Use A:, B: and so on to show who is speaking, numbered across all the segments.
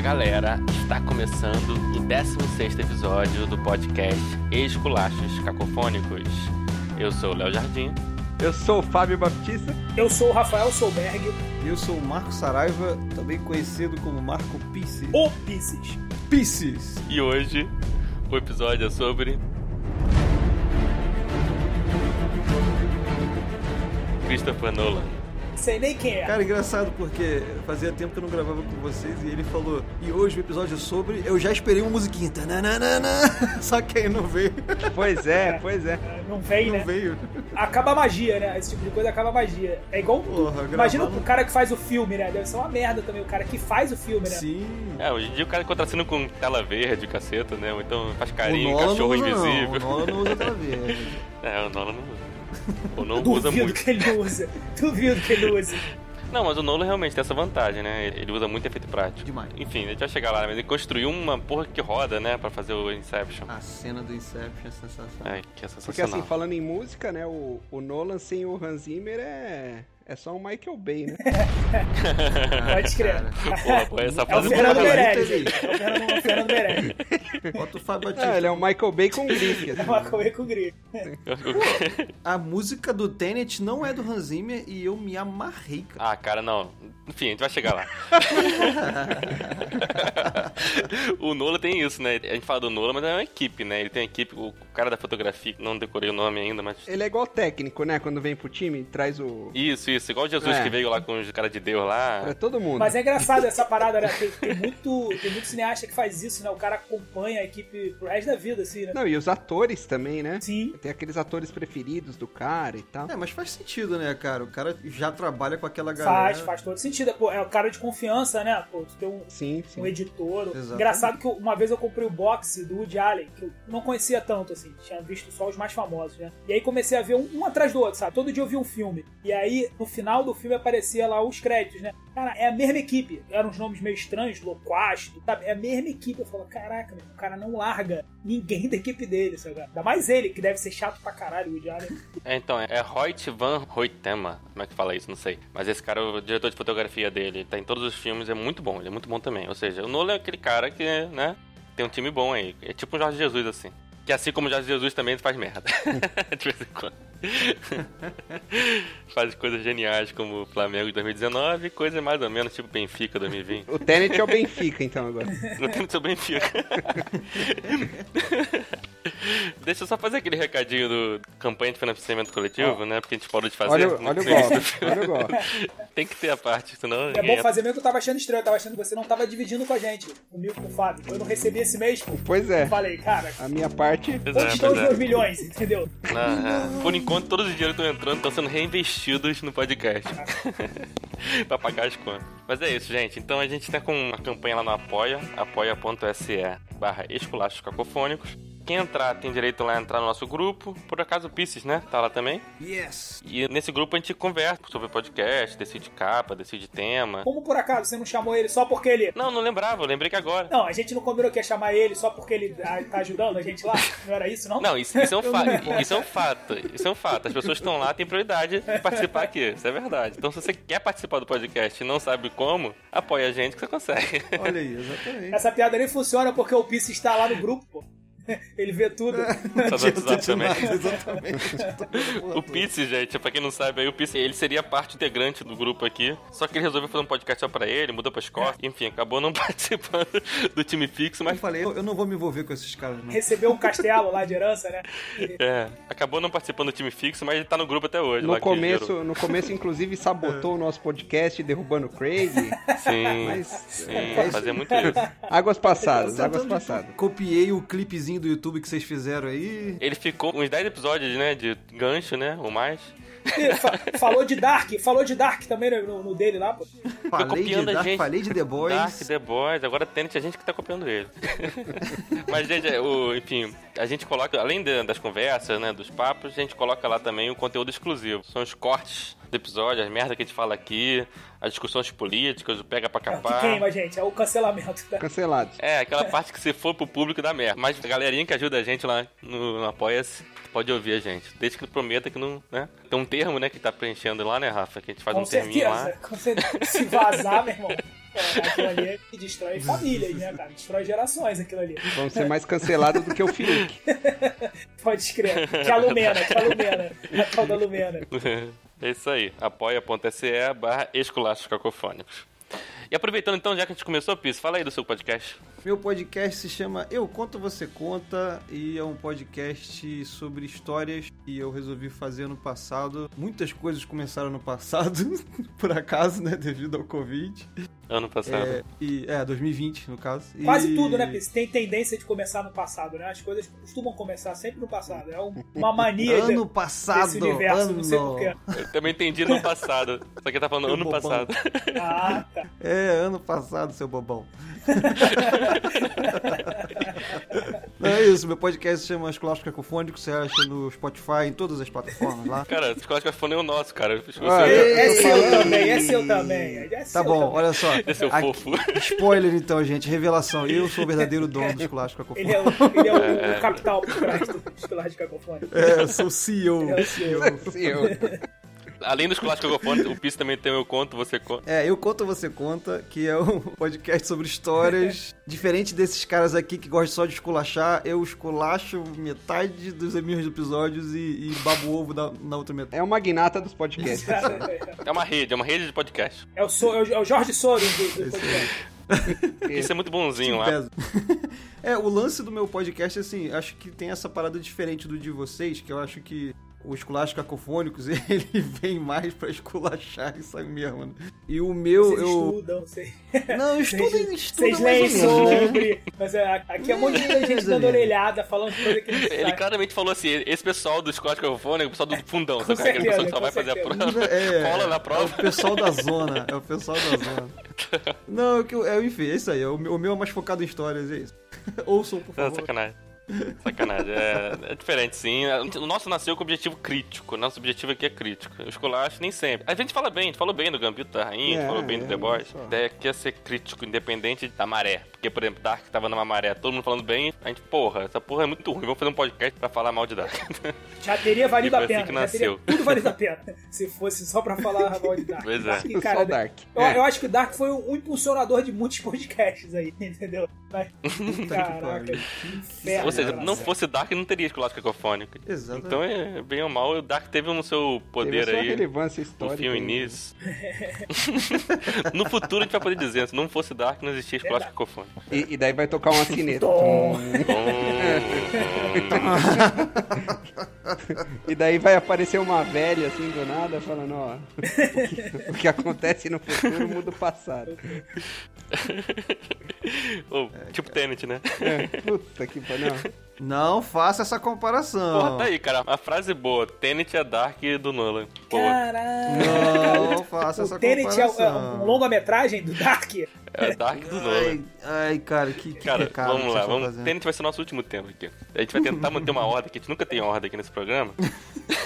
A: galera, está começando o 16º episódio do podcast Esculachos Cacofônicos. Eu sou o Léo Jardim.
B: Eu sou o Fábio Baptista.
C: Eu sou o Rafael Solberg,
D: E eu sou o Marco Saraiva, também conhecido como Marco Pisces.
C: o Pisces.
D: Pisces!
A: E hoje o episódio é sobre Christopher Nolan.
C: Sei nem quem é.
D: Cara, engraçado porque fazia tempo que eu não gravava com vocês e ele falou, e hoje o episódio é sobre. Eu já esperei uma musiquinha, tananana, só que aí não veio.
B: Pois é, pois é.
C: Não vem,
D: Não
C: né?
D: veio.
C: Acaba a magia, né? Esse tipo de coisa acaba a magia. É igual.
D: Porra,
C: Imagina
D: gravando-
C: o cara que faz o filme, né? Deve ser uma merda também o cara que faz o filme, né?
D: Sim.
A: É, hoje em dia o cara contracena com tela verde, caceta, né? Ou então faz carinho,
D: o Nola
A: cachorro
D: não usa,
A: invisível.
D: Não. O Nola não usa outra vez.
A: É, o Nolan não usa. Ou não usa
C: Duvido
A: muito.
C: que ele usa. Duvido que ele use.
A: Não, mas o Nolan realmente tem essa vantagem, né? Ele ele usa muito efeito prático.
D: É Demais.
A: Enfim, a gente vai chegar lá, né? mas ele construiu uma porra que roda, né? Pra fazer o Inception.
D: A cena do Inception é sensacional.
A: É, que é
B: Porque
A: sensacional.
B: assim, falando em música, né, o, o Nolan sem o Hans Zimmer é, é só um Michael Bay, né?
C: Pode crer.
D: cara.
A: Porra, um pô, tá essa
C: É o
A: fase do
C: Fernando
D: Fernando
C: Meirelles.
D: Meirelles.
C: É o Fernando- o Fernando Meirelles.
D: Bota o Fábio
B: Ah,
D: Batista.
B: ele é um Michael Bay com grife,
C: É
B: assim.
C: uma coisa com grito.
B: é
D: A música do Tenet não é do Hans Zimmer e eu me amarrei, cara.
A: Ah, cara, não. Enfim, a gente vai chegar lá. o Nola tem isso, né? A gente fala do Nola, mas é uma equipe, né? Ele tem uma equipe, o cara da fotografia, não decorei o nome ainda, mas.
B: Ele é igual técnico, né, quando vem pro time, traz o...
A: Isso, isso, igual Jesus
B: É.
A: que veio lá com os caras de Deus
B: pra
A: lá.
B: todo mundo.
C: Mas é engraçado essa parada, né? Tem, tem muito, tem muito cineasta que faz isso, né? O cara acompanha a equipe pro resto da vida, assim, né?
B: Não, e os atores também, né?
C: Sim.
B: Tem aqueles atores preferidos do cara e tal.
D: É, mas faz sentido, né, cara? O cara já trabalha com aquela galera.
C: Faz, faz todo sentido. É, Pô, é o cara de confiança, né? Pô, tu tem um,
B: Sim, sim.
C: um editor.
D: Exatamente.
C: Engraçado que eu- uma vez eu comprei o boxe do Woody Allen, que eu não conhecia tanto, assim. Tinha visto só os mais famosos, né? E aí comecei a ver um, um atrás do outro, sabe? Todo dia eu via um filme. E aí, no final do filme, aparecia lá os créditos, né? Cara, é a mesma equipe. Eram uns nomes meio estranhos, Loquaz, sabe? É a mesma equipe. Eu falo, caraca, meu, o cara não larga ninguém da equipe dele, sabe? Ainda mais ele, que deve ser chato pra caralho, o Woody Allen.
A: É, então, é Hoyt Van Hoytema. Como é que fala isso? Não sei. Mas esse cara, o diretor de fotografia dele, ele tá em todos os filmes, é muito bom, ele é muito bom também. Ou seja, o Nola é aquele cara que, né, tem um time bom aí. É tipo um Jorge Jesus, assim. Que assim como o Jorge Jesus também faz merda. de vez em quando. faz coisas geniais como o Flamengo de 2019, coisa mais ou menos tipo Benfica 2020.
B: O Tenet é o Benfica, então, agora.
A: No tempo do seu Benfica. Deixa eu só fazer aquele recadinho do campanha de financiamento coletivo, né? Porque a gente parou de fazer.
B: Ah. Olha, o-
A: né?
B: olha o
A: Tem isso
B: golpe,
A: no filme.
B: olha o golpe.
A: Tem que ter a parte, senão.
C: É
A: ninguém
C: bom fazer mesmo que eu tava achando estranho, eu tava achando que você não tava dividindo com a gente, comigo, com o Fábio. Eu não recebi esse mês, pô.
B: Pois é,
C: Eu falei, cara,
B: a minha parte...
A: Pois
C: onde
A: é,
C: estão os
A: pois é.
C: meus milhões, entendeu?
A: Ah, é. Por enquanto, todos os dinheiros que estão entrando estão sendo reinvestidos no podcast. pra pagar as contas. Mas é isso, gente. Então a gente tá com uma campanha lá no Apoia, apoia.se barra esculachos cacofônicos. Quem entrar tem direito lá a entrar no nosso grupo. Por acaso o Pisces, né? Tá lá também.
D: Yes!
A: E nesse grupo a gente conversa sobre podcast, decide capa, decide tema.
C: Como por acaso você não chamou ele só porque ele.
A: Não, não lembrava, eu lembrei que agora.
C: Não, a gente não combinou que ia chamar ele só porque ele tá tá ajudando a gente lá? Não era isso, não?
A: Não, isso, isso é um fato. Isso é um fato. Isso é um fato. As pessoas que estão lá têm prioridade de participar aqui. Isso é verdade. Então, se você quer participar do podcast e não sabe como, apoia a gente que você consegue.
D: Olha aí, exatamente.
C: Essa piada nem funciona porque o Pisse está lá no grupo, pô. Ele vê tudo.
A: Só do WhatsApp também.
D: exatamente.
A: O Pisse, gente, pra quem não sabe, aí o Pisse, ele seria parte integrante do grupo aqui. Só que ele resolveu fazer um podcast só pra ele, mudou pra Escócia. Enfim, acabou não participando do time fixo,
D: Eu
A: mas
D: falei, eu eu não vou me envolver com esses caras, não.
C: Recebeu um castelo lá de herança, né?
A: é, acabou não participando do time fixo, mas ele tá no grupo até hoje. lá
B: No
A: que gerou.
B: começo, no começo, inclusive, sabotou o nosso podcast, derrubando o Craig.
A: Sim.
B: Mas
A: Sim, fazia muito isso.
B: águas passadas,
D: Eu
B: águas
D: tanto
B: passadas.
D: Copiei o clipezinho do YouTube que vocês fizeram aí.
A: Ele ficou uns 10 episódios, né? De gancho, né? Ou mais.
C: E fa- falou de Dark, falou de Dark também no, no dele lá, pô.
D: Falei de
A: copiando a
D: Dark,
A: gente.
D: falei de The Boys.
A: Dark, The Boys, agora Tenet, a gente que tá copiando ele. Mas, gente, é, o, enfim, a gente coloca, além da- das conversas, né? Dos papos, a gente coloca lá também o conteúdo exclusivo. São os cortes do episódio, as merdas que a gente fala aqui, as discussões políticas, o pega pra
C: É o que
A: capar.
C: queima, gente. É o cancelamento. Tá?
B: Cancelados.
A: É, aquela parte que se for pro público dá merda. Mas a galerinha que ajuda a gente lá no, no Apoia-se pode ouvir a gente. Desde que prometa que não, né? Tem um termo, né, que tá preenchendo lá, né, Rafa? Que a gente faz
C: Com
A: um terminho
C: certeza.
A: lá.
C: Com certeza. Se vazar, meu irmão. Cara, aquilo ali que destrói famílias, né, cara? Destrói gerações aquilo ali.
B: Vamos ser mais cancelados do que o Fiuk.
C: Pode escrever. Que a Lumena, que a Lumena. A tal da Lumena.
A: É isso aí. Apoia.se barra esculachos cacofônicos. E aproveitando então, já que a gente começou, Piso, fala aí do seu podcast.
D: Meu podcast se chama Eu Conto Você Conta e é um podcast sobre histórias que eu resolvi fazer no passado. Muitas coisas começaram no passado, por acaso, né, devido ao Covid.
A: Ano passado.
D: É, e, é 2020 no caso. E-
C: Quase tudo, né, Piz? Tem tendência de começar no passado, né? As coisas costumam começar sempre no passado. É um- uma mania de-
D: Ano passado,
C: desse universo,
D: ano.
C: não sei porquê.
A: Eu também entendi ano passado. Só que ele tá falando
D: Eu
A: ano
D: bobão.
A: passado.
C: Ah, tá.
D: É, ano passado, seu bobão. Não, é isso, meu podcast se chama Escolástico Cacofônico, você acha no Spotify, em todas as plataformas lá.
A: Cara, esse código fone é o nosso, cara. Você-
D: Ah,
A: Esse
C: É seu
D: falei.
C: também, é seu também. É
D: Tá
C: seu
D: bom,
C: também.
D: olha só.
A: é o
D: Aqui-
A: fofo.
D: Spoiler então, gente, revelação. Eu sou o verdadeiro dono do Escolástico
C: Ele
D: Cacofônico.
C: é o, ele é o, o capital por trás do escolar de cacofone.
D: É, eu sou o CEO.
C: É o seu.
B: Sim, eu-
A: Além dos clássicos cacofônicos, o Piso também tem o Eu Conto, Você Conta.
D: É, Eu Conto Você Conta, que é um podcast sobre histórias. Diferente desses caras aqui que gostam só de esculachar, eu esculacho metade dos meus episódios e, e babo ovo na, na outra metade.
B: É uma magnata dos podcasts.
A: É uma rede, é uma rede de podcast.
C: É o, so, é o- é o Jorge Soros do, do podcast.
A: Isso é muito bonzinho lá.
D: Pesa. é, o lance do meu podcast, assim, acho que tem essa parada diferente do de vocês, que eu acho que os culachos cacofônicos, ele vem mais pra esculachar isso aí mesmo. né? E o meu,
C: Vocês
D: eu...
C: estudam, vocês,
D: Não, estuda, estuda
C: vocês leem
D: mais ou menos, né?
C: sobre. Mas é, aqui é um monte de gente
D: Mais ou
C: dando
D: menos.
C: orelhada, falando coisa que não
A: Ele
C: sabe.
A: claramente falou assim: esse pessoal dos clássicos cacofônicos é o pessoal do fundão, sabe?
C: Com
A: Aquele pessoal
C: certeza,
A: que só
C: com
A: vai fazer a
C: certeza.
A: prova.
D: É,
A: Cola na
D: É o
A: prova.
D: pessoal da zona. É o pessoal da zona. Não, é, que eu- é, enfim, é isso aí. é o, meu, o meu é mais focado em histórias, é isso. Ouçam, por
A: Não,
D: favor.
A: sacanagem. Sacanagem, é, é diferente sim. O nosso nasceu com objetivo crítico. Nosso objetivo aqui é crítico. O esculacho nem sempre. A gente fala bem, a gente falou bem do Gambito da Rainha, a gente
B: É,
A: falou bem do
B: é,
A: The Boys.
B: só.
A: A ideia aqui é ser crítico, independente da maré. Porque, por exemplo, Dark tava numa maré, todo mundo falando bem. A gente, porra, essa porra é muito ruim. Vamos fazer um podcast pra falar mal de Dark.
C: Já teria
A: E
C: valido a
A: foi
C: pena.
A: assim que
C: já teria
A: nasceu.
C: tudo valido a pena. Se fosse só pra falar mal de Dark.
A: Pois é.
C: Dark,
B: Só
C: cara,
B: Dark.
C: Eu,
B: É.
C: eu acho que o Dark foi um impulsionador de muitos podcasts aí, entendeu? Mas, caraca,
D: pariu.
C: que inferno. né?
A: Ou seja,
C: cara.
A: não fosse Dark, não teria esculacho cacofônico.
D: Exatamente.
A: Então, é, bem ou mal, o Dark teve um seu
B: Teve
A: poder
B: sua né?
A: aí.
B: relevância
A: No
B: histórica.
A: filme nisso. no futuro a gente vai poder dizer, se não fosse Dark, não existia esculacho cacofônico.
B: E, e daí vai tocar uma sineta.
A: Hum,
B: e daí vai aparecer uma velha assim do nada falando, ó. o que- o que acontece no futuro muda o passado.
A: hum. Ou, tipo Tenet, né?
B: É, puta que pariu. não.
D: Não faça essa comparação.
A: Porra, tá aí, cara. Uma frase boa. Tenet é Dark do Nolan. Boa.
C: Caraca.
D: Não faça essa
C: O Tenet é, é
D: comparação.
C: um longa-metragem do Dark?
A: É Dark do Nolan.
D: Ai, ai, cara, que, que
A: Cara,
D: pecado que
A: vamos lá.
D: vocês estão
A: Vamos...
D: fazendo.
A: Tenet vai ser nosso último tema aqui. A gente vai tentar manter uma ordem, que a gente nunca tem ordem aqui nesse programa. a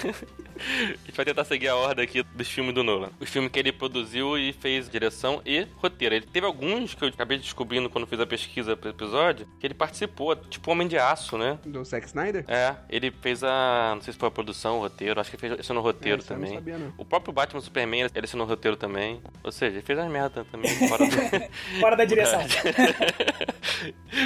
A: gente vai tentar seguir a ordem aqui dos filmes do Nolan. Os filmes que ele produziu e fez direção e roteiro. Ele teve alguns que eu acabei descobrindo quando fiz a pesquisa pro episódio, que ele participou, tipo Homem de Aço, né?
B: Do Zack Snyder?
A: É, ele fez a. Não sei se foi a produção, o roteiro, acho que ele fez isso no roteiro
B: É, isso eu não
A: também.
B: sabia, não.
A: O próprio Batman Superman, ele assinou o roteiro também. Ou seja, ele fez as merda também, fora do.
C: Fora da
A: É.
C: direção.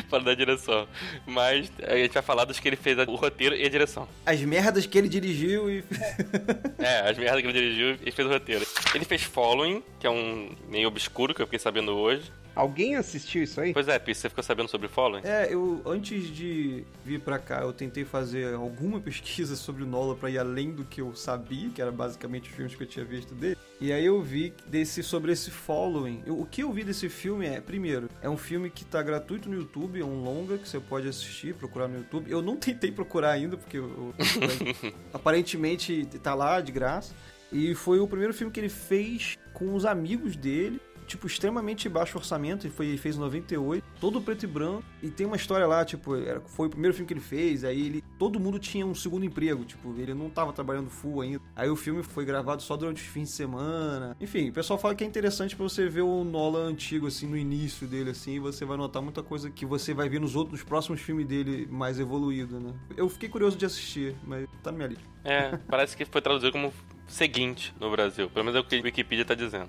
A: Fora da direção. Mas a gente vai falar dos que ele fez o roteiro e a direção.
D: As merdas que ele dirigiu e.
A: É, as merdas que ele dirigiu, ele fez o roteiro. Ele fez Following, que é um meio obscuro que eu fiquei sabendo hoje.
B: Alguém assistiu isso aí?
A: Pois é, Pi, você ficou sabendo sobre Following?
D: É, eu antes de vir pra cá, eu tentei fazer alguma pesquisa sobre o Nola pra ir além do que eu sabia, que era basicamente os filmes que eu tinha visto dele. E aí eu vi desse sobre esse following. Eu- o que eu vi desse filme é, primeiro, é um filme que tá gratuito no YouTube, é um longa que você pode assistir, procurar no YouTube. Eu não tentei procurar ainda, porque eu- eu- aparentemente tá lá de graça. E foi o primeiro filme que ele fez com os amigos dele. Tipo, extremamente baixo orçamento, e foi, ele fez em 98, todo preto e branco, e tem uma história lá, tipo, era, foi o primeiro filme que ele fez, aí ele. Todo mundo tinha um segundo emprego, tipo, ele não tava trabalhando full ainda. Aí o filme foi gravado só durante os fins de semana. Enfim, o pessoal fala que é interessante pra você ver o Nolan antigo, assim, no início dele, assim, e você vai notar muita coisa que você vai ver nos outros, nos próximos filmes dele mais evoluído, né? Eu fiquei curioso de assistir, mas tá na minha lista.
A: É, parece que foi traduzido como seguinte no Brasil. Pelo menos é o que a Wikipedia tá dizendo.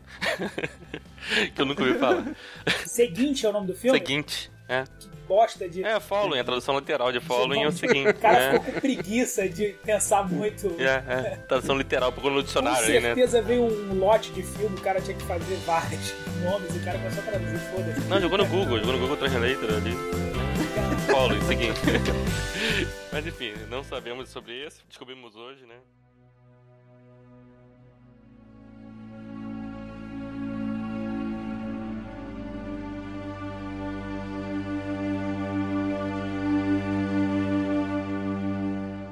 A: que eu nunca ouvi falar.
C: Seguinte é o nome do filme?
A: Seguinte. É.
C: Que bosta de.
A: É, following, a tradução literal de following é o seguinte.
C: O cara
A: né?
C: ficou com preguiça de pensar muito.
A: É, é. Tradução literal, procura no
C: Com
A: dicionário aí, né?
C: certeza veio um lote de filme, o cara tinha que fazer vários nomes e o cara começou a traduzir, foda-se.
A: Não, jogou no Google, jogou no Google Translator ali. Following, seguinte. Mas enfim, não sabemos sobre isso, descobrimos hoje, né?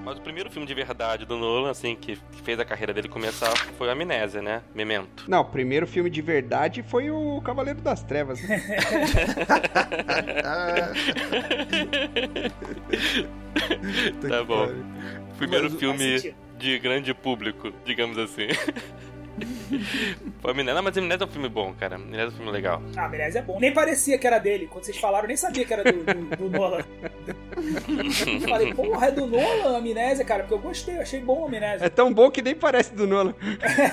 A: Mas o primeiro filme de verdade do Nolan, assim, que que fez a carreira dele começar, foi o Amnésia, né? Memento.
B: Não, o primeiro filme de verdade foi o Cavaleiro das Trevas. né?
D: Puta
A: Tá
D: que
A: bom.
D: pariu.
A: Primeiro
D: Mas o-
C: Faz
A: filme
C: sentido.
A: de grande público, digamos assim. Foi Amnésia. Não, mas Amnésia é um filme bom, cara. Amnésia é um filme legal.
C: Ah, Menezes é bom. Nem parecia que era dele. Quando vocês falaram, eu nem sabia que era do, do, do Nolan. Eu falei, porra, é do Nolan a amnésia, cara, porque eu gostei, eu achei bom a amnésia.
B: É tão bom que nem parece do Nolan.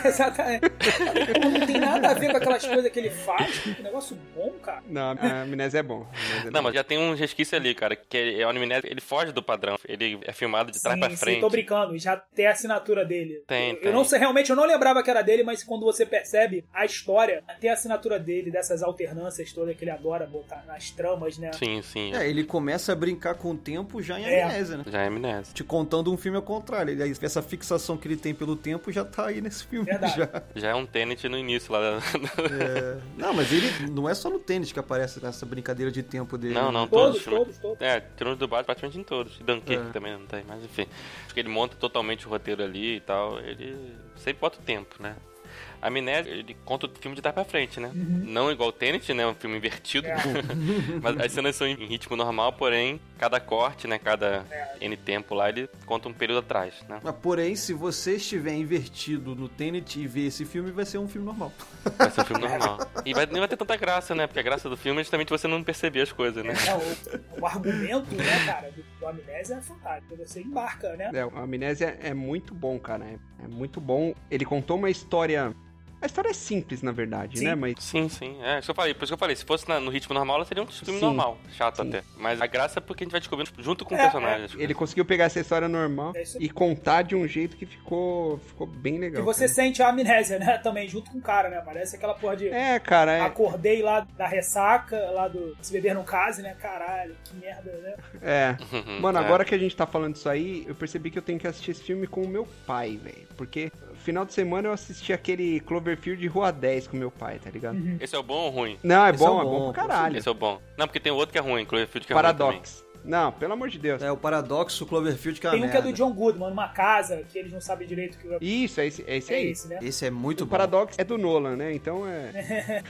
C: Exatamente. Falei, porra, não tem nada a ver com aquelas coisas que ele faz. Que negócio bom, cara.
B: Não, a Amnésia é bom. A Amnésia é
A: Não,
B: bom.
A: mas já tem um resquício ali, cara, que é o Amnésia, ele foge do padrão. Ele é filmado de trás
C: sim,
A: pra
C: sim,
A: frente.
C: tô brincando. Já tem a assinatura dele.
A: Tem,
C: eu, eu
A: tem.
C: não sei, realmente, eu não lembrava que era dele, mas quando você percebe a história, tem a assinatura dele, dessas alternâncias todas que ele adora botar nas tramas, né?
A: Sim, sim.
D: É, ele começa a brincar com o tempo já em
C: É.
D: amnésia, né?
A: Já é Amnésia.
D: Te contando um filme ao contrário. Ele- Essa fixação que ele tem pelo tempo já tá aí nesse filme
C: Verdade.
D: já.
A: Já é um Tenet no início lá. da-
D: É. Não, mas ele não é só no tênis que aparece essa brincadeira de tempo dele.
A: Não, não, todos.
C: Todos,
A: os filmes.
C: todos, todos.
A: É, tirando do básico praticamente em todos. E Dunkirk
D: É.
A: também não tem, mas enfim. Acho que ele monta totalmente o roteiro ali e tal. Ele sempre bota o tempo, né? A Amnésia, ele conta o filme de trás pra frente, né? Não igual o Tenet, né? Um filme invertido.
C: É.
A: mas as cenas são em ritmo normal, porém, cada corte, né? Cada N tempo lá, ele conta um período atrás, né?
D: Mas, Ah, porém, se você estiver invertido no Tenet e ver esse filme, vai ser um filme normal.
A: Vai ser um filme normal. E vai, nem vai ter tanta graça, né? Porque a graça do filme é justamente você não perceber as coisas, né?
C: É, o, o argumento, né, cara, do, do Amnésia é fantástico. Você embarca, né?
B: É, o Amnésia é muito bom, cara. É, é muito bom. Ele contou uma história. A história é simples, na verdade,
C: Sim.
B: né? Mas
A: Sim, sim. É, isso que eu falei. Por isso que eu falei, se fosse na- no ritmo normal, ela seria um filme
B: Sim.
A: normal. Chato até. Mas a graça é porque a gente vai descobrindo tipo, junto com o
C: É,
A: personagem. as
B: ele conseguiu pegar essa história normal
C: É isso aí.
B: e contar de um jeito que ficou, ficou bem legal.
C: E você
B: cara.
C: sente a amnésia, né? Também, junto com o cara, né? Parece aquela porra de.
B: É, cara, é,
C: Acordei lá da ressaca, lá do. Se beber não case, né? Caralho, que merda, né?
B: é.
A: coisas.
B: Mano,
A: É.
B: agora que a gente tá falando isso aí, eu percebi que eu tenho que assistir esse filme com o meu pai, velho. Porque final de semana eu assisti aquele Cloverfield de Rua 10 com meu pai, tá ligado?
C: Uhum.
A: Esse é o bom ou o ruim?
B: Não, é
D: Esse é
B: bom,
D: o
B: é bom,
D: bom,
B: pra caralho.
A: Esse é o bom. Não, porque tem outro que é ruim, Cloverfield que é ruim também.
B: Paradox. Não, pelo amor de Deus.
D: É o paradoxo Cloverfield que é uma
C: Tem um que é do
D: merda.
C: John Goodman, numa casa que eles não sabem direito o que
B: Isso, é esse, é esse
C: é
B: aí.
C: esse, né?
D: Esse é muito
B: O
D: bom.
B: Paradox é do Nolan, né? Então é.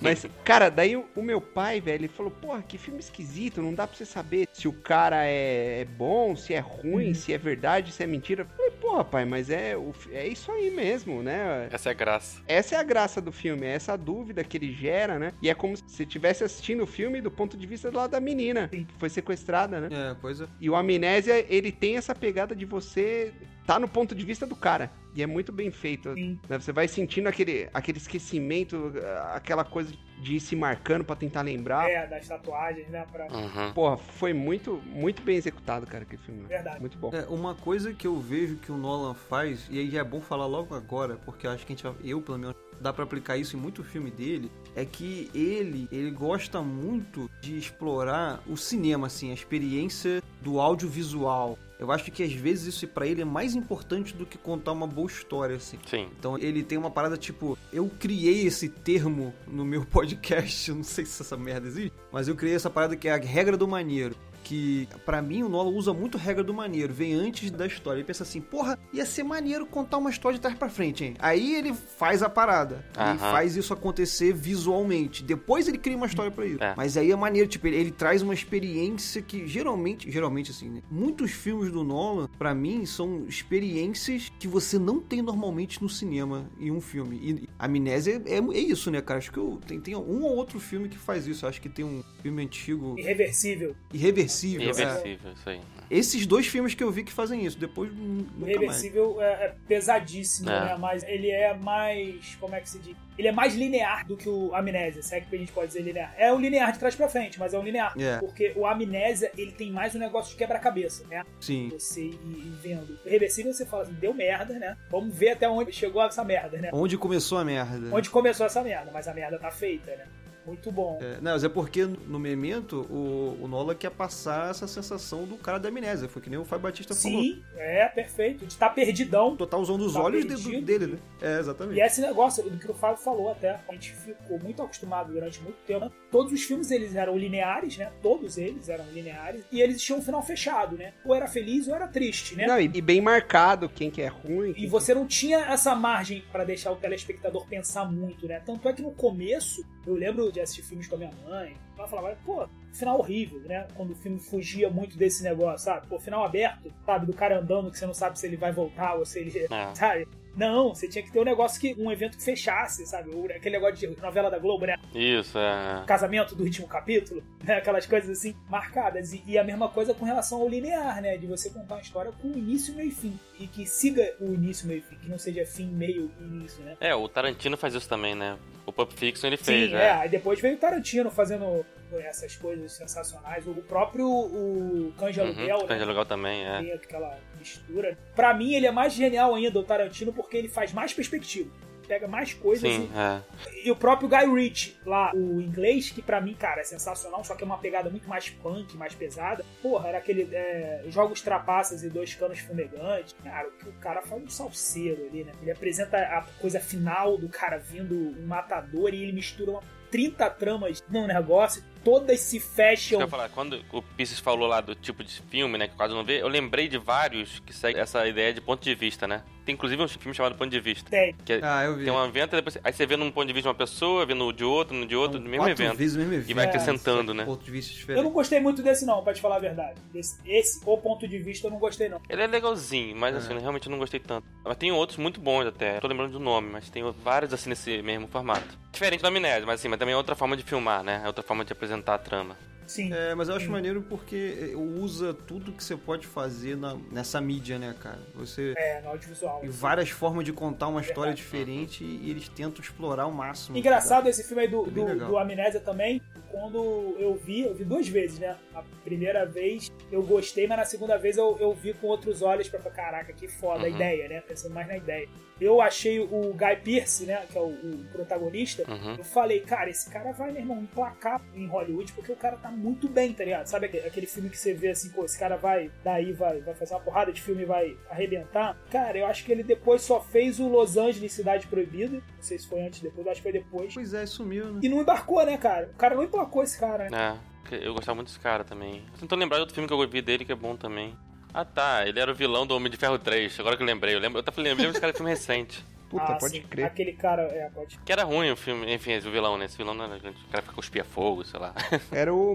B: Mas, cara, daí o o meu pai, velho, ele falou: porra, que filme esquisito, não dá pra você saber se o cara é, é bom, se é ruim, se é verdade, se é mentira. Eu falei: porra, pai, mas é, o fi- é isso aí mesmo, né?
A: Essa é a graça.
B: Essa é a graça do filme, é essa dúvida que ele gera, né? E é como se você estivesse assistindo o filme do ponto de vista lá da menina, que foi sequestrada, né?
D: É, pois é.
B: E o Amnésia, ele tem essa pegada de você tá no ponto de vista do cara. E é muito bem feito.
C: Sim.
B: né? Você vai sentindo aquele, aquele esquecimento, ah, aquela coisa de ir se marcando pra tentar
D: Ah.
B: lembrar.
C: É, das tatuagens, né? Pra...
A: Uhum.
B: Porra, foi muito, muito bem executado, cara, aquele filme. né?
C: Verdade.
B: Muito bom.
D: É, uma coisa que eu vejo que o Nolan faz, e aí é bom falar logo agora, porque eu acho que a gente vai- eu pelo menos dá pra aplicar isso em muito filme dele, é que ele, ele gosta muito de explorar o cinema assim, a experiência do audiovisual. Eu acho que às vezes isso pra ele é mais importante do que contar uma boa história assim.
A: Sim.
D: Então ele tem uma parada tipo, eu criei esse termo no meu podcast, eu não sei se essa merda existe, mas eu criei essa parada que é a regra do maneiro. Que pra mim o Nolan usa muito a regra do maneiro, vem antes da história. Ele pensa assim, porra, ia ser maneiro contar uma história de trás pra frente, hein? Aí ele faz a parada. Ele
A: Aham.
D: faz isso acontecer visualmente. Depois ele cria uma história pra isso.
A: É.
D: Mas aí é maneiro, tipo, ele, ele traz uma experiência que geralmente, geralmente assim, né? Muitos filmes do Nolan, pra mim, são experiências que você não tem normalmente no cinema em um filme. E a amnésia é, é isso, né, cara? Acho que eu, tem, tem um ou outro filme que faz isso. Acho que tem um filme antigo
C: Irreversível.
D: Irreversível. é.
A: Irreversível, isso aí.
D: Esses dois filmes que eu vi que fazem isso, depois nu-
C: O
D: nunca mais.
C: Reversível é, é pesadíssimo,
A: É.
C: né? Mas ele é mais. Como é que se diz? Ele é mais linear do que o Amnésia, se é que a gente pode dizer linear. É um linear de trás pra frente, mas é um linear.
D: É.
C: Porque o Amnésia, ele tem mais um negócio de quebra-cabeça, né?
D: Sim.
C: Você ir ir vendo. O Reversível, você fala assim, deu merda, né? Vamos ver até onde chegou essa merda, né?
D: Onde começou a merda.
C: Onde começou essa merda, mas a merda tá feita, né? Muito bom.
D: É, não, mas é porque no Memento o, o Nola quer passar essa sensação do cara da amnésia. Foi que nem o Fábio Batista falou.
C: Sim, é, perfeito. De estar perdidão.
D: Total usando os
C: Tá
D: olhos de- do-
C: perdido.
D: dele, né? É,
C: E
D: exatamente.
C: esse negócio do que o Fábio falou até, a gente ficou muito acostumado durante muito tempo. Todos os filmes eles eram lineares, né? Todos eles eram lineares e eles tinham um final fechado, né? Ou era feliz ou era triste, né?
B: Não, e, e bem marcado quem que é ruim.
C: E
B: quem
C: você não tinha essa margem pra deixar o telespectador pensar muito, né? Tanto é que no começo, eu lembro de assistir filmes com a minha mãe, ela falava, pô, final horrível, né? Quando o filme fugia muito desse negócio, sabe? Pô, final aberto, sabe? Do cara andando que você não sabe se ele vai voltar ou se ele.
A: É.
C: Sabe? Não, você tinha que ter um negócio que. um evento que fechasse, sabe? Ou Aquele negócio de novela da Globo, né?
A: Isso, é.
C: casamento do último capítulo, né? aquelas coisas assim marcadas. E, e a mesma coisa com relação ao linear, né? De você contar uma história com início, meio e fim. E que siga o início, meio e fim, que não seja fim, meio e início, né?
A: É, o Tarantino faz isso também, né? O Pulp Fiction ele fez,
C: Sim, é.
A: né?
C: Aí depois veio o Tarantino fazendo essas coisas sensacionais. O próprio o Canja
A: Uhum,
C: Aluguel,
A: Cães de
C: né?
A: Aluguel também, é.
C: Tem aquela mistura. Pra mim, ele é mais genial ainda, o Tarantino, porque ele faz mais perspectiva. Pega mais coisas e
A: Sim, é.
C: E o próprio Guy Ritchie, lá, o inglês, que pra mim, cara, é sensacional, só que é uma pegada muito mais punk, mais pesada. Porra, era aquele é, Jogos Trapaças e Dois Canos Fumegantes. Cara, o que o cara faz é um salseiro ali, né? Ele apresenta a coisa final do cara vindo um matador e ele mistura uma 30 tramas num negócio, todas se
A: Eu ia
C: fecham.
A: falar, quando o Pisces falou lá do tipo de filme, né, que quase não vê, eu lembrei de vários que seguem essa ideia de ponto de vista, né? Tem inclusive um filme chamado Ponto de Vista.
C: Tem.
A: Que é-
D: Ah, eu vi.
A: tem um evento, aí depois, aí você vê num ponto de vista de uma pessoa, vê no de outro, no de outro, no mesmo
D: Quatro
A: evento.
D: vezes o mesmo evento.
A: E vai
D: É,
A: acrescentando,
D: só
A: né?
D: Ponto de vista diferente.
C: Eu não gostei muito desse, não, pra te falar a verdade. Desse- Esse, o ponto de vista, eu não gostei, não.
A: Ele é legalzinho, mas assim, eu realmente não gostei tanto. Mas tem outros muito bons até. Tô lembrando do nome, mas tem vários assim nesse mesmo formato. Diferente do Amnésia, mas assim, mas também é outra forma de filmar, né? É outra forma de apresentar a trama.
C: Sim.
D: É, mas eu
C: Hum.
D: acho maneiro porque é, usa tudo que você pode fazer na- nessa mídia, né, cara? Você
C: É, no audiovisual.
D: tem várias formas de contar uma história diferente e eles tentam explorar ao máximo.
C: Engraçado esse filme aí do,
D: É bem
C: do,
D: legal.
C: do Amnésia também. Quando eu vi, eu vi duas vezes, né? A primeira vez eu gostei, mas na segunda vez eu, eu vi com outros olhos pra falar, caraca, que foda a
A: Uhum.
C: ideia, né? Pensando mais na ideia. Eu achei o Guy Pearce, né? Que é o, o protagonista.
A: Uhum.
C: Eu falei, cara, esse cara vai, meu irmão, emplacar em Hollywood porque o cara tá muito bem, tá ligado? Sabe aque- aquele filme que você vê assim, pô, esse cara vai, daí vai, vai fazer uma porrada de filme e vai arrebentar. Cara, eu acho que ele depois só fez o Los Angeles Cidade Proibida. Não sei se foi antes, depois, acho que foi depois.
D: Pois é, sumiu, né?
C: E não embarcou, né, cara? O cara não emplacou esse cara, né?
A: É, porque eu gostava muito desse cara também. Tô tentando lembrar de outro filme que eu vi dele que é bom também. Ah tá, ele era o vilão do Homem de Ferro 3, agora que eu lembrei. Eu, lembro, eu tava lembrando desse cara de filme recente.
B: que- é Puta,
C: Ah,
B: pode
C: sim,
B: crer.
C: Aquele cara, é, pode.
A: Que era ruim o filme, enfim, esse vilão, né? Esse vilão não era grande. O cara fica cuspia fogo, sei lá.
B: Era o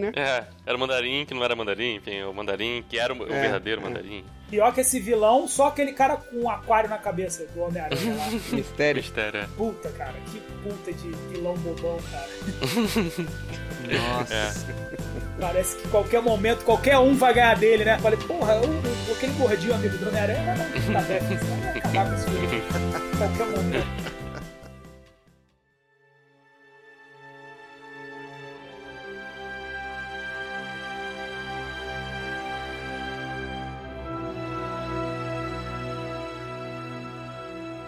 B: né?
A: É, era o mandarim que não era mandarim, enfim, o mandarim que era o, o
B: É,
A: verdadeiro
B: é.
A: mandarim.
C: Pior que esse vilão, só aquele cara com um aquário na cabeça do Homem-Aranha lá.
B: Mistério.
A: Mistério. é.
C: Puta, cara, que puta de vilão bobão, cara.
D: Nossa.
A: É,
C: Parece que qualquer momento, qualquer um vai ganhar dele, né? Falei, porra, eu, eu, aquele gordinho amigo do Homem-Aranha vai dar um tapa nesse cara, vai acabar com isso. Qualquer momento.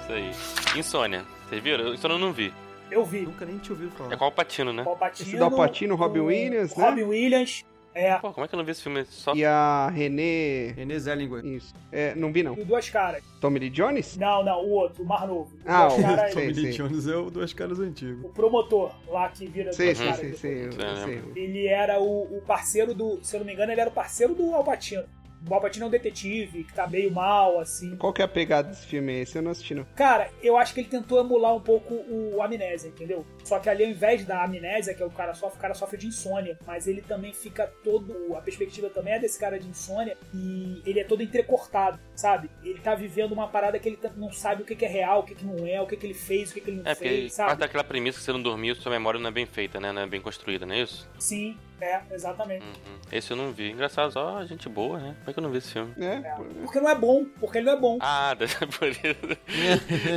A: Isso aí. Insônia. Vocês viram? Eu- Insônia eu não vi.
C: Eu vi.
D: Nunca nem te ouvi falar.
A: É qual o Patino, né?
C: O Patino,
B: Esse do Al Pacino, Robin
C: o-
B: Williams, né?
C: Robin Williams, é.
A: Pô, como é que eu não vi esse filme só.
B: E a René.
D: Renê Zellweger.
B: Isso. É, não vi, não.
C: E o Duas Caras.
B: Tommy Lee Jones?
C: Não, não, o outro, o Mar Novo. O
B: Ah,
C: Duas
B: o-
C: Caras,
B: sei,
D: Tommy Lee
B: sei.
D: Jones é o Duas Caras Antigo.
C: o promotor lá que vira
B: Sei,
C: Duas
B: sei,
C: Caras.
B: sei, sei.
C: Uhum.
B: eu- eu sei.
C: Ele era o, o parceiro do, se eu não me engano, ele era o parceiro do Alpatino. O Alpatino é um detetive que tá meio mal, assim.
B: Qual que é a pegada desse filme aí? Esse eu não assisti, não.
C: Cara, eu acho que ele tentou emular um pouco o Amnésia, entendeu? Só que ali ao invés da amnésia, que é o cara sofre, o cara sofre de insônia, mas ele também fica todo, a perspectiva também é desse cara de insônia e ele é todo entrecortado, sabe? Ele tá vivendo uma parada que ele tá- não sabe o que que é real, o que que não é, o que que ele fez, o que que ele não
A: É, porque
C: fez,
A: parte
C: sabe?
A: daquela premissa que você não dormiu, sua memória não é bem feita, né? Não é bem construída, não é isso?
C: Sim, É, exatamente.
A: Uhum. Esse eu não vi. Engraçado, só gente boa, né? Como é que eu não vi esse filme?
B: né?
C: Porque não é bom, porque ele não é bom.
A: Hum. Ah, deve ser por isso.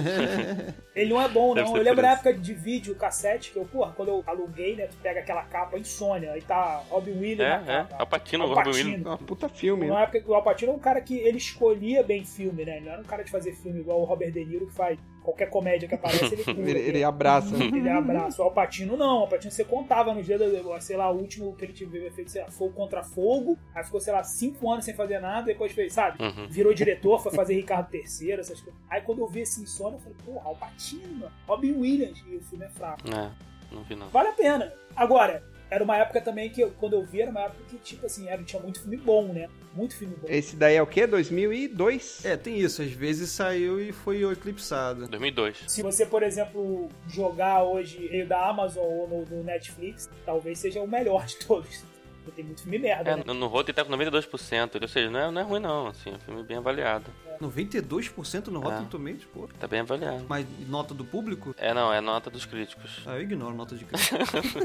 C: Ele não é bom,
A: Deve
C: não.
A: ser
C: Eu lembro
A: por
C: da
A: isso.
C: época de vídeo, cassete, que eu, porra, quando eu aluguei, né, tu pega aquela capa insônia, aí tá Robin Williams tá,
A: É,
C: na
A: é.
C: capa.
A: Alpatino,
C: Al
A: Robin
C: Pacino.
A: Williams.
B: É uma puta filme.
C: Na época que o Alpatino é um cara que ele escolhia bem filme, né? Ele não era um cara de fazer filme igual o Robert De Niro, que faz qualquer comédia que aparece, ele cura,
B: Ele, ele
C: né?
B: abraça.
C: Ele abraça. O Alpatino não. O Alpatino você contava nos dedos, sei lá, o último que ele teve feito, sei lá, fogo contra fogo. Aí ficou, sei lá, cinco anos sem fazer nada, depois fez, sabe?
A: Uhum.
C: Virou diretor, foi fazer Ricardo III, essas coisas. Aí quando eu vi esse insônia, eu falei, porra, Alpatino, mano. Robin Williams. E o filme é fraco.
A: É, não vi não.
C: Vale a pena. Agora, era uma época também que, eu- quando eu vi, era uma época que, tipo assim, era, tinha muito filme bom, né? Muito filme bom.
B: Esse daí é o quê? 2002?
D: É, tem isso. Às vezes saiu e foi eclipsado.
A: 2002.
C: Se você, por exemplo, jogar hoje meio da Amazon ou no, no Netflix, talvez seja o melhor de todos. Porque tem muito filme merda,
A: É,
C: né?
A: no, no Rotten tá com 92%, ou seja, não é, não é ruim não, assim, é um filme bem avaliado.
D: 92% no Rotten
A: Ah.
D: Tomatoes, pô.
A: Tá bem avaliado.
D: Mas nota do público?
A: É, não, é nota dos críticos.
D: Ah, eu ignoro nota de crítica.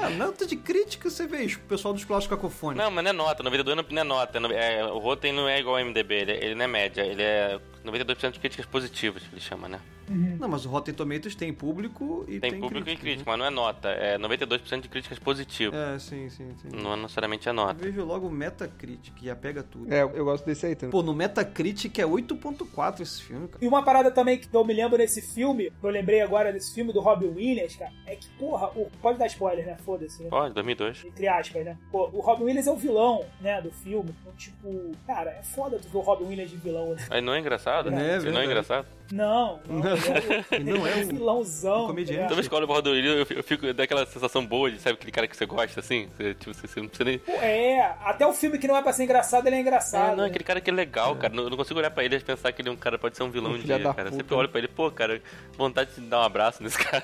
D: ah, nota de crítica você vê isso, o pessoal dos Clássicos Cacofônicos.
A: Não, mas não é nota, 92 não não é nota. não- é, o Rotten não é igual ao MDB, ele, ele não é média, ele é 92% de críticas positivas, que ele chama, né?
D: Não. mas o Rotten Tomatoes tem público e tem,
A: Tem, público e
D: crítica,
A: crítico, mas não é nota, é 92% de críticas positivas.
D: né? É, sim, sim, sim.
A: Não é necessariamente a
D: Eu
A: nota.
D: vejo logo o Metacritic, já pega tudo.
B: É, eu eu gosto desse aí também.
D: Pô, no Metacritic é 8.4 esse filme, cara.
C: E uma parada também que eu me lembro nesse filme, que eu lembrei agora desse filme do Robin Williams, cara, é que, porra, o... pode dar spoiler, né? Foda-se, né?
A: Pode, 2002.
C: Entre aspas, né? Pô, o Robin Williams é o vilão, né, do filme. Então, tipo, cara, é foda tu ver o Robin Williams de vilão, né?
A: Aí não é engraçado?
D: É,
A: Ele não é
D: verdade.
A: engraçado?
C: Não, não,
D: E não é
C: é
D: o...
C: um vilãozão.
D: o comediante.
C: tá ligado?
A: Toda vez que eu olho o Bordo eu eu fico daquela sensação boa de, sabe, aquele cara que você gosta, assim? Você, tipo, você, você não precisa nem...
C: Pô, É, até o filme que não é pra ser engraçado, ele é engraçado.
A: É, não, é
C: né?
A: aquele cara que é legal, cara. Não- Eu não consigo olhar pra ele e pensar que ele é um cara pode ser um vilão
B: Um
A: um
B: filho
A: dia,
B: da
A: cara. Eu
B: puta,
A: sempre
B: né?
A: olho pra ele, pô, cara, vontade de dar um abraço nesse cara.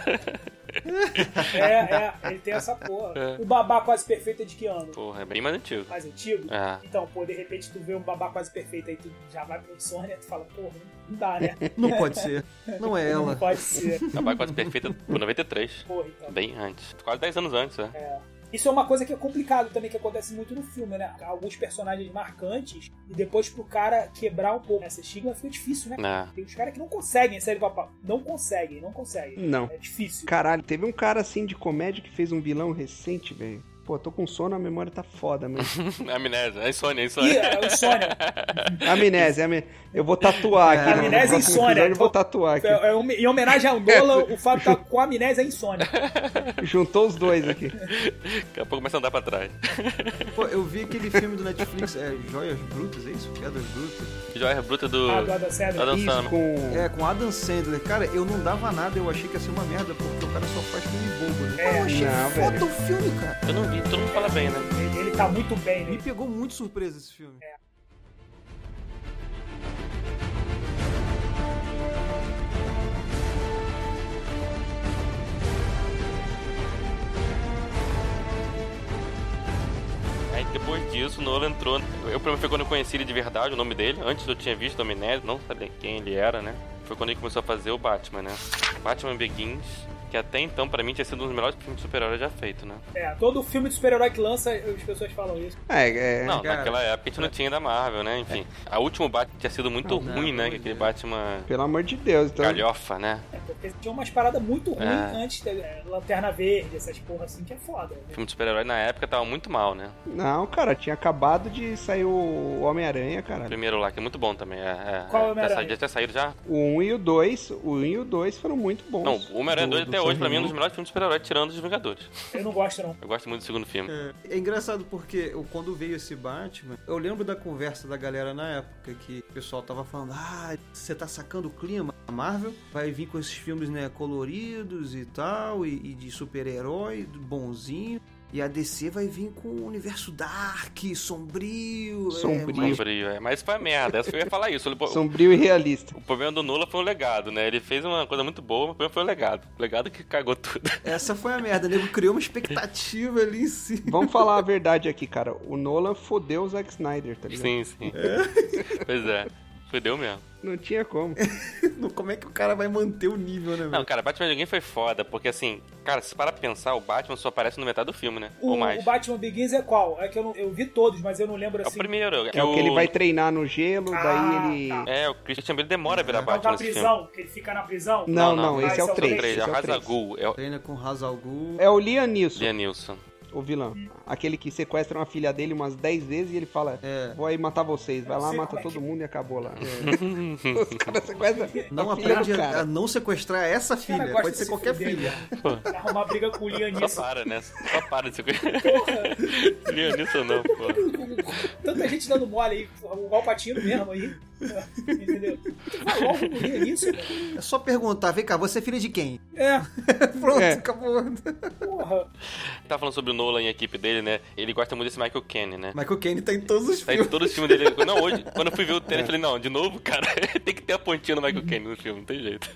C: É, é, ele tem essa porra.
A: É.
C: O babá quase perfeito é de que ano?
A: Porra, é bem mais antigo.
C: Mais antigo?
A: É.
C: Então, pô, de repente tu vê um babá quase perfeito aí, tu já vai pro Sônia, tu fala, porra, não dá, né?
D: Não pode ser. Não é
C: Não
D: ela.
C: pode ser.
A: Trabalho quase perfeito por 93.
C: Porra, então.
A: Bem antes. Quase 10 anos antes, né?
C: Isso é uma coisa que é complicado também, que acontece muito no filme, né? Alguns personagens marcantes, e depois pro cara quebrar um pouco essa estigma fica difícil, né?
A: É.
C: Tem uns caras que não conseguem, sério, papá. Não conseguem, não conseguem.
B: Não.
C: É difícil.
B: Caralho, teve um cara assim de comédia que fez um vilão recente, velho. Pô, tô com sono, a memória tá foda, mas.
A: Amnésia, é insônia, é
C: Ih,
A: insônia.
C: é o Sônia.
B: Amnésia, amnésia. Eu vou tatuar aqui. no- no
C: É. Amnésia e
B: próximo
C: insônia,
B: episódio Eu vou
C: tô-
B: tatuar aqui.
C: É, é um- em homenagem ao Nolan, o Fábio tá com amnésia e insônia.
B: Juntou os dois aqui.
A: Tá Daqui a pouco começa a andar pra trás.
D: Pô, eu vi aquele filme do Netflix, é Joias Brutas, é isso? Pedras Brutas.
A: Joia bruta do. tá
C: Ah, do Adam Sandler.
A: Adam
B: Isso
A: Sandler.
B: com.
D: É, com Adam Sandler. Cara, eu não dava nada, eu achei que ia ser uma merda, porque o cara só faz filme bobo, né? Mas eu achei
B: É, não,
D: foda
B: velho.
D: o filme, cara.
A: Eu não vi, todo mundo fala bem, né?
C: Ele, ele tá muito bem,
D: Me
C: né?
D: pegou muito surpresa esse filme.
A: Aí depois disso, Nolan entrou. Eu, pra mim, foi quando eu conheci ele de verdade, o nome dele. Antes eu tinha visto Amnésia, não sabia quem ele era, né? Foi quando ele começou a fazer o Batman, né? Batman Begins, que até então, pra mim, tinha sido um dos melhores filmes de super-herói já feito, né?
C: É, todo filme de super-herói que lança, as pessoas falam isso.
B: É, é.
A: Não,
D: cara. É.
A: naquela época a gente não tinha da Marvel, né? Enfim. A última Batman tinha sido muito
D: Não,
A: ruim, né?
D: não, não, é.
A: Que aquele
D: não.
A: Batman
B: Pelo amor de Deus, então.
A: galhofa, né?
C: É, porque tinha umas paradas muito ruins
A: É.
C: antes, é, Lanterna Verde, essas porra assim, que é foda. Né?
A: filme de super-herói na época tava muito mal, né?
B: Não, cara, tinha acabado de sair o Homem-Aranha, cara.
A: Primeiro lá, que é muito bom também. É, é,
C: Qual
A: é, já,
C: Homem-Aranha?
A: sa- já tinha saído já?
B: O 1 e o 2, o 1 e o 2 foram muito bons.
A: Não, o Homem-Aranha
D: do-
A: 2
D: do
A: até
D: Sam
A: hoje, pra mim, é um
D: Raimi.
A: dos melhores filmes de super-herói, tirando os Vingadores.
C: Eu não gosto, não.
A: Eu gosto muito do segundo filme.
D: É, é engraçado porque eu- quando veio esse Batman, eu lembro da conversa da galera na época que o pessoal tava falando: ah, você tá sacando o clima. A Marvel vai vir com esses filmes né, coloridos e tal, e, e de super-herói, do bonzinho. E a DC vai vir com o universo dark, sombrio. é,
B: Sombrio.
D: mais
A: Sombrio, é. Mas isso foi a merda. Essa que eu ia falar isso. O,
B: Sombrio e realista.
A: o problema do Nola foi o legado, né? Ele fez uma coisa muito boa, mas o problema foi o legado. O legado que cagou tudo.
D: Essa foi a merda, nego criou uma expectativa ali em si.
B: Vamos falar a verdade aqui, cara. O Nolan fodeu o Zack Snyder, tá ligado?
A: Sim, sim. Pois é. Fudeu mesmo.
B: Não tinha como.
D: Como é que o cara vai manter o nível, né,
A: Não,
D: velho?
A: cara, Batman Ninguém foi foda, porque assim, cara, se parar pra pensar, o Batman só aparece no metade do filme, né?
C: O,
A: Ou mais.
C: o Batman Begins é qual? É que eu, não- eu vi todos, mas eu não lembro
A: É o
C: assim.
A: primeiro.
B: É o que ele vai treinar no gelo,
C: Ah,
B: daí ele.
C: tá.
A: É, o Christian Bale demora a virar
D: É.
C: Não,
A: Batman
C: da
A: nesse filme.
C: prisão, que ele fica na prisão.
B: Uhum. Não,
A: Não,
B: não,
A: não.
B: esse é
C: Ah,
B: o
C: esse é o
B: 3.
C: três.
A: Três,
B: Esse
A: é
B: é
A: o
B: o 3.
A: Razagul, é o
D: Treina com Hazal Gul.
B: É o Lianilson,
A: Lianilson.
B: o vilão. Aquele que sequestra uma filha dele umas 10 vezes e ele fala:
D: É.
B: Vou aí matar vocês. Vai
C: Eu
B: lá,
C: sei
B: mata
C: como é
B: todo mundo e acabou lá. É, Os caras sequestram
D: Não
B: a filha
D: aprende
B: do
D: a, a
B: cara.
D: não sequestrar essa filha.
C: gosta
D: Pode
C: de
D: ser
C: se
D: qualquer
C: fuder,
D: filha.
C: Arrumar briga com o Lianisson.
A: Só para, né? Só para de ser Lianilson não, pô.
C: Tanta gente dando mole aí, porra, o Galpatino mesmo aí. Entendeu? Vai logo com o Lianisson, cara.
D: É só perguntar, vem cá, você é filha de quem?
C: É,
D: Pronto,
B: É.
D: acabou.
C: porra.
A: Tá falando sobre o Nolan e a equipe dele, né? Ele gosta muito desse Michael Caine, né?
D: Michael Caine tá em todos os
A: Tá em
D: filmes.
A: todo o filme dele. Não, hoje, quando eu fui ver o trailer, eu falei, não, de novo, cara, tem que ter a pontinha do Michael Caine no filme, não tem jeito.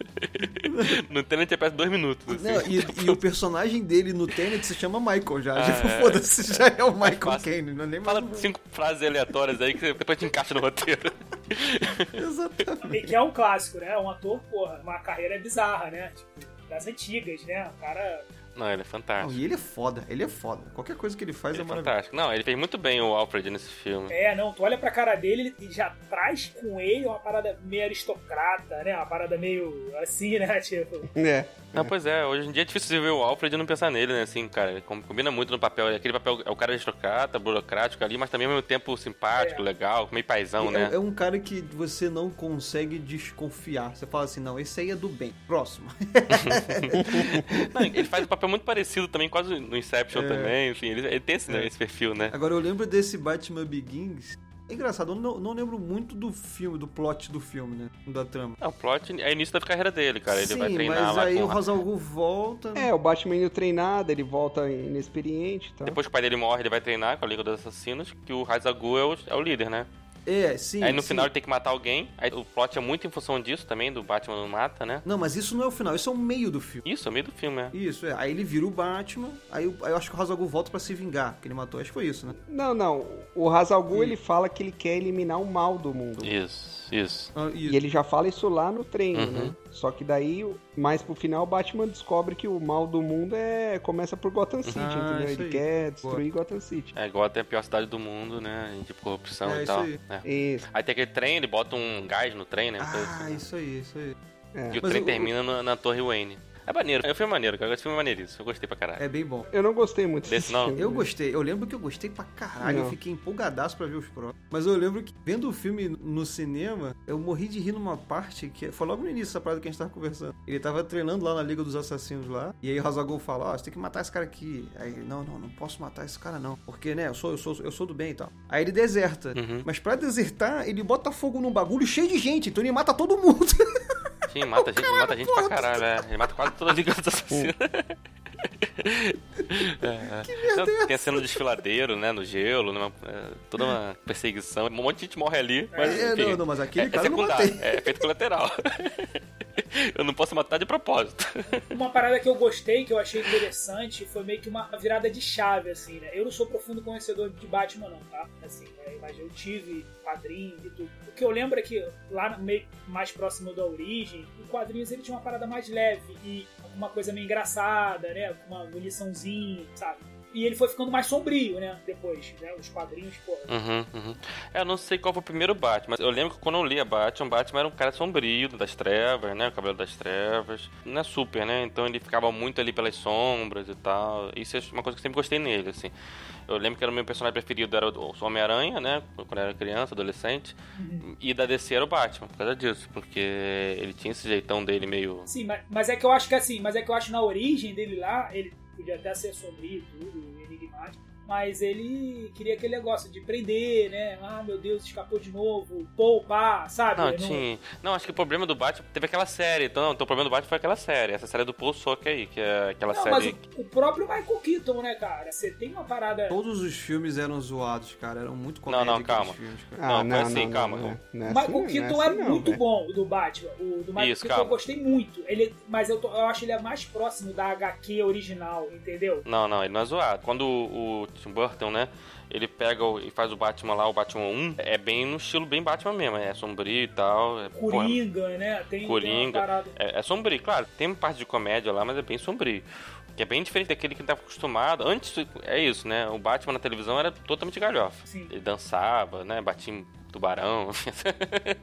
A: No trailer ele aparece dois minutos, assim.
D: Não, e, e o personagem dele no Tenet se chama Michael já. tipo, foda-se, já é o Michael
A: Ah, fácil.
D: Caine, não é nem mais.
A: Fala cinco frases aleatórias aí que você- depois te encaixa no roteiro.
D: Exatamente.
C: E que é um clássico, né? Um ator, porra, uma carreira bizarra, né? Tipo, das antigas, né? O cara.
A: Não, ele é
D: Não,
A: fantástico.
D: e ele é foda, ele é foda. Qualquer coisa que ele faz
A: Ele
D: é
A: é
D: maravilhoso.
A: fantástico. Não, ele fez muito bem o Alfred nesse filme.
C: É, não, tu olha pra cara dele e já traz com ele uma parada meio aristocrata, né? Uma parada meio assim, né? Tipo.
B: É.
A: Não, pois é, hoje em dia é difícil você ver o Alfred e não pensar nele, né? Assim, cara, ele com- combina muito no papel. Aquele papel é o cara aristocrata, burocrático ali, mas também ao mesmo tempo simpático,
C: É.
A: legal, meio paizão,
D: É-
A: né?
D: É um cara que você não consegue desconfiar. Você fala assim, não, esse aí é do bem. Próximo.
A: Não, ele faz um papel muito parecido também, quase no
D: É.
A: Inception também, enfim, ele, ele tem esse, né, esse perfil, né?
D: Agora eu lembro desse Batman Begins. É engraçado, eu não, não lembro muito do filme, do plot do filme, né? Da trama.
A: Não, o plot é início da carreira dele, cara. Ele
D: Sim,
A: vai treinar
D: mas
A: lá
D: aí
A: com
D: o
A: o
D: Hazal Gul volta. né?
B: É, o Batman indo treinado, ele volta inexperiente e tal.
A: Depois que o pai dele morre, ele vai treinar com a Liga dos Assassinos, que o Hazagul é o, é o líder, né?
D: É, sim.
A: aí no
D: sim.
A: final ele tem que matar alguém. Aí o plot é muito em função disso também, do Batman não mata, né?
D: Não, mas isso não é o final, isso é o meio do filme.
A: Isso, é o meio do filme, né?
D: Isso, é. Aí ele vira o Batman, aí, o- aí eu acho que o Hazal Gul volta pra se vingar, que ele matou. Acho que foi isso, né?
B: Não, não. O Hazalgu ele fala que ele quer eliminar o mal do mundo.
A: Isso, isso. Uhum.
D: Ah,
B: E
D: isso.
B: ele já fala isso lá no treino, né? Só que daí, mais pro final, o Batman descobre que o mal do mundo é começa por Gotham City,
D: Ah,
B: entendeu?
D: isso
B: Ele
D: aí.
B: quer destruir Gotham City.
A: É igual até a pior cidade do mundo, né? De corrupção
D: É,
A: e
D: isso
A: tal.
D: aí.
A: né?
B: Isso,
A: Aí tem aquele trem, ele bota um gás no trem, né? Uma coisa
D: Ah,
A: assim, né?
D: isso aí, isso aí.
A: E o
D: Mas
A: trem
D: o-
A: termina na, na Torre Wayne. É maneiro, é um filme maneiro, cara. Esse filme é maneiríssimo, eu gostei pra caralho.
D: É bem bom.
B: Eu não gostei muito
A: Desse não?
B: filme. né?
D: Eu gostei, eu lembro que eu gostei pra caralho, eu
B: Não.
D: fiquei empolgadaço pra ver os próximos. Mas eu lembro que, vendo o filme no cinema, eu morri de rir numa parte que foi logo no início essa parada que a gente tava conversando. Ele tava treinando lá na Liga dos Assassinos lá, e aí o Hazagol fala: Ó, você tem que matar esse cara aqui. Aí ele: Não, não, não posso matar esse cara não, porque né, eu sou, eu sou, eu sou do bem e tal. Aí ele deserta,
A: Uhum.
D: mas pra desertar, ele bota fogo num bagulho cheio de gente, então ele mata todo mundo.
A: Sim, mata gente, ele mata gente pra caralho, é. Ele mata quase toda a Liga dos Assassinos. Que merda É,
D: é
A: Tem a cena do desfiladeiro, né? No gelo, numa- é, toda uma perseguição. Um monte de gente morre ali, mas.
D: É,
A: enfim,
D: não, não, mas aquele
A: é, é
D: cara eu não
A: secundário,
D: matei.
A: é efeito colateral. Eu não posso matar de propósito.
C: Uma parada que eu gostei, que eu achei interessante, foi meio que uma virada de chave, assim, né? Eu não sou profundo conhecedor de Batman, não, tá? Assim, né? mas eu tive quadrinho e tudo. O que eu lembro é que lá no meio mais próximo da origem, o quadrinhos ele tinha uma parada mais leve e uma coisa meio engraçada, né? Uma muniçãozinha, sabe? E ele foi ficando mais sombrio, né? Depois, né? Os quadrinhos, pô.
A: Uhum, uhum. É, eu não sei qual foi o primeiro Batman, mas eu lembro que quando eu li a Batman, Batman era um cara sombrio, das trevas, né? O cabelo das trevas. Não é super, né? Então ele ficava muito ali pelas sombras e tal. Isso é uma coisa que eu sempre gostei nele, assim. Eu lembro que era o meu personagem preferido, era o Homem-Aranha, né? Quando eu era criança, adolescente.
C: Uhum.
A: E da DC era o Batman, por causa disso. Porque ele tinha esse jeitão dele meio.
C: Sim, mas, mas é que eu acho que assim, mas é que eu acho na origem dele lá, ele podia até ser sombrio, e tudo, enigmático, mas ele queria aquele negócio de prender, né? Ah, meu Deus, escapou de novo, poupar, sabe?
A: Não,
C: Ele não-
A: tinha. Não, acho que o problema do Batman teve aquela série. Então, então o problema do Batman foi aquela série. Essa série do Paul Sock aí, que é aquela
C: Não,
A: série.
C: mas o, o próprio Michael Keaton, né, cara? Você tem uma parada.
D: Todos os filmes eram zoados, cara. Eram muito
A: Não, não,
D: comédia aqueles
A: calma.
D: filmes, cara.
A: Não, foi assim, calma,
B: Ah, Não,
A: não.
B: não é
C: O
B: assim,
C: Michael
B: não,
C: Keaton
B: não
C: é,
B: assim não,
C: muito
B: velho.
C: bom, o do Batman. O do Michael
A: Isso,
C: Keaton
A: calma.
C: eu gostei muito. Ele, mas eu, tô- eu acho ele é mais próximo da HQ original, entendeu?
A: Não, não, ele não é zoado. Quando o, o Tim Burton, né? Ele pega o- e faz o Batman lá, o Batman 1. É bem no estilo bem Batman mesmo. É sombrio e tal. É, pô, é-
C: Coringa, né? Tem, tem uma
A: Coringa.
C: parada.
A: É, é sombrio, claro. Tem uma parte de comédia lá, mas é bem sombrio. Que é bem diferente daquele que tava acostumado. Antes, é isso, né? O Batman na televisão era totalmente galhofa.
C: Sim.
A: Ele dançava, né? Batia em tubarão.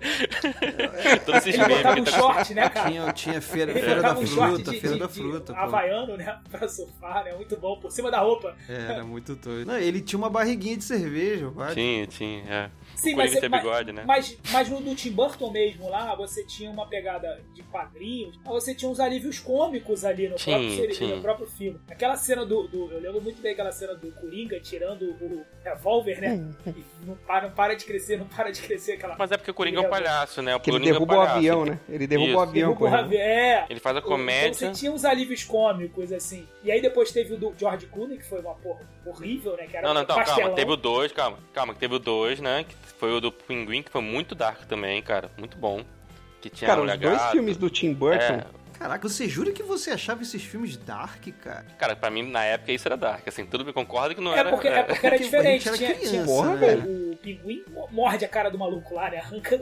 A: Todos esses
C: Ele
A: memes.
C: botava
A: que
C: um
A: tá-
C: short, né, cara?
D: Tinha, tinha feira,
C: Ele
D: É, feira da
C: botava um short
D: fruta,
C: de,
D: feira
C: de-
D: da
C: de
D: fruta, pô.
C: havaiano, né? Pra surfar, né? Muito bom. Por cima da roupa.
D: É, Era muito doido. Não, ele tinha uma barriguinha de cerveja,
C: um
D: vai.
A: Tinha, tinha. É.
C: Sim,
A: Coringa
C: mas,
A: tem
C: mas-
A: bigode, né?
C: mas, mas no do Tim Burton mesmo lá, você tinha uma pegada de quadrinhos, mas você tinha uns alívios cômicos ali no,
A: Sim,
C: próprio, seri-
A: sim.
C: no próprio filme. Aquela cena do, do- Eu lembro muito bem aquela cena do Coringa tirando o revólver, né? E não para, não para de crescer, não para de crescer aquela.
A: Mas é porque o Coringa é um
C: Ele-
A: palhaço, né? O
B: Que ele
A: Coringa é um
B: derruba o
A: palhaço.
B: avião, né? Ele derruba o
A: Isso.
B: avião
C: Derruba o
B: com ele.
C: avião. É.
A: Ele faz a
C: Então
A: comédia.
C: você tinha uns alívios cômicos, assim. E aí depois teve o do George Clooney, que foi uma porra horrível, né? Que era
A: Não, não,
C: um
A: não,
C: pastelão.
A: calma, teve o 2, calma, calma, que teve o 2, né? Que foi o do Pinguim, que foi muito dark também, cara. Muito bom. Que tinha
B: Cara,
A: mulher
B: os dois
A: gato.
B: filmes do Tim Burton,
A: É,
D: Caraca, você jura que você achava esses filmes dark, cara?
A: Cara, pra mim, na época, isso era dark, assim, tudo me concorda que não
C: É
A: era...
C: porque, é porque era
D: Porque a gente
C: diferente.
D: era
C: Tinha, tinha,
D: criança,
B: Porra,
D: né?
B: velho.
C: o pinguim morde a cara do maluco lá, né? Arranca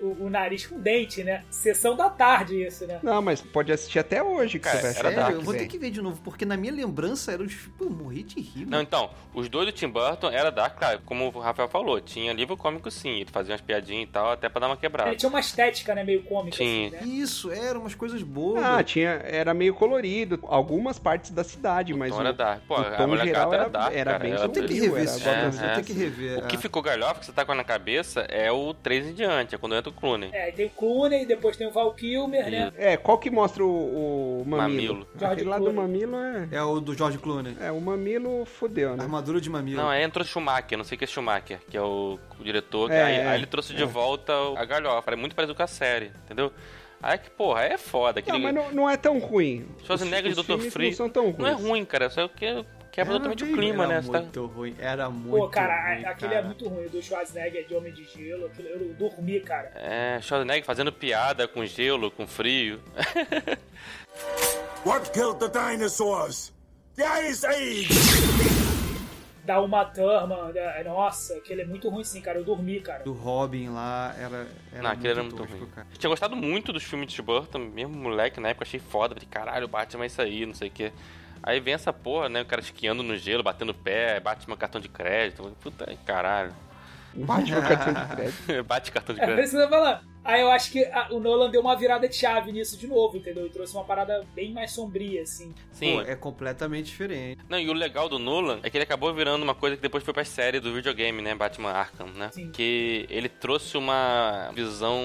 C: o, o nariz com o dente, né? Sessão da tarde, isso, né?
B: não, mas pode assistir até hoje, que
A: Cara,
B: você
A: era
B: vai assistir,
D: Sério,
A: dark,
D: eu vou ter
B: velho.
D: que ver de novo, porque na minha lembrança era os filmes. Pô, eu morri de rir.
A: Não,
D: mano.
A: então, os dois do Tim Burton era dark, claro, como o Rafael falou, tinha livro cômico sim, ele fazia umas piadinhas e tal, até pra dar uma quebrada.
C: Ele tinha uma estética, né? Meio cômica,
A: Tinha.
C: assim, né?
D: Isso, eram umas coisas boas.
B: Ah, tinha, era meio colorido, algumas partes da cidade, mas
A: Então
B: o,
A: era dark. Pô,
B: o
A: a
B: tom
A: mulher
B: geral
A: gata era
B: era-
A: dark,
B: era
A: cara.
B: bem
A: ela-
D: eu tenho que rever
B: Rodrigo, um era
D: esses
B: alguma
D: filmes,
A: coisa
D: eu tenho
A: assim.
D: que rever.
A: O que
D: ah.
A: ficou galhofa, que você tá com na cabeça, é o 3 em diante, é quando entra o Clooney.
C: É, e tem o Clooney, depois tem o Val Kilmer, né?
B: É, qual que mostra o, o mamilo?
A: Mamilo.
C: George
B: Aquele lá do
C: Clooney.
B: mamilo é...
D: É o do George Clooney.
B: É, o mamilo fodeu, né?
A: Ah,
D: Armadura de mamilo.
A: Não, é aí entrou o Schumacher, não sei o que é Schumacher, que é o, o diretor.
B: É,
A: aí,
B: é,
A: aí ele trouxe de
B: é.
A: volta a galhofa, é muito parecido com a série, entendeu? Aí que, porra, aí é foda.
B: Não,
A: Aquele Tipo assim,
B: mas não, não é tão ruim.
A: Schwarzenegger
B: Os-
A: de
B: os
A: Dr.
B: filmes
A: Free
B: não são tão ruins. É
A: não é ruim, cara, só que quebra
D: Era
A: totalmente o
D: bem-
A: clima,
D: era
A: né? Você tá-
D: muito ruim, era muito
C: Pô, cara,
D: ruim,
C: aquele é
D: cara.
C: muito ruim. O do Schwarzenegger de Homem de Gelo. Aquilo, eu dormi, cara.
A: É, Schwarzenegger fazendo piada com gelo, com frio.
E: What killed the dinosaurs? The Ice Age!
C: Da Uma Thurman, da- nossa, aquele é muito ruim sim, cara. Eu dormi, cara.
D: Do Robin lá, era,
B: É
D: era
A: não, aquele era
D: muito
A: muito
D: tosco,
A: ruim.
D: cara.
A: Eu tinha gostado muito dos filmes de Tim Burton, mesmo moleque, na época achei foda. Falei, caralho, Batman é isso aí, não sei o quê. Aí vem essa porra, né? O cara esquiando no gelo, batendo pé, bate meu cartão de crédito. Falei, Puta, caralho.
B: Bate no cartão de crédito.
A: bate cartão de
C: É por
A: crédito.
C: isso que eu tô falando. Aí eu acho que a- o Nolan deu uma virada de chave nisso de novo, entendeu? E trouxe uma parada bem mais sombria, assim.
A: Sim.
D: Pô, é completamente diferente.
A: Não, e o legal do Nolan é que ele acabou virando uma coisa que depois foi pra série do videogame, né? Batman Arkham, né?
C: Sim.
A: Que ele trouxe uma visão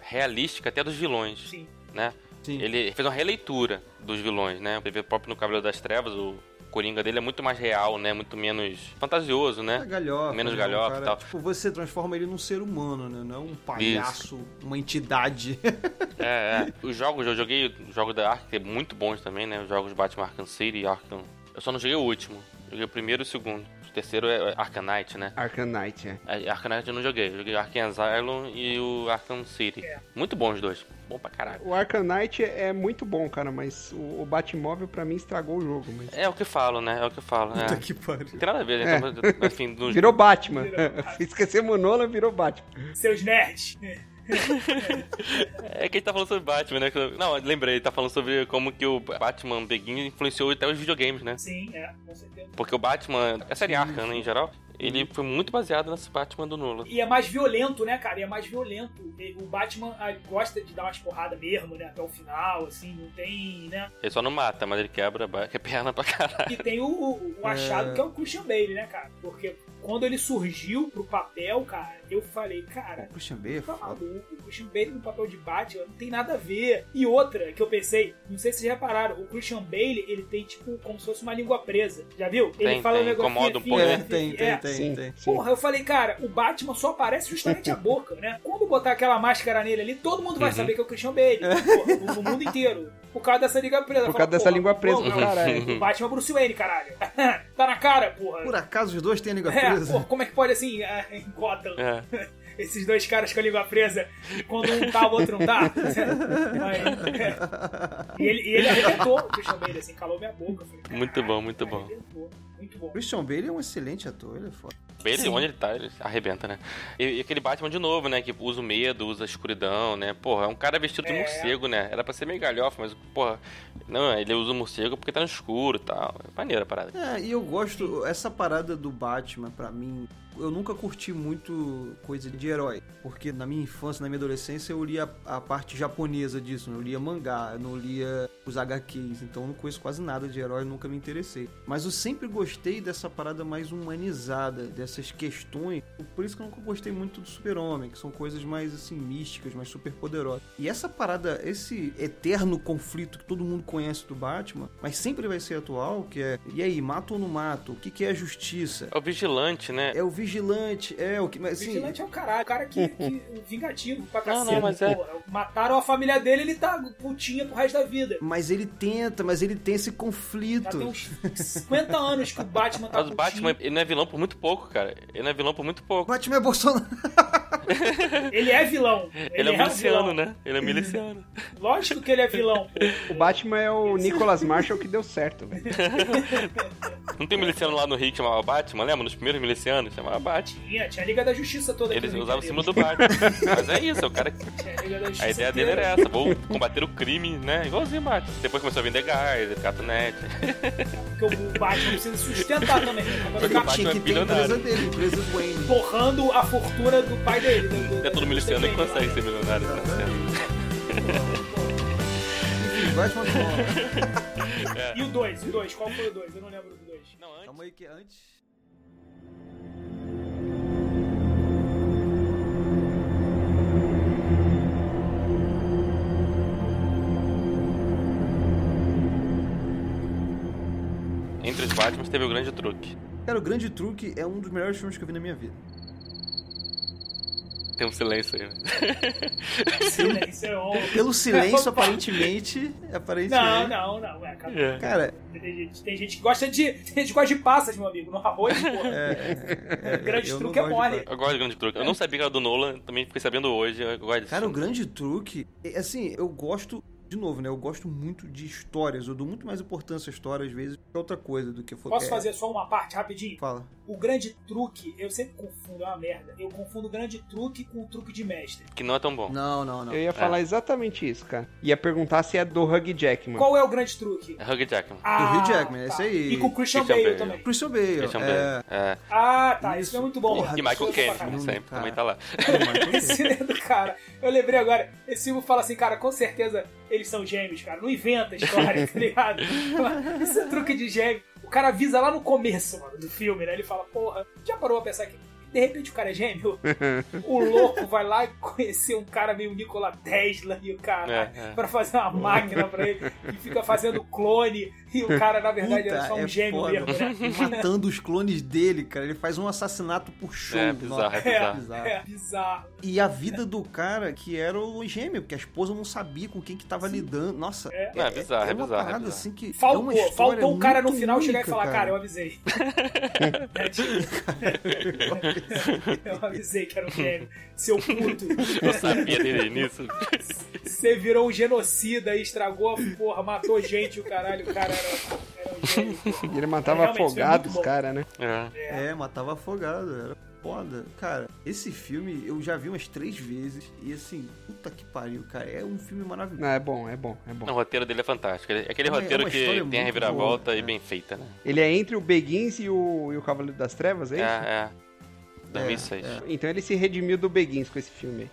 A: realística até dos vilões,
C: Sim.
A: né?
D: Sim.
A: Ele fez uma releitura dos vilões, né? Você vê próprio no Cavaleiro das Trevas, o Coringa dele é muito mais real, né? Muito menos fantasioso,
D: É
A: né?
D: galhofa.
A: Menos
D: né?
A: galhofa
D: Um cara-
A: e tal.
D: Tipo, você transforma ele num ser humano, né? Não um palhaço, uma entidade.
A: É, é. Os jogos, eu joguei os jogos da Arkham, que é muito bons também, né? Os jogos Batman Arkham City e Arkham... Eu só não joguei o último. Joguei o primeiro e o segundo. O terceiro é Arkham Knight, né?
B: Arkham Knight, é.
A: É, Arkham Knight eu não joguei. Eu joguei Arkham Asylum e o Arkham City. Muito bons os dois. Bom pra caralho.
B: O Arkham Knight é muito bom, cara, mas o, o Batmóvel pra mim estragou o jogo. Mas...
A: É o que eu falo, né? É o que eu falo. É.
D: Puta
A: Não
D: que pariu.
A: tem nada a ver, né? Então, Enfim, no...
B: Virou Batman. Esquecemos o Nolan, virou Batman.
C: Seus nerds.
A: É que a gente tá falando sobre Batman, né? Não, lembrei, ele tá falando sobre como que o Batman Begin influenciou até os videogames, né?
C: Sim, é, com certeza.
A: Porque o Batman, a série Arkham, né, em geral, ele foi muito baseado nesse Batman do Nolan.
C: E é mais violento, né, cara? E é mais violento. E O Batman ah, gosta de dar umas porradas mesmo, né? Até o final, assim, não tem, né?
A: Ele só não mata, mas ele quebra a ba- que é perna pra caralho.
C: E tem o, o- o achado que é o Christian Bale, né, cara? Porque quando ele surgiu pro papel, cara, eu falei, cara,
D: Christian Bale é
C: Tá
D: foda.
C: maluco, o Christian Bale no papel de Batman não tem nada a ver. E outra que eu pensei, não sei se vocês repararam, o Christian Bale, ele tem tipo como se fosse uma língua presa. Já viu? Ele
A: Tem, tem, incomoda um pouco, né?
D: É, tem, tem,
C: é.
D: tem,
B: Sim,
D: tem.
B: sim.
C: Porra, eu falei, cara, o Batman só aparece justamente a boca, né? Quando botar aquela máscara nele ali, todo mundo
B: Uhum.
C: vai saber que é o Christian Bale. Pô, no, no mundo inteiro. Por causa dessa língua presa.
B: Por
C: Fala,
B: causa dessa
C: porra,
B: língua presa, né?" Uhum.
C: pô,
B: caralho.
C: O Batman é o Bruce Wayne, caralho. tá na cara, porra.
D: Por acaso os dois têm a língua
C: É,
D: presa?
C: pô, como é que pode assim, é, em Gotham?
A: É.
C: Esses dois caras com a língua presa, quando um tá, o outro não tá. Aí, é. e, ele, e ele arrebentou, o Christian Bale, assim, calou minha boca. eu Falei,
A: Muito bom, muito bom.
C: Arrebentou. Muito muito bom.
D: Christian Bale é um excelente ator, ele é foda.
A: Bale,
C: Sim.
A: onde ele tá, ele arrebenta, né? E, e aquele Batman de novo, né? Que usa o medo, usa a escuridão, né? Porra, é um cara vestido de
C: É.
A: morcego, né? Era pra ser meio galhofa, mas, porra, não, ele usa o morcego porque tá no escuro e tal. É maneira a parada.
D: É, e eu gosto, essa parada do Batman, pra mim, eu nunca curti muito coisa de herói. Porque na minha infância, na minha adolescência, eu lia a parte japonesa disso. né? Eu lia mangá, eu não lia os HQs. Então eu não conheço quase nada de herói, nunca me interessei. Mas eu sempre gostei dessa parada mais humanizada, dessas questões. Por isso que eu nunca gostei muito do Super-Homem, que são coisas mais, assim, místicas, mais superpoderosas. E essa parada, esse eterno conflito que todo mundo conhece do Batman, mas sempre vai ser atual, que é, e aí, mato ou não mato? O que, que é a justiça?
A: É o vigilante, né?
D: É o vigilante, é o que... Mas, assim,
C: Vigilante é o caralho, o cara que, que o vingativo pra
A: Não,
C: cacete.
A: não, mas é-
C: pô. Mataram a família dele, ele tá putinha pro resto da vida.
D: mas ele tenta, mas ele tem esse
C: é- Já tem um
D: conflito.
C: uns 50 anos que o Batman tá
A: Mas o
C: putinho.
A: Batman, ele não é vilão por muito pouco, cara. Ele não é vilão por muito
D: O
A: pouco.
D: Batman é Bolsonaro.
C: Ele é vilão.
A: Ele, é
C: um
A: miliciano,
C: vilão.
A: né? Ele é miliciano.
C: Lógico que ele é vilão. pô.
B: O Batman é o Nicolas Marshall que deu certo, velho.
A: Não tem miliciano lá no Rio que chamava Batman, lembra? Nos primeiros milicianos chamava Batman.
C: Tinha, tinha a Liga da Justiça toda aqui
A: Eles
C: no Rio
A: usavam em
C: de
A: cima
C: Janeiro.
A: do Batman. Mas é isso, é o cara que
C: Tinha a Liga da Justiça
A: A ideia dele
C: inteira.
A: era essa, vou combater o crime, né? Igualzinho o Batman. Depois começou a vender gás, catonete.
C: Porque o Batman precisa sustentar também. né? Agora
A: Só que
C: ficar
A: o Batman
D: Tinha
A: é
D: que ter a empresa
A: bilionário.
D: dele, a empresa Wayne.
C: borrando a fortuna do pai dele. do- do-
A: É todo
C: do-
A: miliciano que
C: do-
A: consegue ser milionário. Né?
D: Enfim, Batman é não.
C: E o 2, o 2, qual foi o 2? Eu não lembro do 2.
A: Não, antes-
D: Calma aí que antes...
A: Entre os Batmans teve o grande truque.
D: Cara, o Grande Truque é um dos melhores filmes que eu vi na minha vida.
A: Tem um silêncio aí, né?
C: Silêncio é honra.
D: Pelo silêncio, aparentemente, aparentemente...
C: Não, não, não. É, acabou.
D: Cara,
C: Tem, gente, tem gente que gosta de. Tem gente que gosta de passas, meu amigo. No arroz, porra.
D: é,
C: Grande
D: eu não
C: Truque é
D: gosto de
C: mole.
D: Batman.
A: Eu gosto do grande truque. Eu não sabia que era do Nolan, também fiquei sabendo hoje. Eu gosto disso.
D: Cara, o grande truque, é, assim, eu gosto, de novo, né? Eu gosto muito de histórias. Eu dou muito mais importância à história, às vezes, que outra coisa do que eu
C: Posso fazer só uma parte rapidinho?
D: Fala.
C: O grande truque, eu sempre confundo, é uma merda. Eu confundo o grande truque com o truque de mestre.
A: Que não é tão bom.
D: Não, não, não.
B: Eu ia falar exatamente isso, cara. Ia perguntar se é do Hug Jackman.
C: Qual é o grande truque?
A: É Huggy Jackman.
C: Ah,
D: Hum. Hugh Jackman, esse aí.
C: E com o Christian,
A: Christian
C: Bale,
A: Bale.
C: também.
D: Christian Bale.
A: Christian
D: é,
A: Bale. É.
C: Ah, tá. Isso,
D: Isso.
C: é muito bom.
D: Porra,
A: E Michael
C: Isso é pra
A: Caine,
D: caralho,
A: sempre.
D: cara.
A: Também tá lá.
C: Esse filme do cara. Eu lembrei agora, esse filme fala assim, cara, com certeza eles são gêmeos, cara. Não inventa história, tá ligado? Esse é truque de gêmeo. O cara avisa lá no começo, mano, do filme, né? Ele fala, porra, já parou pra pensar que de repente o cara é gêmeo? o louco vai lá e conhecer um cara meio Nikola Tesla e o cara
A: É, é.
C: pra fazer uma máquina pra ele e fica fazendo clone e o cara, na verdade,
D: Puta,
C: era só um
D: é
C: gêmeo
D: foda.
C: mesmo, né?
D: Matando os clones dele, cara. Ele faz um assassinato por show.
A: É bizarro, é
D: Nossa,
A: bizarro.
D: bizarro.
C: É bizarro.
D: E a vida do cara que era o gêmeo, porque a esposa não sabia com quem que tava lidando. Nossa,
C: É.
A: Não, é bizarro, é
D: uma
A: bizarro, é
D: parada
A: bizarro.
D: assim que. é
C: Faltou,
D: uma história
C: faltou o cara no
D: muito
C: final chegar e
D: única,
C: falar, cara, eu avisei. É, tipo, eu avisei que era um gêmeo. Seu puto.
A: Eu sabia desde o início.
C: Você virou um genocida e estragou, porra, matou gente, o caralho, o cara era, era um gêmeo. porra.
B: Ele matava
C: Realmente, isso é
B: afogado
C: muito
B: os
C: bom.
B: caras, né?
A: É.
D: É, matava afogado, era foda. Cara, esse filme eu já vi umas três vezes e assim, puta que pariu, cara, é um filme maravilhoso.
B: Não, é bom, é bom, é bom.
A: Não, o roteiro dele é fantástico. É aquele
D: É uma- é
A: roteiro
D: uma história
A: que tem a
D: muito
A: reviravolta
D: boa,
A: e
D: é.
A: bem feita, né?
B: Ele é entre o Beguins e o, e o Cavaleiro das Trevas, é
A: É,
B: isso?
A: é. 2006.
D: É,
B: Então ele se redimiu do Beguins com esse filme.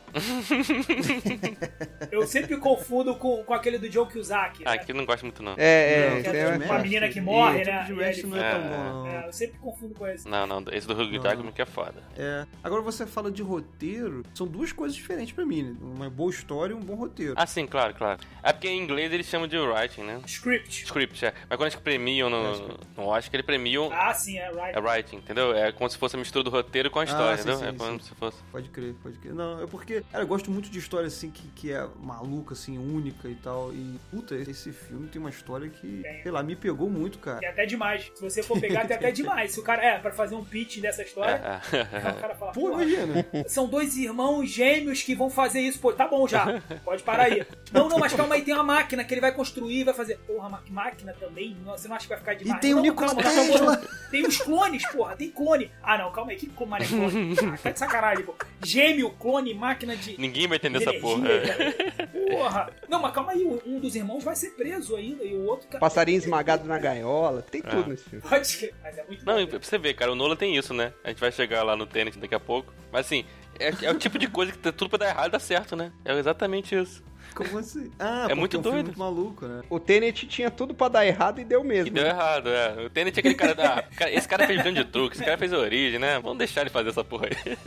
C: Eu sempre confundo com, com aquele do John Cusack.
A: Ah,
C: né?
A: aqui eu não gosto muito, não.
B: É,
D: Não,
B: é,
D: Cat
B: é,
D: Man.
C: Uma menina que morre,
D: E
C: né?
D: Truque
C: E
D: de
C: aí
D: Mestre
C: ele
D: não é tão
A: É.
D: bom, não.
C: É, eu sempre confundo com esse.
A: Não, não. Esse do Hugh Jackman que é foda.
D: É. Agora você fala de roteiro, são duas coisas diferentes pra mim, né? Uma boa história e um bom roteiro.
A: Ah, sim, claro, claro. É porque em inglês eles chamam de writing, né?
C: Script.
A: Script, é. Mas quando eles premiam no, no Oscar, eles premiam
C: Ah, sim, é right.
A: é writing, entendeu? É como se fosse a mistura do roteiro com a história,
D: Ah, sim,
A: entendeu?
D: sim,
A: é como
D: sim.
A: se fosse.
D: Pode crer, pode crer. Não, é porque, cara, eu gosto muito de história assim que, que é maluca, assim, única e tal. E, puta, esse filme tem uma história que,
C: Tem. é
D: sei lá, me pegou muito, cara.
C: Tem até demais. Se você for pegar, tem até demais. Se o cara, é, pra fazer um pitch dessa história,
A: É,
C: o cara fala,
D: Pô,
C: "Porra,
D: imagina.
C: São dois irmãos gêmeos que vão fazer isso. Pô, tá bom já. Pode parar aí. Não, não, mas calma aí, tem uma máquina que ele vai construir, vai fazer. Porra, ma máquina também? Não, Você não acha que vai ficar demais?
D: tem o
C: não,
D: Nicolas
C: calma, nós estamos
D: Tesla.
C: botando- Tem os clones, porra, tem clone. Ah, não, calma aí, que clone é clone? Ah, tá de sacanagem, pô. Gêmeo, clone, máquina de.
A: Ninguém vai entender
C: de
A: essa porra. é.
C: energia, cara. Porra! Não, mas calma aí, um dos irmãos vai ser preso ainda e o outro. cara-
B: Passarinho esmagado na gaiola,
A: É.
B: tem tudo nesse filme.
C: Pode crer, mas é muito
A: Não,
C: bom,
A: e
C: cara.
A: pra você ver, cara, o Nolan tem isso, né? A gente vai chegar lá no Tenet daqui a pouco. Mas assim, é, é o tipo de coisa que tem tudo pra dar errado e dá certo, né? É exatamente isso.
D: Como assim?
A: É
D: Ah, porque
A: muito
D: um filme
A: doido.
D: muito maluco, né?
B: O Tenet tinha tudo pra dar errado e deu
A: E
B: mesmo.
A: deu errado, é. O Tenet é aquele cara da. cara, Esse cara fez grande truque, esse cara fez a origem, né? Vamos deixar ele fazer essa porra aí.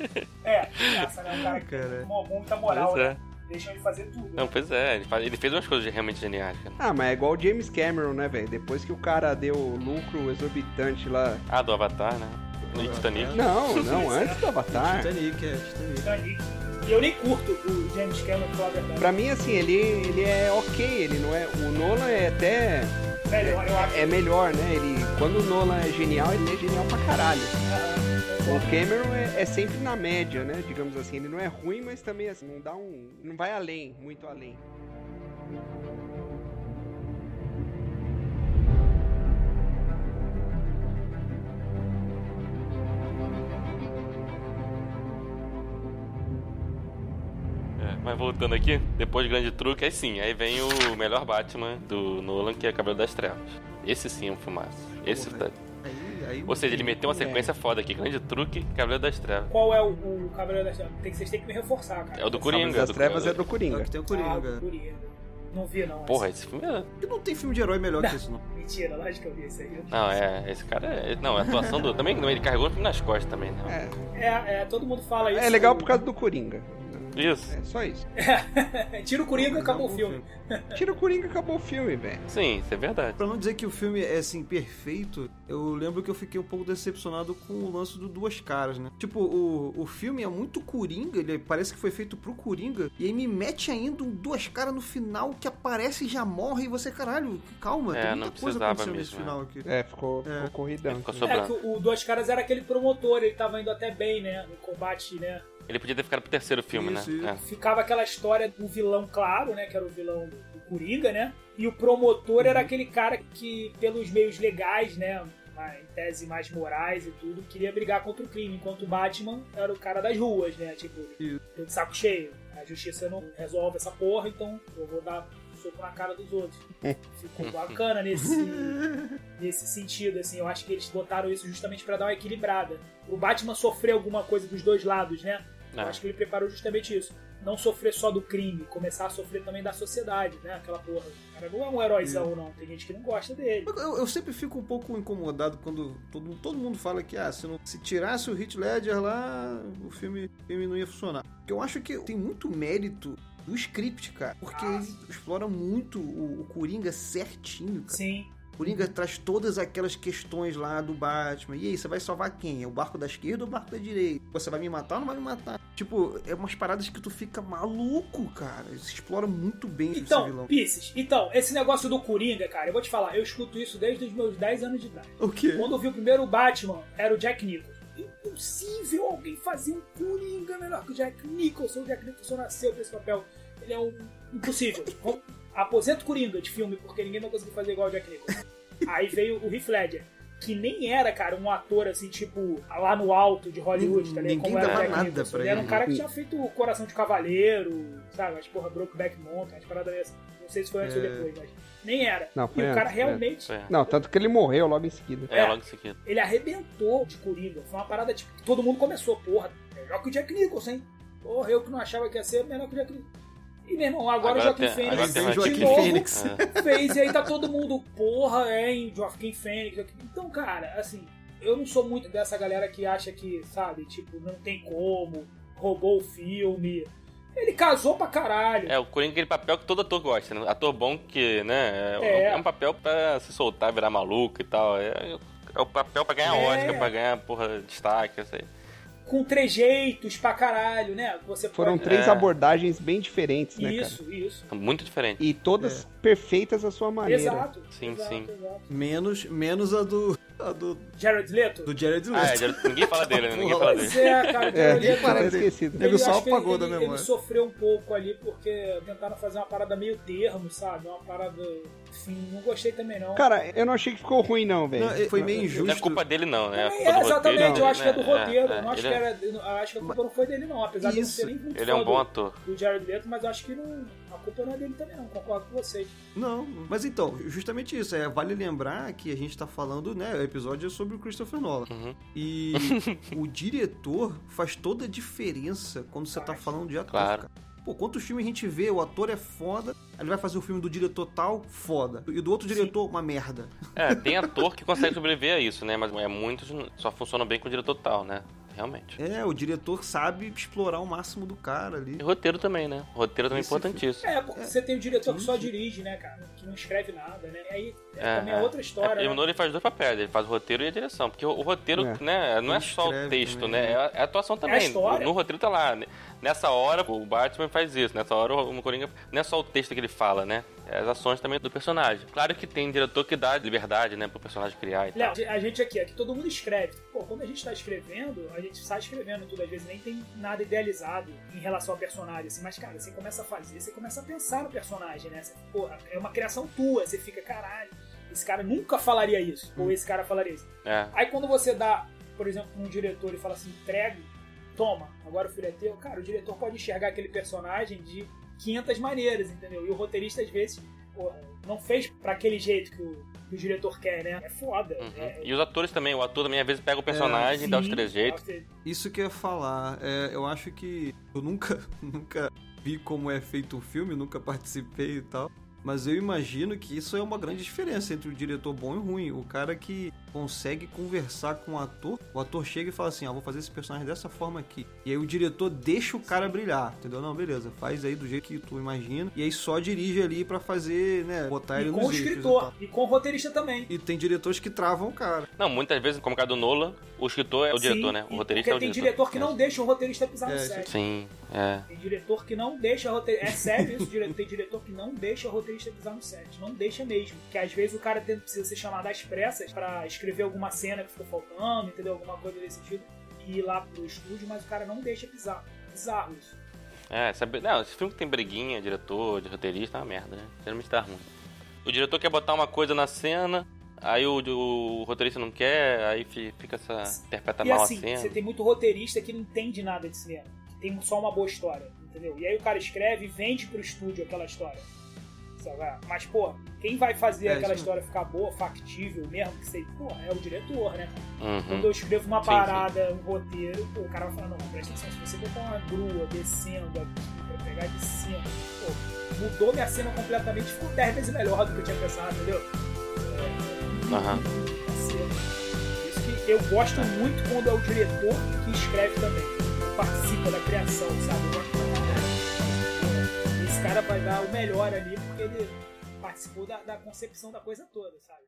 C: É, graça, né? O cara que
D: Cara.
C: tem muita moral,
A: Pois é.
C: né? Deixa ele fazer tudo. né?
A: Não, pois é, ele, faz- ele fez umas coisas realmente geniais, cara.
B: Ah, mas é igual o James Cameron, né, velho? Depois que o cara deu lucro exorbitante lá.
A: Ah, do Avatar, né? No Titanic.
B: Não, não, antes do
A: Tá.
B: Avatar.
D: Titanic, é, Titanic.
C: Titanic. E eu nem curto o James Cameron, pra falar a verdade.
B: Pra mim, assim, ele, ele é ok, ele não é. O Nolan é até.
C: Velho, eu acho
B: É melhor, né? Ele, quando o Nolan é genial, ele é genial pra caralho. O Cameron é, é sempre na média, né? Digamos assim, ele não é ruim, mas também assim, não dá um. não vai além, muito além.
A: É, mas voltando aqui, depois de Grande Truque, aí sim, aí vem o melhor Batman do Nolan, que é Cabelo das Trevas. Esse sim é um filmaço. Esse
D: Porra, é
A: tá-
D: Aí, aí,
A: Ou seja, ele meteu uma sequência foda aqui, Grande Truque, Cabelo das Trevas.
C: qual é o, o Cavaleiro das Trevas. Tem que, vocês têm que me reforçar, cara.
A: É o do
B: Coringa,
A: Coringa.
B: das
A: do
B: Trevas
A: Coringa.
B: é do
D: É o
B: Coringa.
D: que tem o
C: Ah,
D: Coringa.
C: do Coringa. Não vi, não.
A: Porra, esse filme é...
D: E não tem filme de herói melhor que esse, não.
C: Mentira, lógico que eu vi isso aí.
A: Não, é... Esse cara é... Não, a atuação do... Também, não, ele carregou o filme nas costas também, né?
B: É,
C: É, é, todo mundo fala isso.
B: é legal por causa do Coringa.
A: Isso.
B: É só isso.
C: É, Tira o Coringa e acabou
D: Acabou
C: o
D: o
C: filme.
B: Tira o Coringa e acabou o filme, velho.
A: Sim, isso é verdade.
D: Pra não dizer que o filme é assim perfeito, eu lembro que eu fiquei um pouco decepcionado com o lance do Duas Caras, né? Tipo, o, o filme é muito coringa, ele parece que foi feito pro coringa, e aí me mete ainda um Duas Caras no final que aparece e já morre, e você, caralho, calma,
A: É,
D: tem
A: não
D: muita coisa
A: precisava
D: acontecendo nesse
A: mesmo,
D: final aqui.
B: É, ficou, ficou corridão.
A: Ficou
C: É, que
A: sobrando.
C: o, o Dois Caras era aquele promotor, ele tava indo até bem, né? No combate, né?
A: Ele podia ter ficado pro terceiro filme,
D: Isso, isso.
A: né?
C: Ficava aquela história do vilão claro, né? Que era o vilão do Coringa, né? E o promotor era aquele cara que, pelos meios legais, né? na- Em tese mais morais e tudo, queria brigar contra o crime, enquanto o Batman era o cara das ruas, né? Tipo,
D: Isso.
C: tô de saco cheio. A justiça não resolve essa porra, então eu vou dar soco na cara dos outros. Ficou bacana nesse, nesse sentido, assim. Eu acho que eles botaram isso justamente pra dar uma equilibrada. O Batman sofreu alguma coisa dos dois lados, né?
A: É.
C: Eu acho que ele preparou justamente isso. Não sofrer só do crime, começar a sofrer também da sociedade, né? Aquela porra. O cara não é um heróizão, não. Tem gente que não gosta dele.
D: Eu, eu sempre fico um pouco incomodado quando todo, todo mundo fala que ah, se, não- se tirasse o Heath Ledger lá, o filme, o filme não ia funcionar. Porque eu acho que tem muito mérito do script, cara. Porque
C: Ah.
D: ele explora muito o, o Coringa certinho, cara.
C: Sim.
D: O Coringa traz todas aquelas questões lá do Batman. E aí, você vai salvar quem? É o barco da esquerda ou o barco da direita? Você vai me matar ou não vai me matar? Tipo, é umas paradas que tu fica maluco, cara. Isso explora muito bem esse
C: Então,
D: vilão.
C: Pisces, então, esse negócio do Coringa, cara, eu vou te falar, eu escuto isso desde os meus 10 anos de idade.
D: O quê?
C: Quando eu vi o primeiro Batman, era o Jack Nicholson. Impossível alguém fazer um Coringa melhor que o Jack Nicholson. O Jack Nicholson nasceu pra esse papel. Ele é um... impossível. Vamos- Aposenta o Coringa de filme, porque ninguém vai conseguir fazer igual o Jack Nicholson. Aí veio o Heath Ledger, que nem era, cara, um ator assim, tipo, lá no alto de Hollywood, tá ligado?
D: Ninguém
C: Como era o
D: dava
C: Jack
D: nada
C: Nicholson.
D: pra
C: ele. era um
D: ele.
C: cara que tinha feito o Coração de Cavaleiro, sabe? As porra, Brokeback Mountain, as paradas dessas. Não sei se foi
D: É.
C: antes ou depois, mas nem era.
B: Não,
C: e
B: foi
C: o cara
B: antes, foi
C: realmente
A: É.
B: Não, tanto que ele morreu logo em seguida.
A: É,
C: É.
A: logo em seguida.
C: ele arrebentou de Coringa. Foi uma parada tipo, que todo mundo começou, porra, melhor que o Jack Nicholson, hein? Porra, eu que não achava que ia ser melhor que o Jack Nicholson. E, meu irmão, agora, o Joaquim
A: tem- agora
C: Fênix né?
A: tem
D: Vem
A: mais-
D: Joaquim
C: de novo
A: É.
D: Fênix.
C: fez, e aí tá todo mundo, porra, hein, Joaquim Fênix. Joaquim- Então, cara, assim, eu não sou muito dessa galera que acha que, sabe, tipo, não tem como, roubou o filme. Ele casou pra caralho.
A: É, o Coringa é aquele papel que todo ator gosta, né? Ator bom que, né? É,
C: É.
A: é um papel pra se soltar, virar maluco e tal. É, é o papel pra ganhar
C: É.
A: Oscar, pra ganhar, porra, destaque, eu sei.
C: com trejeitos pra caralho, né? Você
B: Foram
C: pode...
B: três
A: É.
B: abordagens bem diferentes, né, cara?
C: Isso, isso.
A: Muito diferente.
B: E todas perfeitas à sua maneira.
C: Exato.
A: Sim,
C: exato,
A: sim.
C: exato.
D: Menos, menos a do. A do.
C: Jared Leto?
D: Do Jared Leto.
A: Ah, é, Jared- ninguém fala dele, né? Ninguém fala dele.
C: Pois é, cara, o
B: É,
C: Jared Leto.
B: tava
D: Parece-
B: esquecido.
D: Nego só
C: acho que
D: apagou da
C: ele,
D: memória.
C: Ele sofreu um pouco ali porque tentaram fazer uma parada meio termo, sabe? Uma parada. Enfim, não gostei também não.
B: Cara, eu não achei que ficou ruim, não, velho.
D: Não, foi meio injusto.
A: Não é culpa dele, não, né?
C: É,
A: culpa do
C: exatamente,
A: roteiro,
C: eu acho que é do
A: né?
C: roteiro.
A: é,
C: não acho,
A: ele
C: que
A: é-
C: era, eu não- acho que a culpa não foi dele, não. Apesar de não
D: Isso.
C: ser nem muito
A: Ele é um
C: fã
A: bom
C: do,
A: ator.
C: do Jared Leto, mas acho que não, a culpa não é dele também, não. Concordo com vocês.
D: Não, mas então, justamente isso. É, vale lembrar que a gente tá falando, né? O episódio é sobre o Christopher Nolan.
A: Uhum.
D: E o diretor faz toda a diferença quando você tá falando de ator.
A: Claro.
D: cara. Pô, quantos filmes a gente vê? O ator é foda, ele vai fazer o filme do diretor tal, foda. E do outro diretor, uma merda.
A: É, tem ator que consegue sobreviver a isso, né? Mas é muitos só funcionam bem com o diretor tal, né? Realmente.
D: É, o diretor sabe explorar o máximo do cara ali.
A: E roteiro também, né? Roteiro também é
D: Esse filme.
A: importantíssimo.
C: É, porque você tem o diretor que só dirige, né, cara? Que não escreve nada, né? Aí é, também é outra história.
A: É,
C: né?
A: o Nolan faz dois papéis, ele faz o roteiro e a direção. Porque o, o roteiro,
B: É.
A: né, não é
D: Ele
A: só o
D: escreve
A: texto,
D: também,
A: né?
D: né?
A: É a, é a atuação também.
C: história.
A: No, roteiro tá lá. né? Nessa hora o Batman faz isso, nessa hora o o Coringa. Não é só o texto que ele fala, né? É as ações também do personagem. Claro que tem diretor que dá liberdade, né, pro personagem criar e tal.
C: Léo, a gente aqui, aqui todo mundo escreve. Pô, quando a gente tá escrevendo, a gente sai escrevendo tudo. Às vezes nem tem nada idealizado em relação ao personagem, assim. Mas, cara, você começa a fazer, você começa a pensar no personagem, né? Você, pô, é uma criação tua. Você fica, caralho, esse cara nunca falaria isso.
A: Hum.
C: Ou esse cara falaria isso.
A: É.
C: Aí quando você dá, por exemplo, pra um diretor e fala assim, entregue, toma, agora o filho é teu, cara, o diretor pode enxergar aquele personagem de 500 maneiras, entendeu? E o roteirista, às vezes, pô, não fez pra aquele jeito que o, que o diretor quer, né? É foda.
A: Uhum.
C: É,
A: E os atores também, o ator também às vezes
D: É.
A: pega o personagem, dá os
C: sim,
A: trejeitos.
D: Isso que eu ia falar, é, eu acho que eu nunca, nunca vi como é feito o filme, nunca participei e tal. Mas eu imagino que isso é uma grande diferença entre o diretor bom e ruim. O cara que consegue conversar com o ator, o ator chega e fala assim: Ó, vou fazer esse personagem dessa forma aqui. E aí o diretor deixa o cara brilhar, entendeu? Não, beleza, faz aí do jeito que tu imagina. E aí só dirige ali pra fazer, né? Botar ele
C: E
D: no
C: com o
D: então.
C: escritor, e com o roteirista também.
D: E tem diretores que travam o cara.
A: Não, muitas vezes, como o caso do Nolan, o escritor é o diretor,
C: Sim,
A: né?
C: e-
A: O roteirista é o
C: porque tem
A: diretor.
C: diretor que não deixa o roteirista pisar
D: É,
C: no
D: isso-
C: set.
A: Sim, é.
C: Tem diretor que não deixa roteirista. É sério isso, dire- tem diretor que não deixa roteirista pisar no set. Não deixa mesmo. Porque às vezes o cara tem- precisa ser chamado às pressas pra escrever alguma cena que ficou faltando, entendeu? Alguma coisa desse tipo. E ir lá pro estúdio, mas o cara não deixa pisar. Bizarro isso.
A: É, sabe... Não, esse filme que tem breguinha, diretor, de roteirista, é uma merda, né? Geralmente tá ruim. O diretor quer botar uma coisa na cena, aí o, o roteirista não quer, aí fi- fica essa... interpreta
C: e
A: É mal
C: assim,
A: a cena.
C: você tem muito roteirista que não entende nada de cinema. Que tem só uma boa história, entendeu? E aí o cara escreve e vende pro estúdio aquela história. Sabe? Mas, pô, quem vai fazer
D: É,
C: aquela
D: isso mesmo.
C: história ficar boa, factível mesmo, que sei, pô, é o diretor, né? Quando
A: Uhum.
C: eu escrevo uma
A: Sim,
C: parada, um roteiro, pô, o cara vai falar, não, presta atenção, se você botar uma grua descendo aqui pra pegar de cima, pô, mudou minha cena completamente, ficou 10 vezes melhor do que eu tinha pensado, entendeu?
A: Aham.
C: Por Isso que eu gosto muito quando é o diretor que escreve também, que participa da criação, sabe? Eu gosto pra caralho. Pô, Esse cara vai dar o melhor ali porque ele participou da, da concepção da coisa toda, sabe?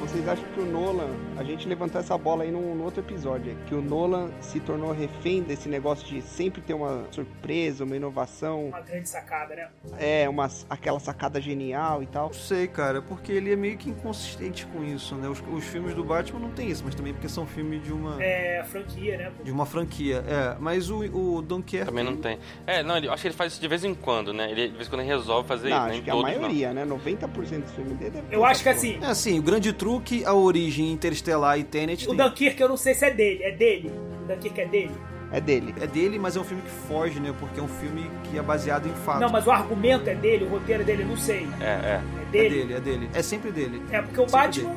B: Vocês acham que o Nolan, a gente levantou essa bola aí num, num outro episódio, que o Nolan se tornou refém desse negócio de sempre ter uma surpresa, uma inovação,
C: Uma grande sacada, né?
B: é, uma, aquela sacada genial e tal.
D: Não sei, cara, porque ele é meio que inconsistente com isso, né? Os, os filmes do Batman não tem isso, mas também porque são filmes de uma,
C: É a franquia, né? pô?
D: de uma franquia. É, mas o, o Dunkerque.
A: Também
C: assim.
A: não tem. É, não, ele, acho que ele faz isso de vez em quando, né? Ele de vez em quando ele resolve fazer
B: Não,
A: isso, né?
B: acho
A: Em
B: que a
A: todos,
B: maioria, né? 90% dos filmes dele deve ter
C: Eu
B: essa
C: acho que
B: porra.
C: assim,
D: É assim, o grande truque, a origem interestelar e Tenet
C: o
D: tem-
C: Dunkirk eu não sei se é dele. É dele? O Dunkirk é dele?
B: É dele.
D: é dele, mas é um filme que foge, né? Porque é um filme que é baseado em fato.
C: Não, mas o argumento é dele, o roteiro é dele, eu não sei.
A: Não. É, é.
C: É
D: É
C: dele?
D: dele, é dele. É sempre dele.
C: É porque o
D: Sempre
C: Batman.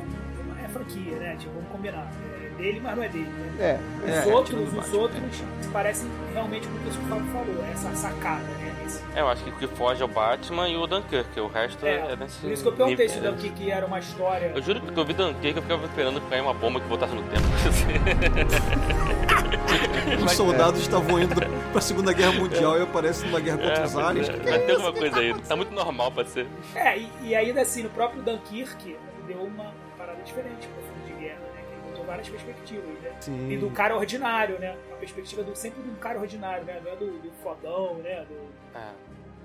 C: É, franquia, né? Tipo, vamos combinar. É dele, mas não é dele, né?
B: É,
C: Os
D: É,
C: outros,
D: tirando o
C: os
D: Batman,
C: outros parecem realmente com o que o Fábio falou, essa sacada, né? Esse-
A: É, eu acho que o que foge é o Batman e o Dunkirk, o resto é,
C: é,
A: nesse.
C: por isso que eu perguntei se
A: nível.
C: o que era uma história.
A: Eu juro que eu vi Dunkirk, eu ficava esperando cair uma bomba que voltasse no tempo.
C: É,
D: Os soldados estavam indo pra Segunda Guerra Mundial e aparecem numa guerra contra
A: É,
D: os aliens.
A: pois é. Vai ter alguma coisa aí. Tá muito normal pra ser.
C: É, e, e ainda assim, no próprio Dunkirk, deu uma parada diferente pro filme de guerra, né? Que ele botou várias perspectivas, né?
D: Sim.
C: E do cara ordinário, né? A perspectiva do, sempre do cara ordinário, né? Não é do, do fodão, né? Do...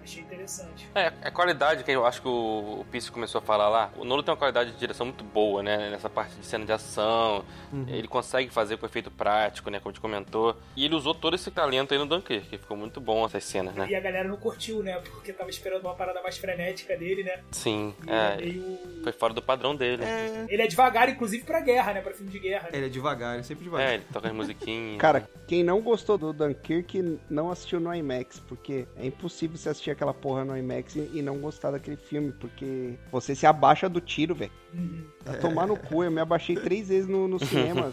C: Achei interessante.
A: É, a qualidade que eu acho que o, o Pierce começou a falar lá, o Nolan tem uma qualidade de direção muito boa, né? Nessa parte de cena de ação, ele consegue fazer com efeito prático, né? Como a gente comentou. E ele usou todo esse talento aí no Dunkirk, ficou muito bom essas cenas, né?
C: E a galera não curtiu, né? Porque tava esperando uma parada mais frenética dele, né?
A: Sim,
C: E é
A: é,
C: meio...
A: foi fora do padrão dele.
C: Ele é devagar, inclusive, pra guerra, né? Pra filme de guerra. né?
D: Ele é devagar, ele é sempre devagar.
A: É, ele toca as musiquinhas.
B: Cara, quem não gostou do Dunkirk não assistiu no IMAX, porque é impossível você assistir aquela porra no IMAX e e não gostar daquele filme, porque você se abaixa do tiro, velho.
C: Uhum.
B: Tá tomar no cu, eu me abaixei três vezes no, no cinema.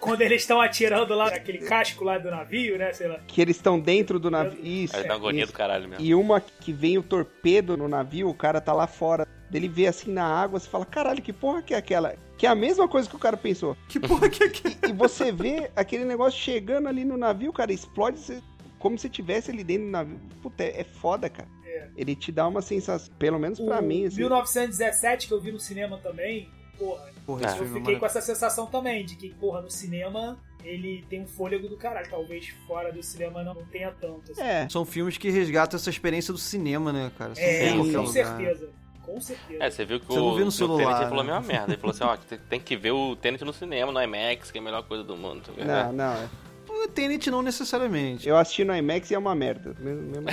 C: Quando eles estão atirando lá naquele casco lá do navio, né? Sei lá.
B: que eles estão dentro do navio. Isso.
A: Aí dá uma agonia
B: isso.
A: do caralho mesmo.
B: E uma que vem o torpedo no navio, o cara tá lá fora. Ele vê assim na água, você fala, caralho, que porra que é aquela? Que é a mesma coisa que o cara pensou.
D: Que porra que é que...
B: E você vê aquele negócio chegando ali no navio, cara, explode você- como se tivesse ali dentro do navio. Puta, é é foda, cara. Ele te dá uma sensação, pelo menos pra
C: O
B: mim, assim.
C: 1917, que eu vi no cinema também, porra,
D: Porra,
A: É.
D: esse
C: eu
D: filme é
C: fiquei com
D: maravilhoso.
C: essa sensação também, de que, porra, no cinema ele tem um fôlego do caralho. Talvez fora do cinema não tenha tanto. assim.
B: É.
D: São filmes que resgatam essa experiência do cinema, né, cara? Você
C: É,
D: vê em
B: sim,
D: qualquer
C: com
D: lugar.
C: certeza. Com certeza.
A: É, você viu que
D: Você
A: o,
D: não viu no
A: o
D: celular,
A: Tenet falou a
D: né?
A: mesma merda. Ele falou assim, ó, que tem que ver o Tenet no cinema, no IMAX, que é a melhor coisa do mundo.
B: Não, não. é.
D: O Tenet não necessariamente.
B: Eu assisti no IMAX e é uma merda. Mesmo- mesmo-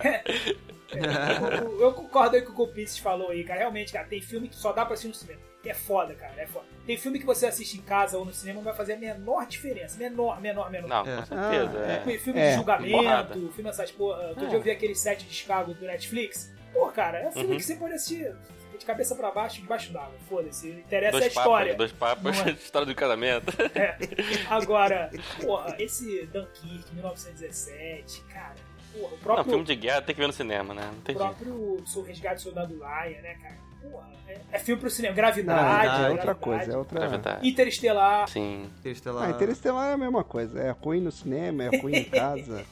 A: É,
C: Eu- Eu concordo aí com o que o Pitts falou aí, cara. Realmente, cara, tem filme que só dá pra assistir no cinema. É foda, cara. É foda. Tem filme que você assiste em casa ou no cinema não vai fazer a menor diferença. Menor, menor, menor.
A: Não,
D: É.
A: com certeza.
B: Ah,
A: é.
C: Filme, filme
B: É.
C: de julgamento,
A: Porrada.
C: filme essas porra. Outro dia
A: É.
C: eu vi aquele set de Chicago do Netflix. Pô, cara, é um filme
A: Uhum.
C: que você pode assistir de cabeça pra baixo, debaixo d'água. Foda-se. O que interessa é a
A: Dois papas,
C: história.
A: dois papas,
C: Não é.
A: história do casamento.
C: É. Agora, porra, esse Dunkirk 1917, cara. Porra, o
A: Não,
C: próprio.
A: filme de guerra tem que ver no cinema, né? Não tem
C: O
A: jeito.
C: próprio Sou Resgate do Soldado Ryan, né, cara? Porra, é, é filme pro cinema. Gravidade.
D: Não,
B: é
D: verdade,
B: outra
C: gravidade.
B: coisa, é outra.
A: Pra evitar.
C: Interestelar.
A: tá. Sim.
D: Interestelar.
B: Ah, Interestelar é a mesma coisa. É ruim no cinema, é ruim em casa.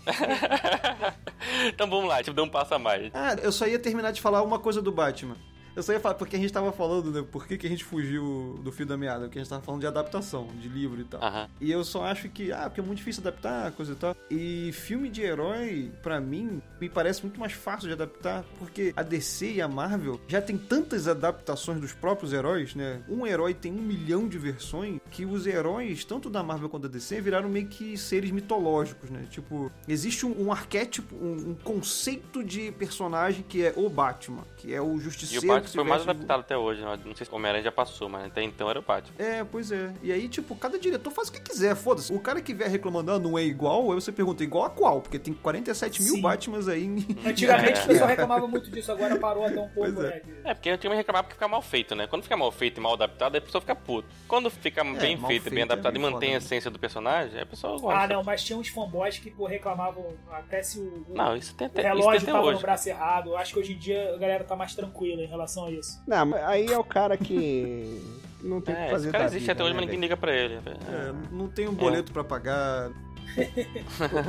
A: então vamos lá, tipo, deu um passo a mais.
D: Ah, eu só ia terminar de falar uma coisa do Batman. Eu só ia falar, porque a gente tava falando, né? Por que, que a gente fugiu do fio da meada? Porque a gente tava falando de adaptação, de livro e tal.
A: Aham.
D: E eu só acho que, ah, porque é muito difícil adaptar, coisa e tal. E filme de herói, pra mim, me parece muito mais fácil de adaptar, porque a DC e a Marvel já tem tantas adaptações dos próprios heróis, né? Um herói tem um milhão de versões que os heróis, tanto da Marvel quanto da DC, viraram meio que seres mitológicos, né? Tipo, existe um, um arquétipo, um, um conceito de personagem que é o Batman, que é o
A: E
D: justiceiro.
A: o Batman
D: que se
A: foi mais
D: veste-
A: adaptado até hoje, né? Não sei se o Homem-Aranha já passou, mas até então era o Batman.
D: é, pois é. E aí, tipo, cada diretor faz o que quiser, foda-se. O cara que vier reclamando, ah, não é igual, aí você pergunta, igual a qual? Porque tem 47 mil
C: Sim.
D: Batmans aí. em-
C: Antigamente
A: É.
C: o pessoal reclamava muito disso, agora parou até um pouco,
D: Pois é.
C: né? de-
A: É, porque antigamente reclamava porque fica mal feito, né? Quando fica mal feito e mal adaptado, aí a pessoa fica puta. Quando fica bem
D: mal
A: feito, bem
D: feito é
A: adaptado e
D: meio
A: mantém a
D: foda, né?
A: essência do personagem, aí a pessoa gosta.
C: Ah, não, mas tinha uns fanboys que pô, reclamavam até se o, o-
A: Não, isso tem
C: o
A: até, isso tem
C: relógio
A: até
C: tava no
A: hoje.
C: braço errado. Eu Acho que hoje em dia a galera tá mais tranquila em relação a isso.
B: Não, mas aí é o cara que não tem o que
A: É,
B: fazer
A: esse cara
B: da
A: existe
B: vida,
A: até hoje,
B: né,
A: mas ninguém
B: velho?
A: liga pra ele. né?
D: É, não tem um boleto pra pagar.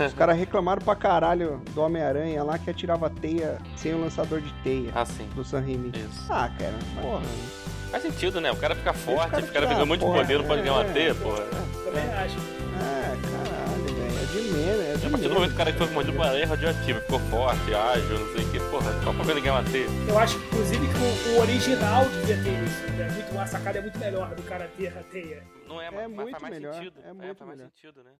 B: Os caras reclamaram pra caralho do Homem-Aranha lá que atirava teia sem o lançador de teia
A: Ah, sim.
B: do San Raimi.
A: Isso.
B: Ah, cara, porra.
A: Faz sentido, né? O cara fica forte, o
B: cara
A: cara
B: fica-
A: pegando um monte de
B: porra,
A: poder, não pode
B: é,
A: ganhar uma
B: é,
A: teia, porra.
C: Também
A: É.
C: acho.
B: Ah, caralho, velho. É de menos, é de É.
A: A partir do
B: menos.
A: momento que o cara um que foi mordido por uma aranha radioativa, é ficou forte, ágil, não sei o que, porra, qual foi ninguém bater?
C: Eu acho, inclusive, que o, o original devia ter isso. Né? Muito, a sacada é muito melhor do cara ter a teia.
A: Não é,
B: É
A: mas faz
B: muito
A: mais
B: melhor,
A: sentido.
B: é muito
A: faz mais
B: melhor.
A: sentido, né?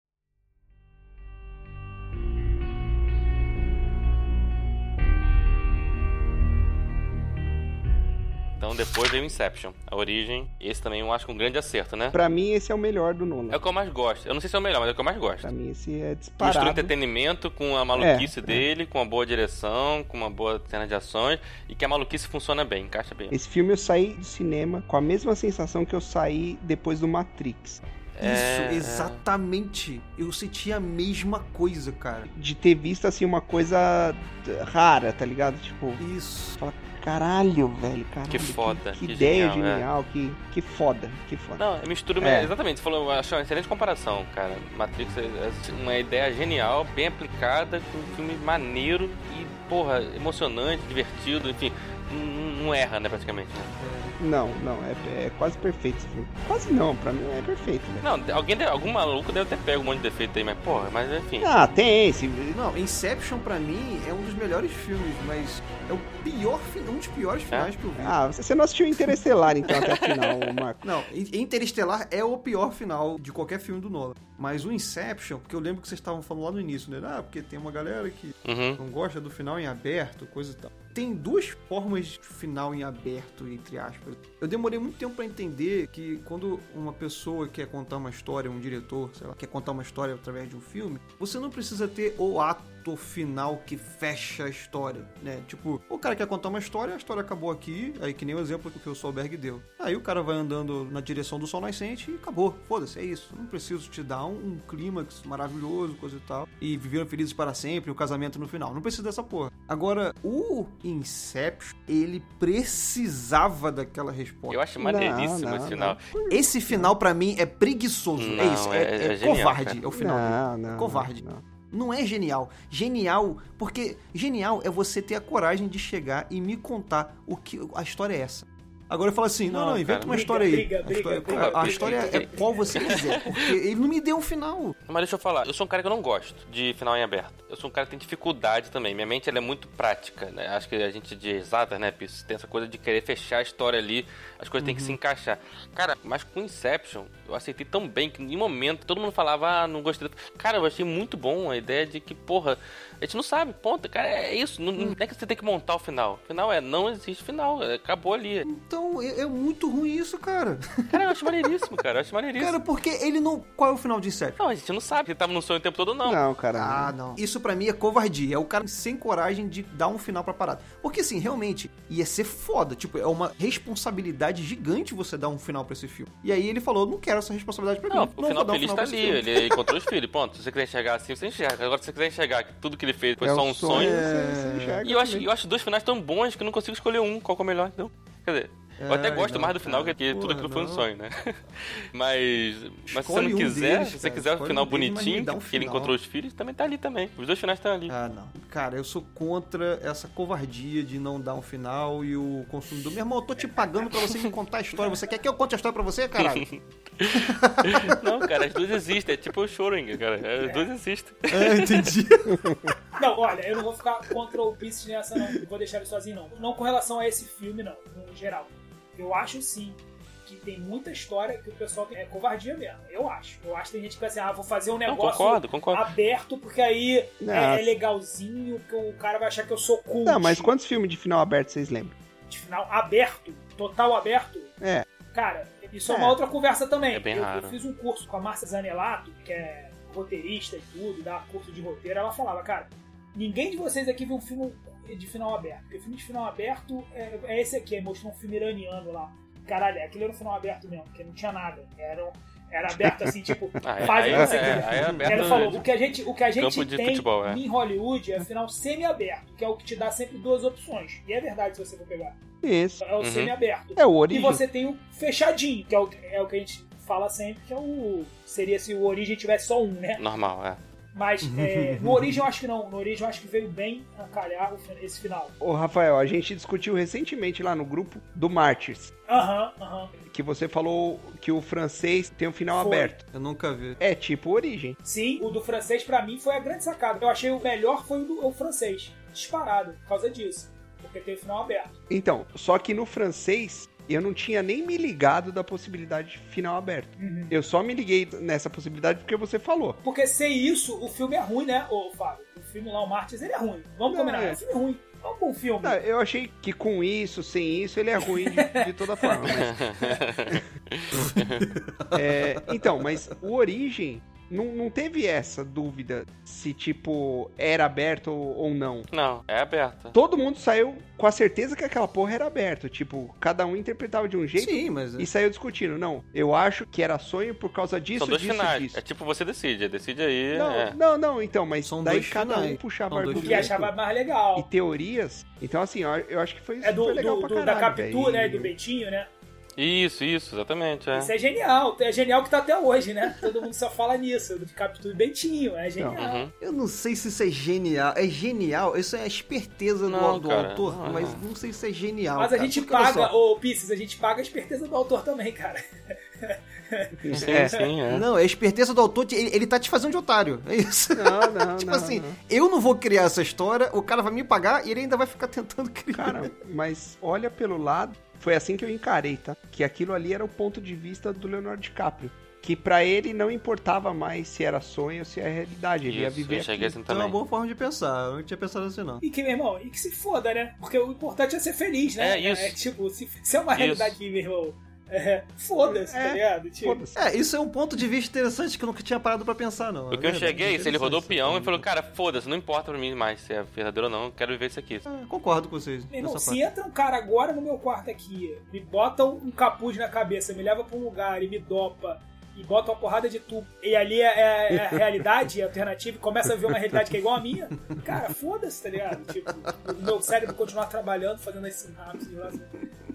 A: Então depois veio Inception, a origem. Esse também eu acho um grande acerto, né?
B: Pra mim, esse é o melhor do
A: É
B: Nolan.
A: o que eu mais gosto. Eu não sei se é o melhor, mas é o que eu mais gosto.
B: Pra mim, esse é
A: Mistura
B: disparado.
A: entretenimento com a maluquice
B: É, é.
A: dele, com uma boa direção, com uma boa cena de ações, e que a maluquice funciona bem, encaixa bem.
B: Esse filme eu saí do cinema com a mesma sensação que eu saí depois do Matrix.
A: É,
D: Isso, exatamente. Eu senti a mesma coisa, cara.
B: De ter visto, assim, uma coisa t- rara, tá ligado? Tipo,
D: Isso.
B: caralho, velho, caralho.
A: Que foda,
B: Que,
A: que
B: ideia
A: genial, é.
B: genial, que, que foda, que foda.
A: Não, é mistura.
B: É.
A: Exatamente, você falou, eu acho uma excelente comparação, cara. Matrix é é uma ideia genial, bem aplicada, com um filme maneiro e, porra, emocionante, divertido, enfim. Não, não erra, né, praticamente. né?
B: Não, não, é, é quase perfeito esse filme. Quase não, pra mim é perfeito, velho.
A: Não, alguém, deve- algum maluco deve ter pego um monte de defeito aí, mas, porra, mas enfim.
B: Ah, tem esse.
D: Não, Inception pra mim é um dos melhores filmes, mas é o pior, fi- um dos piores finais que eu vi.
B: Ah, você não assistiu Interestelar, então, até o final, ô, Marco.
D: Não, In- Interestelar é o pior final de qualquer filme do Nolan. Mas o Inception, porque eu lembro que vocês estavam falando lá no início, né? Ah, porque tem uma galera que
A: Uhum.
D: não gosta do final em aberto, coisa e tal. Tem duas formas de final em aberto, entre aspas. Eu demorei muito tempo pra entender que quando uma pessoa quer contar uma história, um diretor, sei lá, quer contar uma história através de um filme, você não precisa ter o ato final que fecha a história, né? Tipo, o cara quer contar uma história, a história acabou aqui, aí que nem o exemplo que o Solberg deu. Aí o cara vai andando na direção do sol nascente e acabou. Foda-se, é isso. Não preciso te dar um, um clímax maravilhoso, coisa e tal. E viveram felizes para sempre, o casamento no final. Não precisa dessa porra. Agora, o Inception, ele precisava daquela resposta.
A: Eu acho maneiríssimo
B: Não, não,
A: esse final.
D: Esse final, pra mim, é preguiçoso. é
A: Não,
D: isso. É,
A: é-
D: é
A: é genial,
D: covarde.
A: cara.
D: É o final. dele.
B: Não, não,
D: Covarde.
B: não, não.
D: Não é genial. Genial, porque genial é você ter a coragem de chegar e me contar o que a história é essa. Agora eu falo assim, não,
A: Não,
D: não, inventa
A: cara.
D: uma
C: Briga,
D: história aí.
C: briga,
D: a
C: briga,
D: história,
C: briga,
D: a- a
A: briga,
D: história é
A: briga.
D: qual você quiser, porque ele não me deu um final.
A: Mas deixa eu falar, eu sou um cara que eu não gosto de final em aberto. Eu sou um cara que tem dificuldade também. Minha mente ela é muito prática, né? Acho que a gente de exatas, né, Pisso? Tem essa coisa de querer fechar a história ali, as coisas têm que se encaixar. Cara, mas com Inception, eu aceitei tão bem que em momento todo mundo falava, ah, não gostei. Cara, eu achei muito bom a ideia de que, porra, a gente não sabe, ponta, cara, é isso. Não, não é que você tem que montar o final. O final é, não existe final, é, acabou ali.
D: Então é, é muito ruim isso, cara.
A: Cara, eu acho maneiríssimo, cara, eu acho maneiríssimo.
D: Cara, porque ele não. Qual é o final de Inception?
A: Não, a gente não sabe, ele tava no sonho o tempo todo, não.
B: Não, cara.
D: Ah, não. Isso pra mim é covardia. É o cara sem coragem de dar um final pra parada. Porque assim, realmente, ia ser foda. Tipo, é uma responsabilidade gigante você dar um final pra esse filme. E aí ele falou: não quero essa responsabilidade pra mim.
A: Não, o
D: vou
A: final
D: dar um
A: feliz
D: final
A: tá
D: pra esse
A: ali,
D: filme.
A: ele encontrou os filhos, ponto. Se você quiser enxergar assim, você enxerga. Agora, se você quiser enxergar que tudo que ele fez foi
B: É
A: só
B: um
A: um sonho.
B: você- você
D: É,
B: enxerga
A: E eu acho,
B: também.
A: eu acho dois finais tão bons que eu não consigo escolher um, qual que é o melhor, entendeu? Quer dizer, eu até
D: Ai,
A: gosto
D: não,
A: mais do final,
D: cara.
A: porque tudo
D: Porra,
A: aquilo foi um
D: não.
A: sonho, né? mas, mas se você
D: Escolhe
A: não
D: um
A: quiser,
D: deles,
A: se você
D: cara,
A: quiser o
D: escolhe
A: final
D: um deles, mas me
A: bonitinho,
D: dá um
A: que ele
D: final.
A: encontrou os filhos, também tá ali também. Os dois finais estão ali.
D: Ah, não. Cara, eu sou contra essa covardia de não dar um final e o consumidor. Meu irmão, eu tô te pagando pra você me contar a história. Você quer que eu conte a história pra você, caralho?
A: Não, cara, as duas existem. É tipo o Shoring, cara. As duas existem.
D: é, entendi.
C: Não, olha, eu não vou ficar contra o Piss nessa, não. Não vou deixar ele sozinho, não. Não com relação a esse filme, não, no geral. Eu acho sim que tem muita história que o pessoal tem. É covardia mesmo, eu acho. Eu acho que tem gente que pensa assim, ah, vou fazer um
A: Não,
C: negócio
A: concordo, concordo.
C: aberto, porque aí
B: Não.
C: é, é legalzinho, que o cara vai achar que eu sou
D: é
C: cool.
B: Não, mas quantos filmes de final aberto vocês lembram?
C: De final aberto, total aberto.
B: É.
C: Cara, isso é,
B: É.
C: uma outra conversa também.
A: É bem
C: eu,
A: raro.
C: eu fiz um curso com a Márcia Zanelato, que é roteirista e tudo, dá curso de roteiro. Ela falava, cara, ninguém de vocês aqui viu um filme de final aberto. Porque filme de final aberto é, é esse aqui, aí mostrou um filme iraniano lá. Caralho, aquilo era um final aberto mesmo, porque não tinha nada. Era, era aberto assim, tipo,
A: Ah, é,
C: faz
A: aí,
C: o que você
A: é,
C: quiser.
A: aí é aberto,
C: Ela falou, o que a gente, o que a gente
A: Campo de
C: tem
A: futebol, é.
C: em Hollywood é final semi-aberto, que é o que te dá sempre duas opções. E é verdade se você for pegar.
B: Isso.
C: É o
A: Uhum.
C: semi-aberto.
B: É o
C: E
B: origem.
C: você tem o fechadinho, que é o, é o que a gente fala sempre, que é o. Seria se o Origem tivesse só um, né?
A: Normal, é.
C: Mas é, no Origem eu acho que não. No Origem eu acho que veio bem a calhar o fin- esse final.
B: Ô, Rafael, a gente discutiu recentemente lá no grupo do Martyrs,
C: Aham, aham.
B: que você falou que o francês tem um final
C: Foi.
B: aberto.
D: Eu nunca vi.
B: É tipo origem.
C: Sim, o do francês pra mim foi a grande sacada. Eu achei o melhor foi o do o francês. Disparado, por causa disso. Porque tem o final aberto.
B: Então, só que no francês eu não tinha nem me ligado da possibilidade de final aberto. Eu só me liguei nessa possibilidade porque você falou.
C: Porque sem isso, o filme é ruim, né, ô Fábio? O filme lá, o Martins, ele é ruim. Vamos
B: Não,
C: combinar,
B: é.
C: é um filme ruim. É um bom filme.
B: Não, Ah, eu achei que com isso, sem isso, ele é ruim de, de toda forma. mas- É, então, mas o Origem não, não teve essa dúvida se, tipo, era aberto ou ou não.
A: Não, é aberta.
B: Todo mundo saiu com a certeza que aquela porra era aberto. Tipo, cada um interpretava de um jeito
D: Sim, mas. é-
B: e saiu discutindo. Não, eu acho que era sonho por causa disso,
A: São dois
B: disso,
A: finais.
B: disso.
A: É tipo, você decide. Decide aí.
B: Não,
A: é.
B: não, não, então, mas
D: São
B: daí
D: dois
B: cada um
D: finais.
B: puxava
D: São dois
B: argumento
C: Que achava mais legal.
B: e teorias. Então, assim, ó, eu acho que foi,
C: É do,
B: foi legal
C: do-
B: pra
C: do-
B: caralho.
C: da Capitu,
B: velho.
C: né? Do Betinho, né?
A: Isso, isso, exatamente. É.
C: Isso é genial. É genial que tá até hoje, né? Todo mundo só fala nisso. Do Capitu e Betinho. É genial.
A: Uhum.
D: Eu não sei se isso é genial. É genial, isso é a esperteza do-
A: Não,
D: do,
A: cara,
D: autor,
A: não é,
D: mas
A: não.
D: não sei se é genial.
C: Mas a
D: cara,
C: gente
D: porque olha
C: paga,
D: só,
C: ô Pisces, a gente paga a esperteza do autor também, cara.
A: Sim,
B: É.
A: sim, é.
D: Não, é a esperteza do autor, de- ele, ele tá te fazendo de otário. É isso.
B: Não, não,
D: tipo
B: não,
D: assim,
B: não.
D: eu não vou criar essa história, o cara vai me pagar e ele ainda vai ficar tentando criar.
B: Cara, mas olha pelo lado, foi assim que eu encarei, tá? Que aquilo ali era o ponto de vista do Leonardo DiCaprio. Que pra ele não importava mais se era sonho ou se era realidade. Ele ia
A: Isso,
B: viver
A: eu
B: aqui.
A: cheguei assim
D: Então é uma
A: também.
D: boa forma de pensar. Eu não tinha pensado assim, não.
C: E que, meu irmão, e que se foda, né? Porque o importante é ser feliz, né?
A: É, isso.
C: tipo, se, se é uma realidade que, meu irmão, é, foda-se,
B: É,
C: tá ligado? Tipo,
B: Foda-se.
D: É, isso é um ponto de vista interessante que eu nunca tinha parado pra pensar, não.
A: O que eu cheguei é isso, ele rodou o peão e falou,
D: cara.
A: cara, foda-se, não importa pra mim mais se é verdadeiro ou não, eu quero viver isso aqui.
D: Ah, Concordo com vocês.
C: meu irmão,
D: nessa
C: se entra um cara agora no meu quarto aqui, me bota um capuz na cabeça, me leva pra um lugar e me dopa. E bota uma porrada de tubo. E ali é, é- é a realidade é a alternativa. e Começa a ver uma realidade que é igual a minha. Cara, foda-se, tá ligado? Tipo, o meu cérebro continuar trabalhando, fazendo as sinapses. lá, assim.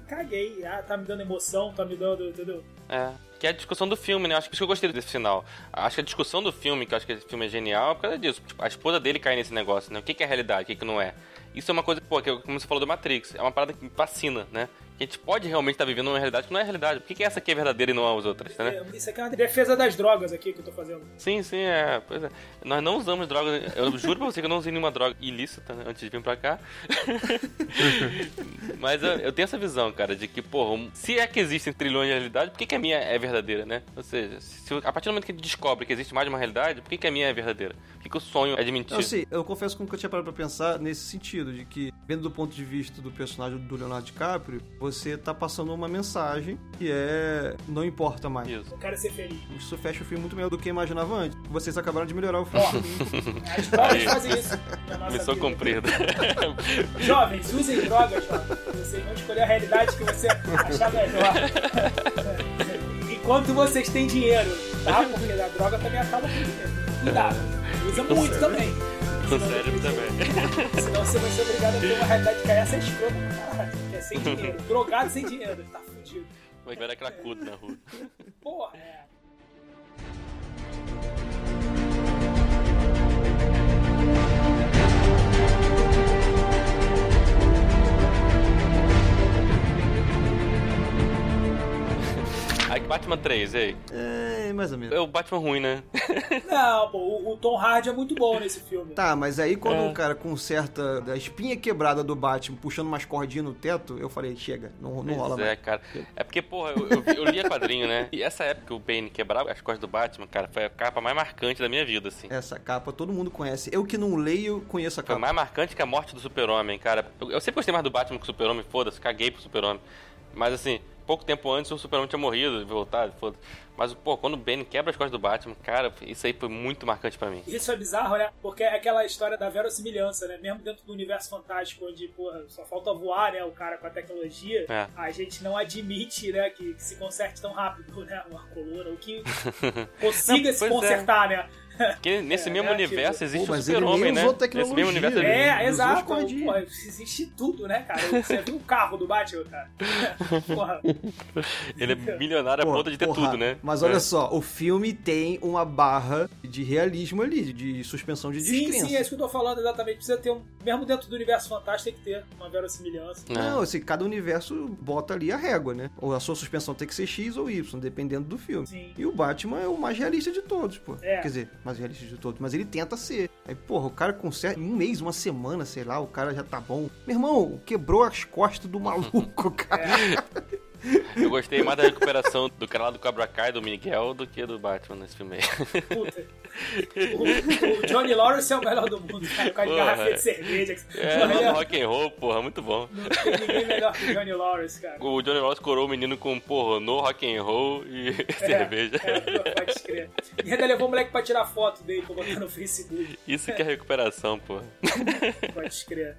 C: Caguei. Ah, tá me dando emoção, tá me dando. Entendeu?
A: É. Que é a discussão do filme, né? Acho que por isso que eu gostei desse final. Acho que a discussão do filme, que eu acho que esse filme é genial, é por causa disso. Tipo, a esposa dele cai nesse negócio, né? O que que é realidade, o que que não é. Isso é uma coisa, pô, que eu- como você falou do Matrix, é uma parada que me fascina, né? Que a gente pode realmente estar vivendo uma realidade que não é realidade. Por que, que essa aqui é verdadeira e não as outras, né?
C: É, Isso aqui é uma defesa das drogas aqui que eu tô fazendo.
A: Sim, sim, é. Pois é. Nós não usamos drogas. Eu juro pra você que eu não usei nenhuma droga ilícita né, antes de vir pra cá. Mas eu, eu tenho essa visão, cara, de que, porra, se é que existem trilhões de realidades, por que, que a minha é verdadeira, né? Ou seja, se- a partir do momento que a gente descobre que existe mais de uma realidade, por que, que a minha é verdadeira? Por que, que o sonho é de mentira?
D: Eu sei, assim, eu confesso que nunca tinha parado pra pensar nesse sentido, de que, vendo do ponto de vista do personagem do Leonardo DiCaprio, você tá passando uma mensagem que é. não importa mais.
A: Isso.
C: Eu quero ser feliz.
D: Isso fecha o filme muito melhor do que eu imaginava antes. Vocês acabaram de melhorar o filme.
C: As drogas
A: Aí.
C: fazem isso. na nossa
A: Missão
C: vida.
A: cumprida.
C: Jovens, usem drogas, jovens. Vocês vão escolher a realidade que você achar melhor. É. Enquanto vocês têm dinheiro, tá? Porque a droga também acaba com dinheiro. Cuidado. Usa muito também.
A: o cérebro também.
C: Senão você vai ser obrigado a ter uma realidade que é essa escrota pra caralho. Que é sem dinheiro. Drogado sem dinheiro. Tá fudido.
A: Vai virar é cracudo na rua.
C: Porra, é.
A: Aí, Batman 3, ei.
D: é, mais ou menos.
A: É o Batman ruim, né?
C: Não, pô, o, o Tom Hardy é muito bom nesse filme.
D: Tá, mas aí quando
A: É.
D: o cara conserta a espinha quebrada do Batman, puxando umas cordinhas no teto, eu falei, chega, não, não rola
A: Pois é,
D: mais.
A: cara. É porque, porra, eu, eu, eu lia quadrinho, né? E essa época que o Bane quebrava as costas do Batman, cara, foi a capa mais marcante da minha vida, assim.
D: Essa capa todo mundo conhece. Eu que não leio, conheço a
A: Foi
D: capa.
A: mais marcante que a morte do Super-Homem, cara. Eu, eu sempre gostei mais do Batman que o Super-Homem, foda-se, caguei pro Super-Homem. Mas assim, pouco tempo antes o Super-Homem tinha morrido, voltado, foda-se. Mas, pô, quando o Bane quebra as costas do Batman, cara, isso aí foi muito marcante pra mim.
C: Isso é bizarro, né? Porque é aquela história da verossimilhança, né? Mesmo dentro do universo fantástico, onde, porra, só falta voar, né? O cara com a tecnologia,
A: É.
C: a gente não admite, né? Que, que se conserte tão rápido, né? Uma coluna, o que consiga
A: Não,
C: se
A: pois é.
C: consertar, né?
A: Porque nesse
C: É,
A: mesmo
C: é,
A: universo
C: tipo,
A: existe
D: pô,
A: o
D: mas ele nem
A: Super-Homem, né? Nesse
D: usou
A: mesmo
D: tecnologia,
A: universo
D: né?
A: ele-
C: É,
D: Nos
C: exato.
D: dois quadrinhos.
C: Porra, existe tudo, né, cara? Você viu o carro do Batman, cara? Porra,
A: ele é milionário a
D: Porra,
A: ponto de ter
D: porra,
A: tudo, né?
D: Mas olha
A: É.
D: só, o filme tem uma barra de realismo ali, de suspensão de
C: sim,
D: descrença.
C: sim, é isso que eu tô falando exatamente. Precisa ter um. Mesmo dentro do universo fantástico, tem que ter uma
A: É.
C: verossimilhança.
D: Não, assim, cada universo bota ali a régua, né? Ou a sua suspensão tem que ser X ou Y, dependendo do filme.
C: Sim.
D: E o Batman é o mais realista de todos, pô.
C: É.
D: Quer dizer, mais realista de todos, mas ele tenta ser. Aí, porra, o cara conserta em um mês, uma semana, sei
C: É.
D: lá, o cara já tá bom. Meu irmão, quebrou as costas do maluco, cara.
A: Eu gostei mais da recuperação do cara lá do Cobra Kai, do Miguel, do que do Batman nesse filme aí.
C: Puta. O, o Johnny Lawrence é o melhor do mundo, cara, com as
A: Porra.
C: garrafinhas de cerveja. que-
A: É, lá
C: Olha,
A: no rock and roll, porra, muito bom.
C: não tem ninguém melhor que o Johnny Lawrence, cara.
A: O Johnny Ross corou o menino com porra no rock and roll e cerveja.
C: É, é, pode crer. E ainda levou o moleque pra tirar foto dele pra botar no Facebook.
A: Isso que é recuperação, porra.
C: Pode crer.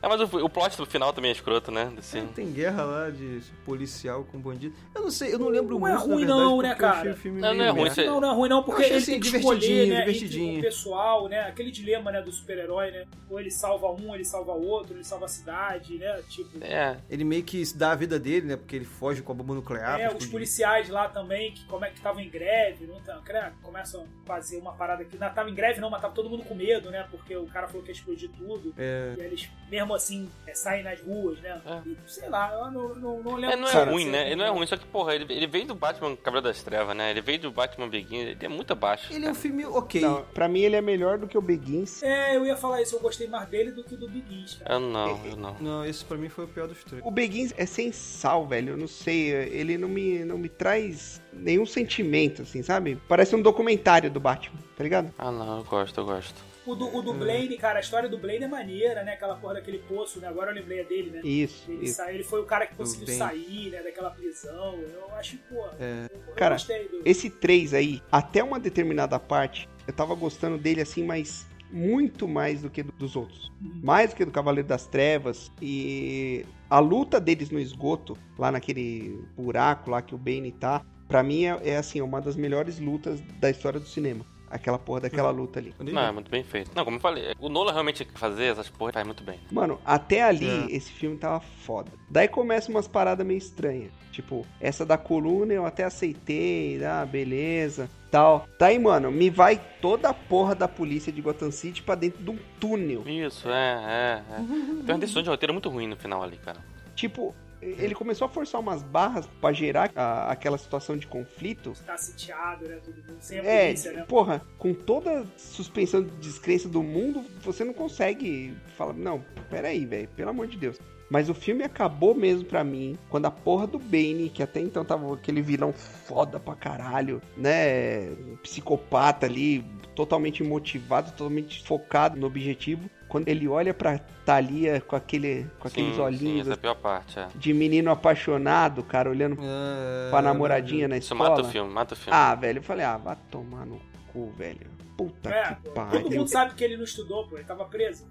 A: Ah, mas o, o plot do final também é escroto, né? Assim.
D: Tem guerra lá de policial com bandido. Eu não sei, eu não lembro
C: Não é
D: muito. na
C: ruim
D: verdade,
C: não,
D: porque
C: né,
D: eu
C: cara?
D: achei o filme
A: Não,
D: meio
A: não é ruim,
D: merda.
A: você-
C: Não, não é ruim não, porque
D: Eu achei,
C: ele
D: assim,
C: tem que
D: divertidinho,
C: escolher, né, entre
D: divertidinho.
C: o pessoal, né, aquele dilema, né, do super-herói, né, ou ele salva um, ele salva outro, ele salva a cidade, né, tipo...
A: É.
D: Ele meio que dá a vida dele, né? Porque ele foge com a bomba nuclear. pra
C: É, os
D: explodir.
C: policiais lá também, que como é que estavam em greve, não tão, cre- começam a fazer uma parada que não tava em greve não, mas tava todo mundo com medo, né? Porque o cara falou que ia explodir tudo.
D: É.
C: E eles, mesmo assim, é, saem nas ruas, né?
A: É.
C: E, sei lá, eu não, não, não
A: É,
C: lembro.
A: não é
C: Cara,
A: ruim,
C: assim,
A: né? Ele não é ruim, só que, porra, ele, ele veio do Batman Cabra das Trevas, né? Ele veio do Batman Begins, ele é muito abaixo.
D: Ele é um filme ok.
B: Não, pra mim ele é melhor do que o Begins.
C: É, eu ia falar isso, eu gostei mais dele do que do Biguins, cara.
A: Eu não, eu não.
D: Não, esse pra mim foi o pior dos três.
B: O Begins é sem sal, velho. Eu não sei, ele não me, não me traz nenhum sentimento, assim, sabe? Parece um documentário do Batman, tá ligado?
A: Ah, não, eu gosto, eu gosto.
C: O do,
B: É.
C: o do Blaine, cara, a história do Blaine é maneira, né? Aquela porra daquele poço, né? Agora eu lembrei a dele, né?
B: Isso,
C: Ele,
B: isso.
C: sa... ele foi o cara que conseguiu
D: bem.
C: sair, né? Daquela prisão. Eu acho, que, pô, eu, eu
B: É. Cara,
C: gostei do...
B: Esse 3 aí, até uma determinada parte, eu tava gostando dele assim, mas muito mais do que do- dos outros. Mais do que do Cavaleiro das Trevas. E a luta deles no esgoto, lá naquele buraco lá que o Bane tá, pra mim é, é, assim, uma das melhores lutas da história do cinema. Aquela porra daquela luta ali.
D: Eu nem
A: Não, é
D: vi.
A: muito bem feito. Não, como eu falei, o Nola realmente fazer essas porra faz muito bem.
B: Mano, até ali
D: É.
B: esse filme tava foda. Daí começa umas paradas meio estranhas. Tipo, essa da coluna eu até aceitei, ah, beleza, tal. Daí, mano, me vai toda a porra da polícia de Gotham City pra dentro de um túnel.
A: Isso, é, é, é. Tem uma decisão de roteiro muito ruim no final ali, cara.
B: Tipo, ele começou a forçar umas barras pra gerar a- aquela situação de conflito.
C: tá sitiado, né? Todo mundo sem a
B: É,
C: polícia, né?
B: porra, com toda a suspensão de descrença do mundo, você não consegue falar, não, peraí, velho, pelo amor de Deus. Mas o filme acabou mesmo pra mim quando a porra do Bane, que até então tava aquele vilão foda pra caralho, né? Psicopata ali, totalmente motivado, totalmente focado no objetivo. Quando ele olha pra Thalia com, aquele, com aqueles
A: sim, sim,
B: olhinhos assim.
A: essa é a pior parte, é.
B: de menino apaixonado, cara, olhando
D: É,
B: pra namoradinha na
A: Isso
B: escola.
A: mata o filme, mata o filme.
B: Ah, velho, eu falei, ah, vai tomar no cu, velho. Puta
C: É,
B: que
C: todo
B: pariu.
C: mundo sabe que ele não estudou, pô, ele tava preso.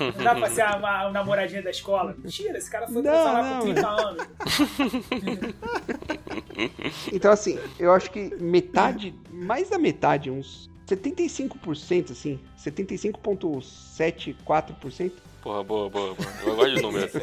C: Não dá pra ser a, a, a namoradinha da escola. Mentira, esse cara foi
B: Não,
C: começar lá
B: não,
C: com 30 anos.
B: Então, assim, eu acho que metade, mais da metade, uns 75%, assim, 75,74%,
A: Porra, boa, boa, boa. Eu gosto de número assim.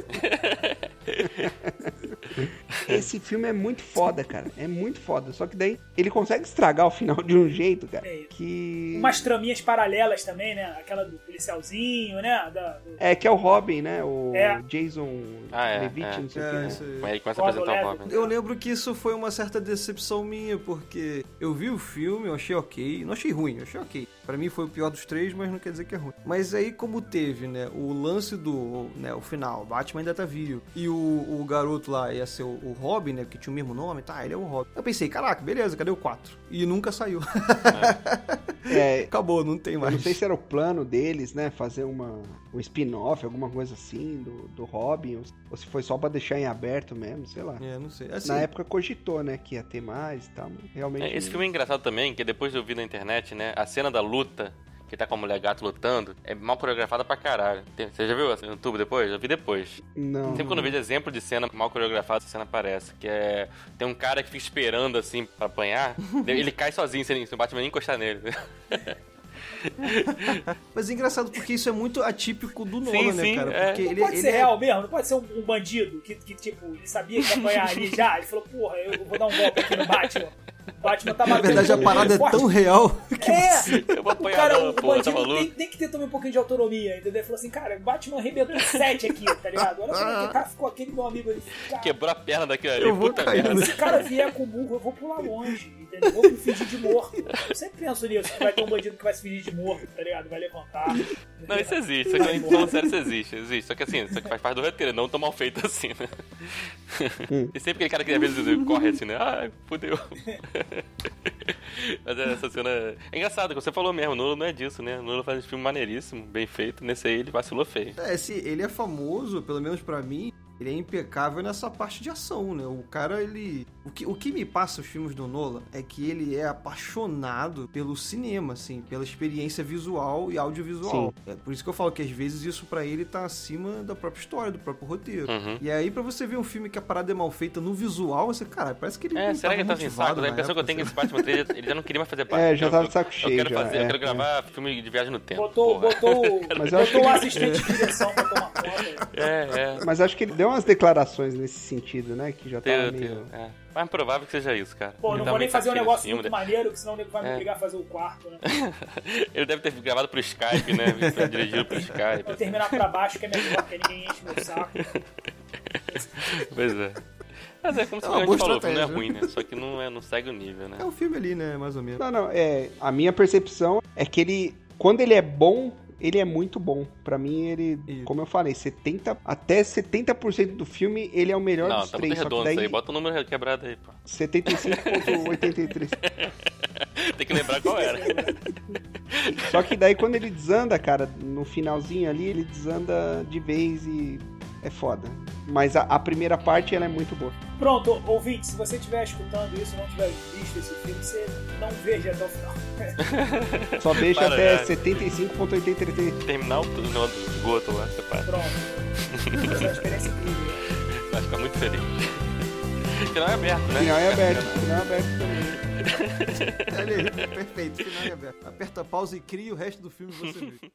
B: esse filme é muito foda, cara. É muito foda. Só que daí ele consegue estragar o final de um jeito, cara,
C: É.
B: que.
C: Umas traminhas paralelas também, né? Aquela do policialzinho, né? Da, do
B: É, que é o Robin, né? O
C: É.
B: Jason
A: Ah, é,
B: Levitt,
A: é.
B: não sei o que.
D: É,
B: Né?
D: isso aí.
A: Aí ele começa a
C: Roda o
A: apresentar o
C: leve.
A: Robin.
D: Eu lembro que isso foi uma certa decepção minha, porque eu vi o filme, eu achei ok. Não achei ruim, eu achei ok. Pra mim foi o pior dos três, mas não quer dizer que é ruim. Mas aí, como teve, né, o lance do, né, o final, Batman ainda tá vivo. E o, o garoto lá ia ser o, o Robin, né, que tinha o mesmo nome, tá, ele é o Robin. Eu pensei, caraca, beleza, cadê o 4? E nunca saiu.
B: É,
D: Acabou, não tem
B: Eu
D: mais.
B: não sei se era o plano deles, né? Fazer uma, um spin-off, alguma coisa assim, do, do Robin, ou, ou se foi só pra deixar em aberto mesmo, sei lá.
D: É, não sei. Assim,
B: Na época cogitou, né? Que ia ter mais e tal. mas Realmente.
A: É, Esse filme é engraçado também, que depois eu vi na internet, né? A cena da luta, que tá com a mulher gato lutando, é mal coreografada pra caralho. Tem- Você já viu essa no YouTube depois? Eu vi depois.
B: Não.
A: Sempre quando eu vejo exemplo de cena mal coreografada, essa cena aparece. Que é. Tem um cara que fica esperando assim pra apanhar, ele cai sozinho, sem sem o Batman nem encostar nele.
D: Mas é engraçado porque isso é muito atípico do Nolan, né,
A: sim,
D: cara?
A: é.
D: Porque
C: Não
D: ele,
C: pode
D: ele
C: ser
D: é-
C: real mesmo, não pode ser um, um bandido que, que, tipo, ele sabia que ia apanhar ali já. Ele falou, porra, eu vou dar um golpe aqui no Batman. Batman tá
D: Na
C: matando.
D: verdade, a
C: todo
D: parada é
C: mundo.
D: tão real que
C: É!
A: Eu vou
C: O
A: apanhar
C: cara,
A: não,
C: o
A: pô, tá
C: bandido tem,
A: maluco?
C: tem que ter também um pouquinho de autonomia, entendeu? Ele falou assim, cara, Batman arrebentou 7 aqui, tá ligado? Olha como é que tá, ficou aquele meu amigo ali. Cara,
A: Quebrou a perna daqui ali,
D: eu vou
A: puta
D: cair. né?
A: merda.
D: no-
C: se o cara vier com o burro, eu vou pular longe, entendeu? Vou me fingir de morto. Eu sempre penso nisso, que vai ter um bandido que vai se fingir de morto, tá ligado? Vai levantar.
A: Não, isso existe, só que a gente falando sério, isso existe, existe. Só que assim, só que faz parte do roteiro, não tão mal feito assim, né?
D: Hum.
A: E sempre aquele cara que às vezes corre assim, né? Ai, fudeu. Mas é, essa cena. É é engraçado, que você falou mesmo, Nulo não é disso, né? Nulo faz um filme maneiríssimo, bem feito, nesse aí ele vacilou feio.
D: É, esse, ele é famoso, pelo menos pra mim, ele é impecável nessa parte de ação, né? O cara, ele. O que, o que me passa os filmes do Nolan é que ele é apaixonado pelo cinema, assim, pela experiência visual e audiovisual. É por isso que eu falo que às vezes isso pra ele tá acima da própria história, do próprio roteiro.
A: Uhum.
D: E aí, pra você ver um filme que a parada é mal feita no visual, você, cara, parece que ele.
A: É,
D: não
A: será que ele
D: tava
A: tá sem saco?
D: motivado
A: A
D: na
A: impressão que eu
D: época,
A: tenho é que
D: sabe?
A: esse Batman 3 ele já não queria mais fazer Batman.
B: É, já
A: Eu-
B: tava de saco
A: Eu
B: cheio
A: quero
B: já,
A: fazer, eu
B: é,
A: quero
B: é.
A: gravar filme de viagem no tempo.
C: Botou,
A: porra.
C: botou,
B: Mas eu acho
C: botou o
B: que-
C: assistente de direção pra tomar conta.
A: É, é.
B: Mas acho que ele deu umas declarações nesse sentido, né? Que já tava
A: Teu,
B: meio.
A: teu, é. Mais provável que seja isso, cara.
C: Pô,
A: Ele
C: não
A: tá
C: vou nem
A: muito
C: fazer um
A: satisfeito
C: negócio
A: assim,
C: muito
A: né?
C: maneiro, que senão o nego vai me
A: É.
C: obrigar a fazer o quarto, né?
A: Ele deve ter gravado pro Skype, né? Dirigido pro Skype.
C: Vou terminar pra baixo, que é melhor, porque ninguém enche meu saco.
A: Pois é. Mas é como
D: É
A: você
D: uma
A: já
D: boa
A: falou, que não é
D: estratégia.
A: ruim, né? Só que não, é, não segue o nível, né?
D: É um filme ali, né? Mais ou menos.
B: Não, não, é. A minha percepção é que ele. Quando ele é bom, ele é muito bom. Pra mim, ele.
D: Isso.
B: Como eu falei, 70. Até 70% do filme, ele é o melhor
A: Não,
B: dos
A: tá muito
B: três. Só que
A: redondo isso
B: daí.
A: aí. Bota o número quebrado aí, pô.
B: 75,83.
A: Tem que lembrar qual era.
B: Só que daí quando ele desanda, cara, no finalzinho ali, ele desanda de vez e é foda. Mas a, a primeira parte ela é muito boa.
C: Pronto, ouvinte, se você estiver escutando isso e não tiver visto esse filme, você não veja até o final.
B: Só deixa
A: Para,
B: até
A: né?
B: 75.83.
A: Terminar o túnel do esgoto lá, você para.
C: Pronto. Essa é uma experiência incrível.
A: Vai ficar muito feliz. Final é aberto, né?
B: Final é aberto, final é aberto também.
D: Olha aí, É, perfeito, final e aberto. Aperta pausa e cria o resto do filme e você vê.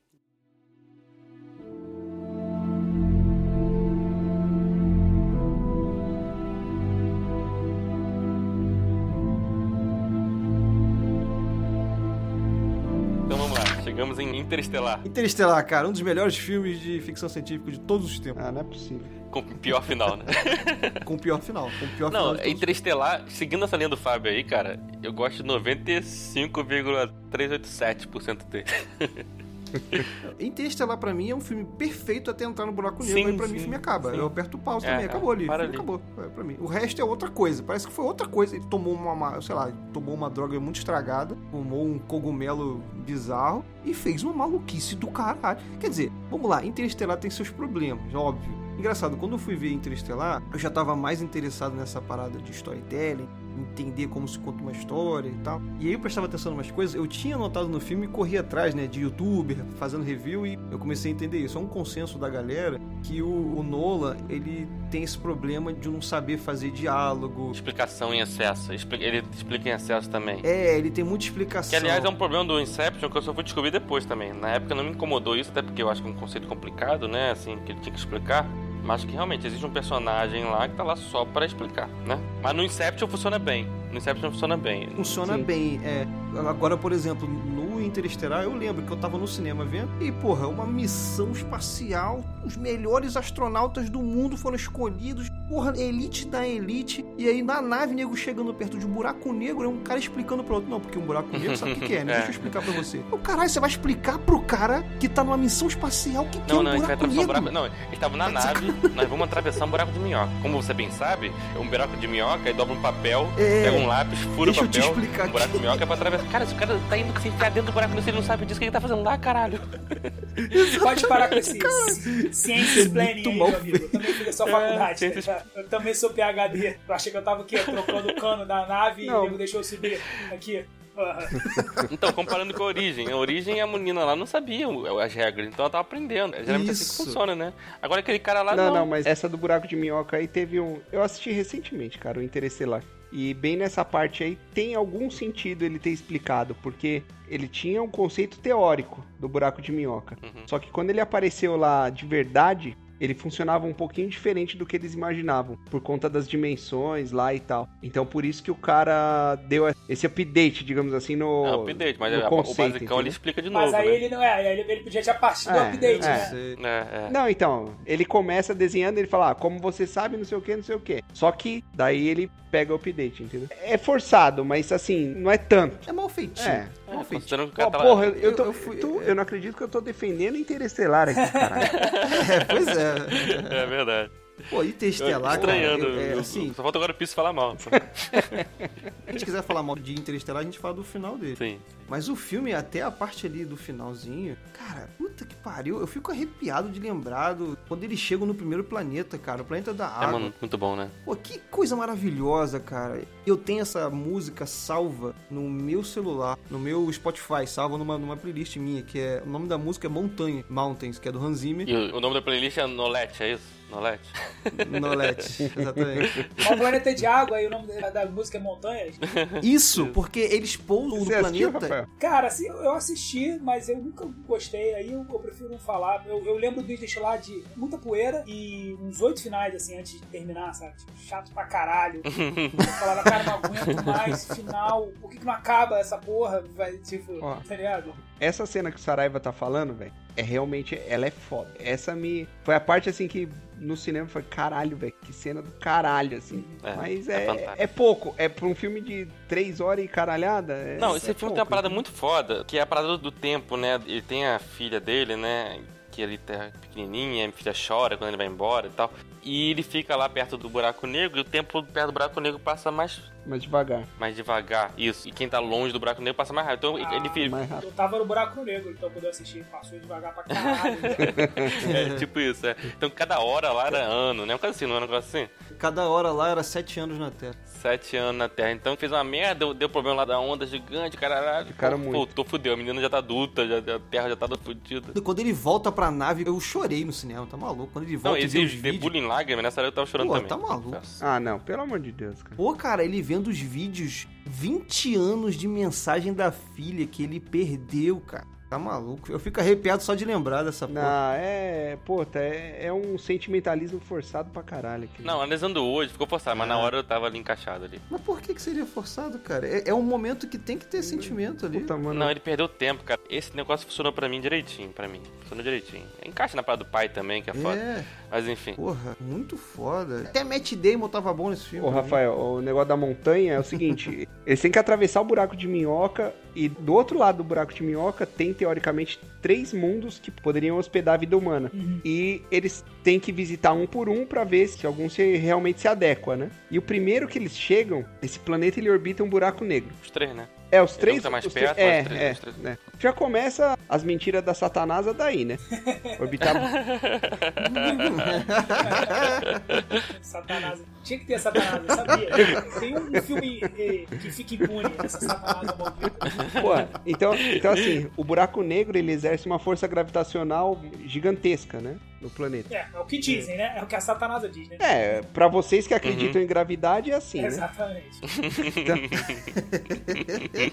A: Então vamos lá. Chegamos em Interestelar,
D: Interestelar, cara, um dos melhores filmes de ficção científica de todos os tempos.
B: Ah, não é possível.
A: com o pior final, né?
D: Com o pior final. Com o pior final.
A: Não,
D: Tá de todos.
A: Interestelar, seguindo essa linha do Fábio aí, cara, eu gosto de 95,387% dele.
D: Interestelar, pra mim, é um filme perfeito até entrar no buraco negro.
A: Sim,
D: aí pra mim
A: sim,
D: o filme acaba.
A: sim.
D: Eu aperto o pause
A: É,
D: também.
A: é,
D: Acabou ali. O
A: para
D: filme acabou. É, pra mim. O resto é outra coisa. Parece que foi outra coisa. Ele tomou uma, ma- sei lá, ele tomou uma droga muito estragada, tomou um cogumelo bizarro e fez uma maluquice do caralho. Quer dizer, vamos lá, Interestelar tem seus problemas, óbvio. Engraçado, quando eu fui ver Interestelar, eu já tava mais interessado nessa parada de storytelling, entender como se conta uma história e tal. E aí eu prestava atenção em umas coisas, eu tinha anotado no filme e corri atrás, né, de youtuber, fazendo review e eu comecei a entender isso. É um consenso da galera que o, o Nola, ele tem esse problema de não saber fazer diálogo.
A: Explicação em excesso. Expli- Ele explica em excesso também.
D: É, ele tem muita
A: Que,
D: explicação.
A: aliás, é um problema do Inception que eu só fui descobrir depois também. Na época não me incomodou isso, até porque eu acho que é um conceito complicado, né? Assim, que ele tinha que explicar. Mas que realmente existe um personagem lá que tá lá só pra explicar, né? Mas no Inception funciona bem. No Inception funciona bem.
D: Funciona
B: Sim.
D: bem. É, agora, por exemplo, no Interestelar, eu lembro que eu tava no cinema vendo. E, porra, uma missão espacial. Os melhores astronautas do mundo foram escolhidos. Porra, elite da elite. E aí, na nave, nego chegando perto de um buraco negro, é um cara explicando pro outro. Não, porque um buraco negro, sabe o que, que é, né?
A: É.
D: Deixa eu explicar pra você. O caralho, você vai explicar pro cara que tá numa missão espacial o que, que é
A: Não,
D: um
A: não, a gente vai
D: buraco
A: atravessar um
D: negro? Tá
A: buraco. Não, eles estavam na nave, nós vamos atravessar um buraco de minhoca. Como você bem sabe, é um buraco de minhoca, aí dobra um papel,
D: É.
A: pega um lápis, fura
D: Deixa
A: o
D: eu te
A: papel,
D: explicar
A: um buraco de
D: aqui.
A: minhoca é pra atravessar. Cara, esse cara tá indo se enfiar dentro do buraco, negro, se ele não sabe disso, o que ele tá fazendo lá, caralho?
C: Pode parar com esse ci- ciência planning
D: muito
C: aí,
D: mal
C: meu amigo. Eu também fiz a sua faculdade.
A: ciências-
C: tá? Eu também sou PHD. Eu achei que eu tava aqui ó, trocando o cano da nave e
B: Não.
C: o nego deixou eu subir aqui. Ah,
A: Então, comparando com a origem, a origem a menina lá não sabia o- as regras, então ela tava aprendendo. É Geralmente assim
D: Isso.
A: que funciona, né? Agora aquele cara lá
B: não,
A: não.
B: não, mas essa do buraco de minhoca aí teve um. Eu assisti recentemente, cara, o Interestelar. E bem nessa parte aí tem algum sentido ele ter explicado, porque ele tinha um conceito teórico do buraco de minhoca.
A: Uhum.
B: Só que quando ele apareceu lá de verdade, ele funcionava um pouquinho diferente do que eles imaginavam, por conta das dimensões lá e tal. Então por isso que o cara deu esse update, digamos assim, no.
A: É um update, mas
B: no
A: a- o
B: conceito,
A: basicão ele
B: entendeu?
A: explica de
C: Mas
A: novo,
C: aí
A: né?
C: ele não é, ele, ele podia já partir do
B: É,
C: update,
B: é.
C: né?
D: Você-
A: É, é.
B: Não, então, ele começa desenhando, ele fala, ah, como você sabe, não sei o que, não sei o que. Só que daí ele pega o update, entendeu? É forçado, mas assim, não é tanto.
D: É mal feitinho.
B: É.
D: mal feitinho.
A: Considerando que o cara
B: Ó,
A: tá lá-
B: porra, eu, eu tô,
D: eu- eu fui-
B: tu- eu não acredito que eu tô defendendo Interestelar aqui, caralho.
D: É, pois é.
A: É verdade.
D: Pô,
A: Eu tô
D: Interestelar, cara.
A: estranhando.
D: eu- é,
A: eu-
D: assim,
A: Só falta agora o Piso falar mal.
D: se a gente quiser falar mal de Interestelar, a gente fala do final dele.
A: Sim. é
D: Mas o filme, até a parte ali do finalzinho, cara, puta que pariu, eu fico arrepiado de lembrado quando eles chegam no primeiro planeta, cara, o planeta da
A: É,
D: água.
A: mano, muito bom, né?
D: Pô, que coisa maravilhosa, cara. Eu tenho essa música salva no meu celular, no meu Spotify, salva numa, numa playlist minha, que é. O nome da música é Montanha, Mountains, que é do Hans Zimmer,
A: E o, o nome da playlist é Nolete, é isso? Nolete?
D: Nolete. Exatamente.
C: Mas o planeta de água, aí o nome da, da música é Montanhas.
D: Isso, porque eles pousam no
B: Você assistiu,
D: planeta.
B: Rafael?
C: Cara, assim, eu eu assisti, mas eu nunca gostei, aí eu, eu prefiro não falar. Eu, eu lembro do Interestelar de muita poeira e uns oito finais, assim, antes de terminar, sabe? Tipo, chato pra caralho. Eu falava, cara, não aguento mais, final, por que, que não acaba essa porra? Vai, tipo,
B: Ó.
C: tá ligado?
B: Essa cena que o Saraiva tá falando, velho, é realmente, ela é foda. Essa me... Foi a parte, assim, que no cinema foi, caralho, velho, que cena do caralho, assim.
A: É,
B: Mas
A: é
B: é,
A: fantástico.
B: é, pouco. É pra um filme de três horas e caralhada. é-
A: Não,
B: é
A: esse filme tem uma
B: pouco,
A: parada
B: entendeu?
A: muito foda, que é a parada do- do tempo, né? Ele tem a filha dele, né? Que ele tá pequenininha, a filha chora quando ele vai embora e tal. E ele fica lá perto do buraco negro e o tempo perto do buraco negro passa mais,
B: Mas devagar,
A: mais devagar. Isso. E quem tá longe do buraco negro passa mais rápido. Então
C: Ah.
A: ele fica.
B: mais rápido.
C: Eu tava no buraco negro, então quando eu assisti, passou devagar pra caralho.
A: É, tipo isso, é. Então cada hora lá
B: É.
A: era ano, né? Um caso assim, não era um negócio assim?
D: Cada hora lá era sete anos na Terra.
A: Sete anos na Terra. Então fez uma merda, deu, deu problema lá da onda gigante, caralho.
B: Ficaram
A: Pô,
B: muito.
A: Voltou, fudeu. A menina já tá adulta, já, já- a Terra já tá toda fudida.
D: Quando ele volta pra nave, eu chorei no cinema, tá maluco? Quando ele
A: Não,
D: volta e vê os
A: esse
D: vídeos...
A: debulho em lágrimas, nessa hora eu tava chorando
D: Pô,
A: também.
D: tá maluco.
A: Nossa.
B: Ah, não, pelo amor de Deus, cara.
D: Pô, cara, ele vendo os vídeos, 20 anos de mensagem da filha que ele perdeu, cara. Tá maluco? Eu fico arrepiado só de lembrar dessa porra.
B: Não, é. Puta, é, é um sentimentalismo forçado pra caralho aqui.
A: Não, analisando hoje, ficou forçado,
D: É.
A: mas na hora eu tava ali encaixado ali.
D: Mas por que, que seria forçado, cara? É, é um momento que tem que ter sentimento ali.
B: Puta, mano.
A: Não, ele perdeu tempo, cara. Esse negócio funcionou pra mim direitinho, pra mim. Funcionou direitinho. Encaixa na parada do pai também, que é foda.
D: É,
A: Mas enfim.
D: porra, muito foda. Até Matt Damon tava bom nesse filme.
B: Ô,
D: pra
B: Rafael, o negócio da montanha é o seguinte: eles têm que atravessar o buraco de minhoca, e do outro lado do buraco de minhoca tem, teoricamente, três mundos que poderiam hospedar a vida humana. E eles têm que visitar um por um pra ver se algum se, realmente se adequa, né? E o primeiro que eles chegam, esse planeta ele orbita um buraco negro.
A: Os três, né?
B: É, os
A: Ele
B: três.
A: nunca tá mais
B: os
A: perto,
B: três-
A: mas
B: é,
A: os três-
B: é,
A: os três-
B: né? Já começa as mentiras da Satanasa daí, né? Orbitar.
C: Satanás. Tinha que ter Satanás, eu sabia. Tem um, um filme eh, que fica impune, essa Satanás maldita.
B: Pô, então, então, assim, o buraco negro ele exerce uma força gravitacional gigantesca, né? No planeta.
C: É, é o que dizem, né? É o que a Satanás diz, né?
B: É, pra vocês que acreditam em gravidade é assim, né?
C: Exatamente.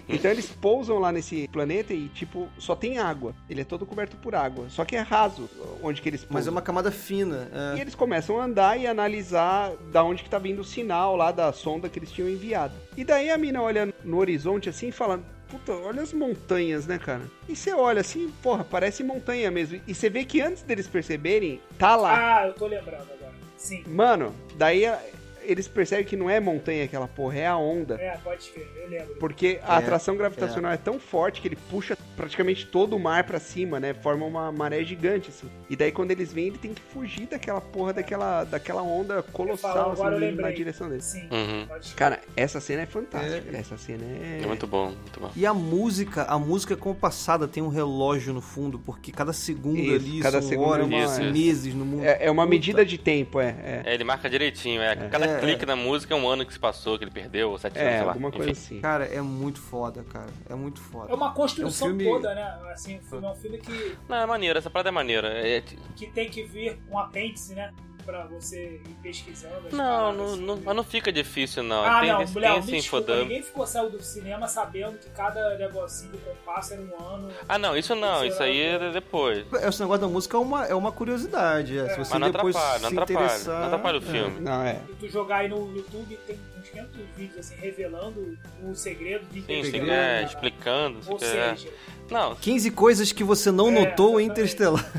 B: Então eles pousam lá nesse planeta e, tipo, só tem água. Ele é todo coberto por água. Só que é raso onde que eles pousam.
D: Mas é uma camada fina.
B: E
D: é.
B: eles começam a andar e analisar da onde que tá vindo o sinal lá da sonda que eles tinham enviado. E daí a mina olha no horizonte assim e fala: Puta, olha as montanhas, né, cara? E você olha assim, porra, parece montanha mesmo. E você vê que antes deles perceberem, tá lá.
C: Ah, eu tô lembrando agora. Sim.
B: Mano, daí a- eles percebem que não é montanha aquela porra, é a onda.
C: É, pode ser, eu lembro.
B: Porque a
D: É,
B: atração gravitacional é. tão forte que ele puxa praticamente todo o mar pra cima, né? Forma uma maré gigante, assim. E daí quando eles vêm, ele tem que fugir daquela porra, daquela, daquela onda
C: falo,
B: colossal,
C: agora eu
B: assim, na
C: lembrei.
B: direção deles.
C: Sim,
A: Uhum.
C: pode ser.
B: Cara, essa cena é fantástica. Essa cena é...
A: É muito bom, muito bom.
D: E a música, a música é compassada, tem um relógio no fundo, porque cada segundo
B: Isso,
D: ali
B: cada
D: são
B: segundo é
D: horas,
A: uma- Isso, isso.
D: meses no mundo.
B: É, é uma
D: Puta.
B: medida de tempo, é.
A: É, ele marca direitinho, é. Cada
D: É.
A: clique na música é um ano que se passou, que ele perdeu, ou sete
B: É,
A: anos,
B: é
A: sei lá.
B: alguma coisa
A: Enfim.
B: assim.
D: Cara, é muito foda, cara. É muito
C: É
D: foda.
C: uma construção
D: É um filme-
C: toda, né? Assim, o filme é um filme que,
A: Não, é maneiro, essa parada é maneira. É,
C: que tem que vir com apêndice, né? pra você ir pesquisando? as
A: Não,
C: paradas,
A: não,
C: assim?
A: não, mas não fica difícil, não.
C: Ah,
A: tem
C: não,
A: tem
C: Léo,
A: esse
C: me desculpa,
A: infodump.
C: ninguém ficou saiu do cinema sabendo que cada negocinho do compasso era um ano.
A: Ah, não, isso não,
C: Isso
A: isso aí
C: né?
A: é depois.
D: Esse negócio da música é uma, é uma curiosidade. É. Se você
A: Mas não
D: depois
A: atrapalha, não
D: se
A: atrapalha.
D: interessar.
A: Não atrapalha o
D: é.
A: filme.
B: Não, é.
C: E tu jogar aí no YouTube, tem uns 500 vídeos assim, revelando o segredo de
A: Sim,
C: Interestelar.
A: sim, é, explicando.
C: Ou
A: se quiser.
C: seja,
A: é. Não,
D: 15 coisas que você não
C: É,
D: notou em
C: exatamente.
D: Interestelar.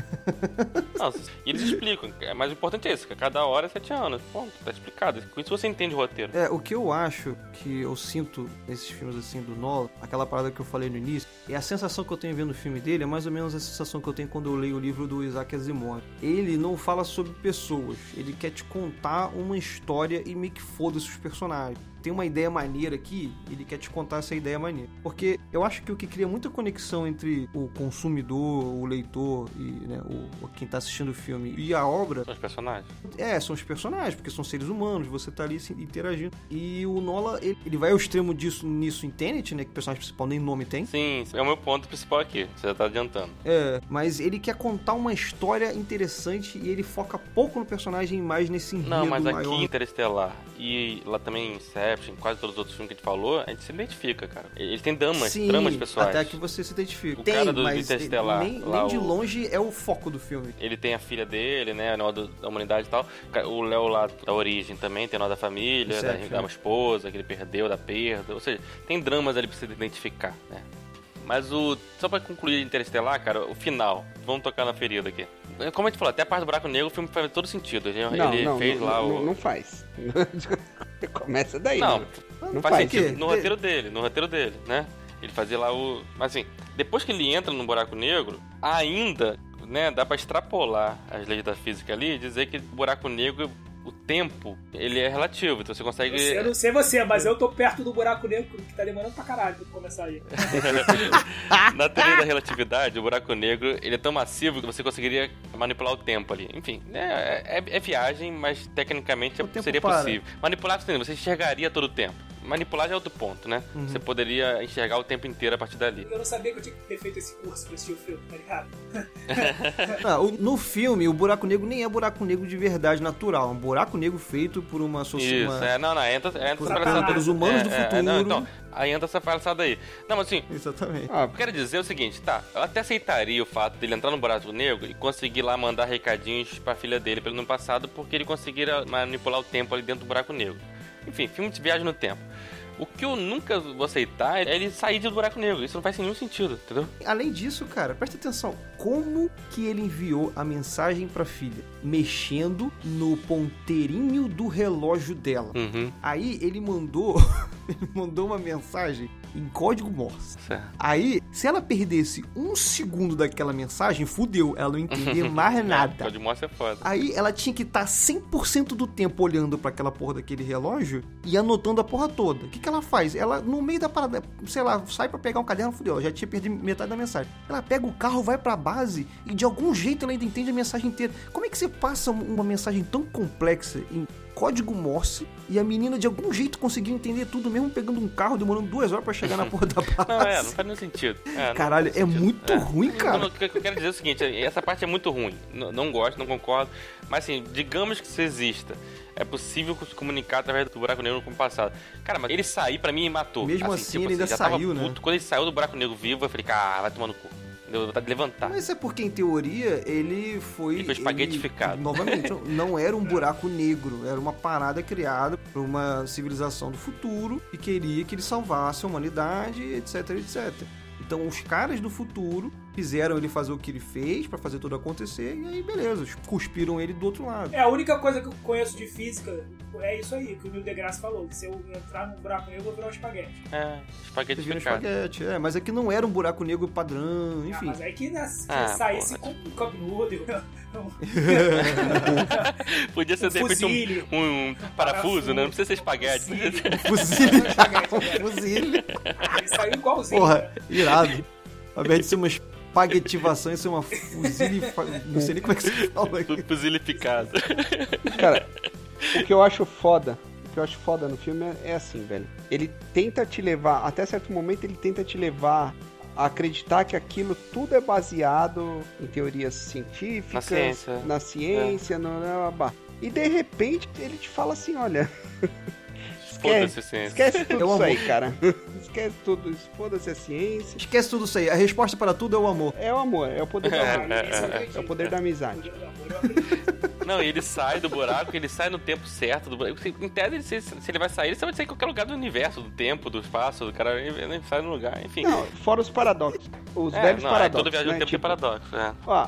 A: não, e eles explicam. Mas o importante é isso, que a cada hora é sete anos. Ponto, tá explicado. Com isso você entende o roteiro.
D: É, o que eu acho que eu sinto nesses filmes assim do Nolan, aquela parada que eu falei no início, e a sensação que eu tenho vendo o filme dele é mais ou menos a sensação que eu tenho quando eu leio o livro do Isaac Asimov. Ele não fala sobre pessoas, ele quer te contar uma história e meio que foda-se os personagens. Tem uma ideia maneira aqui, ele quer te contar essa ideia maneira. Porque eu acho que o que cria muita conexão entre o consumidor, o leitor e né, o, quem tá assistindo o filme e a obra
A: São os personagens.
D: é, são os personagens, porque são seres humanos, você tá ali se interagindo. E o Nola, ele, ele vai ao extremo disso nisso em Tenet, né? Que o personagem principal nem nome tem.
A: Sim, é o meu ponto principal aqui. Você já tá adiantando.
D: É, mas ele quer contar uma história interessante e ele foca pouco no personagem e mais nesse enredo
A: Não, mas aqui
D: maior.
A: em Interestelar e lá também em Inception, quase todos os outros filmes que a gente falou, a gente se identifica, cara. Eles têm damas,
D: Sim,
A: tramas pessoais.
D: até que você se identifica.
A: O
D: tem,
A: cara do
D: mas
A: Interestelar,
D: nem,
A: lá
D: nem de
A: o-
D: longe é o foco do filme.
A: Ele tem a filha dele, né? O nó do- da humanidade e tal. Ca- O Léo lá da origem também tem o nó da família,
B: é,
A: da,
D: Inception.
A: da esposa que ele perdeu, da perda. Ou seja, tem dramas ali pra você identificar, né? Mas o. Só pra concluir Interestelar, cara, o final. Vamos tocar na ferida aqui. É, Como a gente falou, até a parte do buraco negro o filme faz todo sentido. Ele,
B: Não,
A: ele
B: não,
A: fez
B: não,
A: lá
B: não,
A: o.
B: não faz. Começa daí.
A: Não,
B: né?
A: não,
B: não
A: faz
B: faz.
A: sentido.
D: Por quê?
A: No roteiro dele, no roteiro dele, né? Ele fazia lá o. Mas assim, depois que ele entra no buraco negro, ainda, né, dá pra extrapolar as leis da física ali e dizer que buraco negro, o tempo, ele é relativo. Então você consegue.
D: É
C: você- Eu não sei você, mas eu tô perto do buraco negro que tá demorando pra caralho pra começar aí.
A: Na teoria da relatividade, o buraco negro ele é tão massivo que você conseguiria manipular o tempo ali. Enfim, né, é, é viagem, mas tecnicamente
D: O tempo
A: seria
D: para.
A: possível. Manipular, você você enxergaria todo o tempo. Manipular já é outro ponto, né?
D: Uhum.
A: Você poderia enxergar o tempo inteiro a partir dali.
C: Eu não sabia que eu tinha que ter feito esse curso pra assistir o filme, tá ligado?
D: Ah, o- no filme, o buraco negro nem é buraco negro de verdade natural. É um buraco negro feito por uma sociedade.
A: Isso, é, não, não, aí entra, aí entra
D: Por-
A: essa palhaçada.
C: pelos
D: humanos
A: É,
D: do
A: é, não,
D: futuro.
A: então, aí entra essa palhaçada aí. Não, mas assim,
D: Exatamente.
B: Ah,
A: eu quero dizer o seguinte, tá, eu até aceitaria o fato dele entrar no buraco negro e conseguir lá mandar recadinhos pra filha dele pelo ano passado, porque ele conseguira manipular o tempo ali dentro do buraco negro. Enfim, filme de viagem no tempo. O que eu nunca vou aceitar é ele sair do buraco negro. Isso não faz nenhum sentido, entendeu?
D: Além disso, cara, presta atenção. Como que ele enviou a mensagem pra filha? Mexendo no ponteirinho do relógio dela.
A: Uhum.
D: Aí ele mandou, ele mandou uma mensagem em código Morse.
A: Certo.
D: Aí, se ela perdesse um segundo daquela mensagem, fudeu, ela não entender mais
A: É, o
D: nada.
A: de morte é foda.
D: Aí ela tinha que tá estar 100% do tempo olhando pra aquela porra daquele relógio e anotando a porra toda. O que, que ela faz? Ela, no meio da parada, sei lá, sai pra pegar um caderno, fudeu, ela já tinha perdido metade da mensagem. Ela pega o carro, vai pra base e de algum jeito ela ainda entende a mensagem inteira. Como é que você passa uma mensagem tão complexa em código Morse e a menina de algum jeito conseguiu entender tudo, mesmo pegando um carro, demorando duas horas pra chegar na porra da base?
A: Não, é, não faz nenhum sentido. É, não-
D: Caralho, é muito ruim,
A: Não,
D: cara.
A: o que eu quero dizer é o seguinte, essa parte é muito ruim. N- Não gosto, não concordo. Mas assim, digamos que isso exista. É possível se comunicar através do buraco negro com o passado. Cara, mas ele sair pra mim e matou. tipo
D: Mesmo assim, ele ainda
A: já
D: saiu,
A: tava
D: né?
A: puto. Quando ele saiu do buraco negro vivo, eu falei, cara, vai tomar no cu. Deu vontade de levantar.
D: Mas é porque, em teoria, ele foi.
A: Tá. Ele foi espaguetificado.
D: novamente, não- não era um buraco negro, era uma parada criada por uma civilização do futuro e queria que ele salvasse a humanidade, etc, etc. Então, os caras do futuro fizeram ele fazer o que ele fez pra fazer tudo acontecer e aí, beleza, cuspiram ele do outro lado.
C: É, a única coisa que eu conheço de física é isso aí, que o Neil deGrasse falou. que Se eu entrar num buraco negro, eu vou virar um espaguete.
A: É,
D: Eles viram
A: espaguetificado.
D: espaguete, é, mas é que não era um buraco negro padrão,
C: Ah,
D: enfim.
C: mas aí que, nas, que
A: Ah,
C: saísse
A: porra.
C: com um cup noodle,
A: Podia ser,
C: Um
A: de repente,
C: fuzile.
A: um, um, um parafuso, né? Não precisa ser espaguete.
C: Fuzile.
D: Fuzile.
C: Espaguete,
D: Fuzile.
C: ele saiu igualzinho.
D: Porra, irado. Ao invés de ser uma espaguetivação, isso é uma fusilifa... Não sei nem como é que se fala aqui.
A: Fuzilificado.
B: Cara, o que eu acho foda, o que eu acho foda no filme é- é, assim, velho. Ele tenta te levar, até certo momento ele tenta te levar a acreditar que aquilo tudo é baseado em teorias científicas,
A: Na ciência. É.
B: na ciência, no- na- na- na- E de repente ele te fala assim: olha,
A: Foda-se a ciência.
B: esquece tudo
D: Eu
B: isso
D: amo.
B: aí, cara. Esquece tudo isso. Foda-se a ciência.
D: Esquece tudo isso aí. A resposta para tudo é o amor.
B: É o amor, é o poder da amizade.
C: É,
B: É o poder da amizade.
A: Não, e ele sai do buraco, ele sai no tempo certo do buraco. Em tese, ele, se, se ele vai sair, ele vai sair em qualquer lugar do universo, do tempo, do espaço, do cara, ele, ele sai no lugar, enfim.
B: Não, fora os paradoxos. Os
A: é,
B: velhos
A: não, é,
B: paradoxos.
A: todo viagem no
B: né?
A: tempo
B: Tipo,
A: tem paradoxo, é.
B: ó,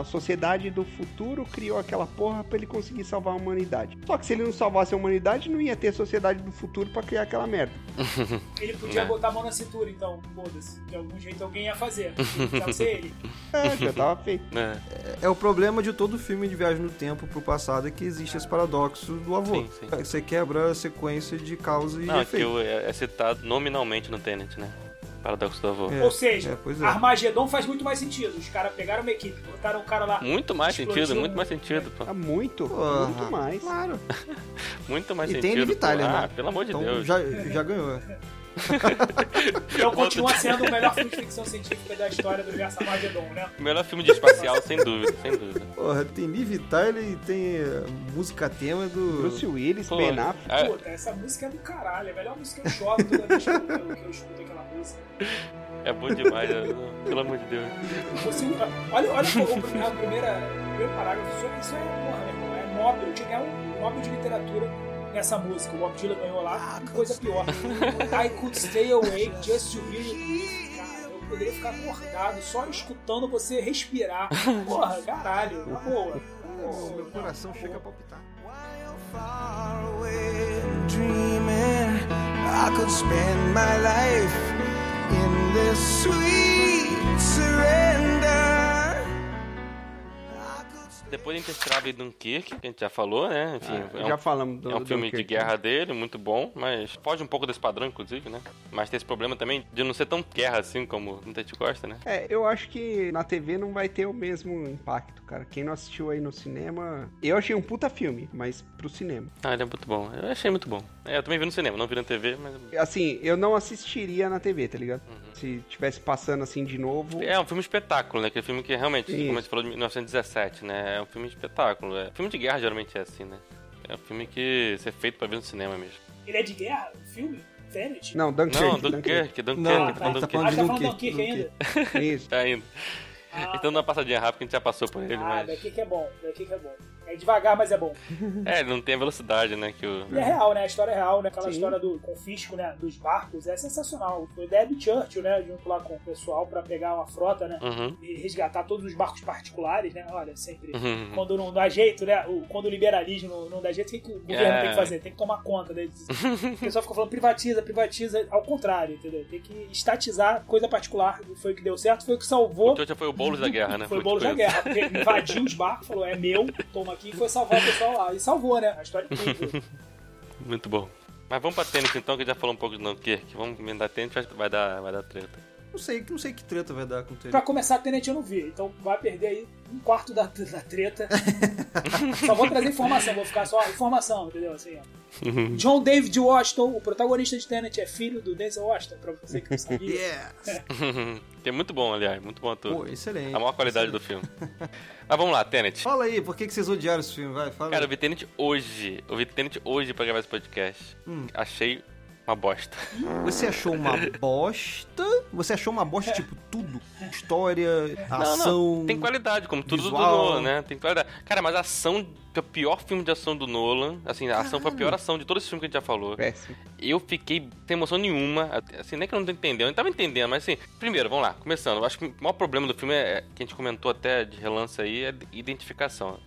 B: a sociedade do futuro criou aquela porra pra ele conseguir salvar a humanidade. Só que se ele não salvasse a humanidade, não ia ter sociedade do futuro pra criar aquela merda.
C: Ele podia
A: É.
C: botar a mão na cintura, então, foda-se. De algum jeito alguém ia fazer. Ia ser ele.
B: É, já tava feito.
A: É,
D: É o problema de todo filme de viagem no tempo pro passado é que existe esse paradoxo do avô.
A: Sim, sim.
D: Você quebra a sequência de causa e
A: Não, é que
D: efeito.
A: o- é, é citado nominalmente no Tenet, né? Paradoxo do avô.
D: É,
C: Ou seja,
D: é, pois é.
C: Armagedon faz muito mais sentido. Os caras pegaram uma equipe, botaram o cara lá.
A: Muito mais
C: Explodiu.
A: sentido, muito mais sentido, pô.
B: Tá muito,
D: Porra.
B: muito mais.
D: Claro.
A: Muito mais
D: E tem
A: sentido.
D: ele
A: pô.
D: Itália,
A: ah,
D: né?
A: pelo amor de
D: Então
A: Deus.
D: já, já ganhou.
C: Então
A: Volta-
C: continua sendo o melhor filme de ficção científica da história do universo Armagedon, né?
A: Melhor filme de espacial, sem dúvida, sem dúvida.
D: Porra, tem Liv Tyler e tem eh, música tema do.
B: Bruce Willis,
A: Pô,
B: Ben Affleck.
A: é,
C: Puta, essa música é do caralho. É a melhor música que eu choro toda vez que eu, que eu escuto aquela música.
A: É bom demais, né? pelo amor de Deus.
C: Você- olha, olha o, primeiro- a primeira, o primeiro parágrafo. Isso, é- isso é, porra, meu irmão, é Nobel. Tinha que ganhar um Nobel de literatura nessa música. O Bob Dylan ganhou lá. Que coisa pior. I could stay awake just to hear you. Cara, eu poderia ficar acordado só escutando você respirar. Porra, caralho. Na boa.
D: Pô, Meu coração chega a palpitar.
F: Far away dreaming I could spend my life in this sweet surrender. I could
A: Depois a gente trava em Dunkirk, que a gente já falou, né? Enfim, é um-
B: Ah, Já falamos do
A: É um
B: do
A: filme de
B: Dunkirk.
A: guerra dele, muito bom, mas foge um pouco desse padrão, inclusive, né? Mas tem esse problema também de não ser tão guerra assim como muita gente gosta, né?
B: É, eu acho que na TV não vai ter o mesmo impacto, cara. Quem não assistiu aí no cinema. Eu achei um puta filme, mas pro cinema.
A: Ah, ele é muito bom. Eu achei muito bom. É, eu também vi no cinema, não vi na TV, mas.
B: Assim, eu não assistiria na TV, tá ligado? Se tivesse passando assim de novo.
A: Uhum. É um filme espetáculo, né? Aquele filme que realmente,
B: Isso.
A: como a gente falou, de 1917, né? É um filme espetáculo. É. Filme de guerra geralmente é assim, né? É um filme que você é feito pra ver no cinema mesmo.
C: Ele é de guerra? O filme? Tenet?
B: Não, Dunkirk.
A: Não, Dunkirk, Dunkirk,
D: Não,
A: tá
D: ele
A: falando
D: tá
A: Dunkirk.
C: Ah,
D: falando
C: tá falando
D: Dunkirk,
C: do Kirk ainda?
B: Isso.
A: Tá indo. Então dá uma passadinha rápida que a gente já passou por ele,
C: Ah,
A: mas.
C: daqui que é bom. Daqui que é bom. É devagar, mas é bom.
A: É, ele não tem a velocidade, né? Que o.
C: E é real, né? A história é real, né? Aquela
B: Sim.
C: história do confisco, né? Dos barcos é sensacional. Foi ideia do Churchill, né? Junto lá com o pessoal pra pegar uma frota, né?
A: Uhum.
C: E resgatar todos os barcos particulares, né? Olha, sempre.
A: Uhum.
C: Quando não dá jeito, né? o- Quando o liberalismo não- não dá jeito, o que, que o governo
A: É.
C: tem que fazer? Tem que tomar conta. Né? O pessoal ficou falando privatiza, privatiza. Ao contrário, entendeu? Tem que estatizar coisa particular. Foi o que deu certo, foi o que salvou.
A: O Churchill Então foi o bolo da guerra, né?
C: Foi o
A: tipo
C: bolo da
A: isso.
C: guerra. porque ele invadiu os barcos, falou, é meu, toma aqui, e foi salvar o pessoal lá. E salvou, né? A história incrível.
A: Muito bom. Mas vamos pra tênis então, que já falou um pouco do Dunkirk. Vamos emendar tênis, vai- vai dar, vai dar treta.
D: Não sei, não sei que treta vai dar com o
C: Pra
D: Taylor.
C: começar, a Tenet eu não vi. Então vai perder aí um quarto da, da treta. só vou trazer informação, vou ficar só informação, entendeu? Assim, ó.
A: Uhum.
C: John David Washington, o protagonista de Tenet, é filho do Denzel Washington, pra você que não sabia.
D: Yes!
A: que é muito bom, aliás, muito bom ator.
D: Pô, excelente.
A: A maior qualidade do filme. Mas vamos lá, Tenet.
D: Fala aí, por que, que vocês odiaram esse filme? Vai, fala.
A: Cara, eu vi Tenet hoje. Eu vi Tenet hoje pra gravar esse podcast.
D: Hum.
A: Achei uma bosta.
D: Você achou uma bosta? Você achou uma bosta, tipo, tudo? História, ação.
A: Não, não. Tem qualidade, como tudo
D: visual.
A: do Nolan, né? Tem qualidade. Cara, mas a ação, o pior filme de ação do Nolan, assim, a ação foi a pior ação de todo esse filme que a gente já falou.
B: Péssimo.
A: Eu fiquei sem emoção nenhuma. Assim, nem que eu não tô entendendo. Eu tava entendendo, mas assim, primeiro, vamos lá, começando. Eu acho que o maior problema do filme é, que a gente comentou até de relance aí é de identificação.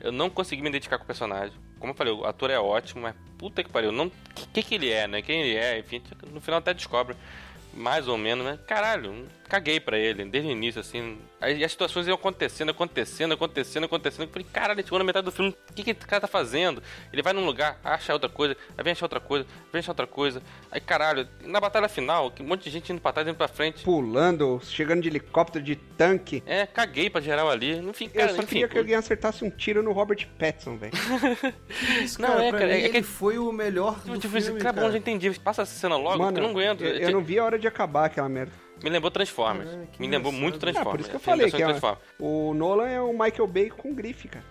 A: Eu não consegui me identificar com o personagem. Como eu falei, o ator é ótimo, mas puta que pariu. O que, que ele é, né? Quem ele é, enfim, a gente no final até descobre. Mais ou menos, né? Caralho, caguei pra ele, desde o início, assim. Aí as situações iam acontecendo, acontecendo, acontecendo, acontecendo. Eu falei, caralho, chegou na metade do filme, o que, que esse cara tá fazendo? Ele vai num lugar, acha outra coisa, aí vem achar outra coisa, vem achar outra coisa. Aí, caralho, na batalha final, que um monte de gente indo pra trás, indo pra frente.
B: Pulando, chegando de helicóptero, de tanque.
A: É, caguei pra geral ali. Enfim, cara,
B: eu só
A: enfim,
B: queria que alguém acertasse um tiro no Robert Pattinson, velho.
D: Isso,
A: Não,
D: cara,
A: é,
D: pra
A: cara,
D: mim,
A: é que-
D: ele foi o melhor do
A: Tipo,
D: filme,
A: tá bom,
D: cara.
A: já entendi. Passa essa cena logo,
B: Mano,
A: que eu não aguento.
B: Eu, eu não vi a hora de acabar aquela merda.
A: Me lembrou Transformers.
D: Caraca, que
A: Me lembrou
D: engraçado.
A: muito Transformers.
B: Ah, por isso que eu
A: A filmação
B: falei que é
A: de
B: uma-
A: Transformers.
B: O Nolan é o Michael Bay com grife, cara.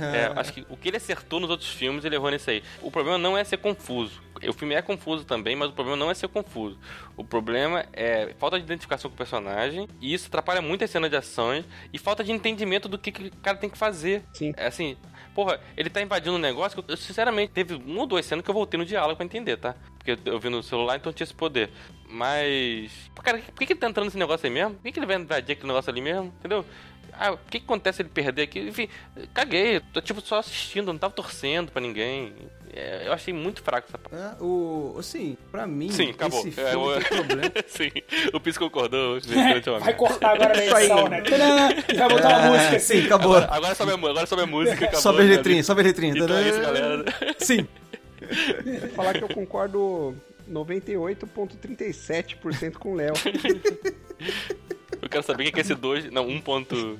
A: É, eu acho que o que ele acertou nos outros filmes, ele errou nisso aí. O problema não é ser confuso. O filme é confuso também, mas o problema não é ser confuso. O problema é falta de identificação com o personagem, e isso atrapalha muito as cenas de ações, e falta de entendimento do que, que o cara tem que fazer.
B: Sim.
A: É assim, porra, ele tá invadindo um negócio que eu, sinceramente, teve um ou dois cenas que eu voltei no diálogo pra entender, tá? Porque eu, eu vi no celular, então eu tinha esse poder. Mas. pô, Cara, por que, que ele tá entrando nesse negócio aí mesmo? Por que, que ele vai invadir aquele negócio ali mesmo? Entendeu? Ah, o que, que acontece se ele perder aqui? Enfim, caguei. Tô tipo só assistindo, não tava torcendo pra ninguém. É, eu achei muito fraco essa parte.
D: Ah, o, assim, pra mim,
A: Sim, acabou.
D: esse
A: É,
D: filme
A: eu-
D: tem problema.
A: Sim, o Piso concordou.
C: Vai cortar agora
A: É
C: na edição, né? Tcharam! E vai botar uma música assim.
D: É, Sim, acabou.
A: Agora, agora sobe a mu- agora sobe a música. acabou,
D: Sobe a
A: sabe?
D: letrinha, sobe a letrinha.
A: Então é isso, galera.
D: Sim.
B: Eu ia falar que eu concordo 98,37% com o Léo.
A: Eu quero saber o que que é esse 2. Não, 1. Ponto...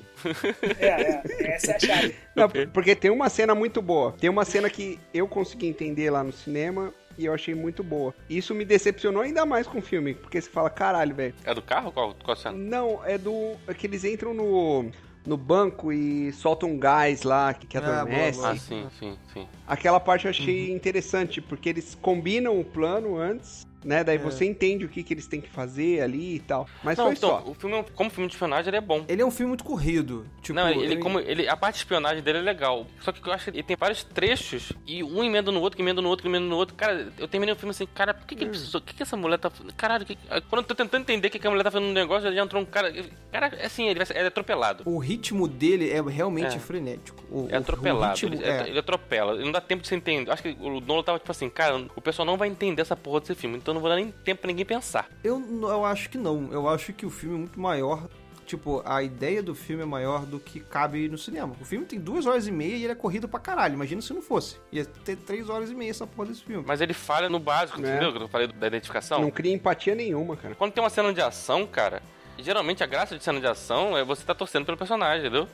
C: É, é, essa é a chave.
B: Não, porque tem uma cena muito boa. Tem uma cena que eu consegui entender lá no cinema e eu achei muito boa. Isso me decepcionou ainda mais com o filme, porque você fala, caralho, velho.
A: É do carro? Qual, qual cena?
B: Não, é do. É que eles entram no. No banco e soltam um gás lá que, que
D: Ah, boa,
B: adormece.
D: boa. Uhum.
A: Ah, sim, sim, sim.
B: Aquela parte eu achei interessante, porque eles combinam o plano antes, né?
D: É.
B: Daí você entende o que, que eles têm que fazer ali e tal. Mas
A: não,
B: foi
A: então,
B: só.
A: o filme, é um- como filme de espionagem, ele é bom.
D: Ele é um filme muito corrido. Tipo,
A: não, ele, ele como, ele, a parte de espionagem dele é legal. Só que eu acho que ele tem vários trechos e um emenda no outro, que emenda no outro, que emenda no outro. Cara, eu terminei o filme assim, cara, por que,
D: Hum.
A: que ele precisou? O que, que essa mulher tá. Caralho, que- quando eu tô tentando entender o que, que a mulher tá fazendo no negócio, já entrou um cara. Cara, é assim, ele vai ser ele é atropelado.
D: O ritmo dele é realmente
A: É.
D: frenético. O,
A: É
D: o-
A: atropelado.
D: O ritmo,
A: ele,
D: é.
A: ele atropela. Ele não dá tempo de se entender. Acho que o Nolan tava tipo assim, cara, o pessoal não vai entender essa porra desse filme, então eu não vou dar nem tempo pra ninguém pensar.
D: Eu, n- eu acho que não. Eu acho que o filme é muito maior. Tipo, a ideia do filme é maior do que cabe no cinema. O filme tem duas horas e meia e ele é corrido pra caralho. Imagina se não fosse. Ia ter três horas e meia essa porra desse filme.
A: Mas ele falha no básico,
B: É.
A: entendeu? Que eu falei da identificação.
B: Não cria empatia nenhuma, cara.
A: Quando tem uma cena de ação, cara, geralmente a graça de cena de ação é você tá torcendo pelo personagem, entendeu?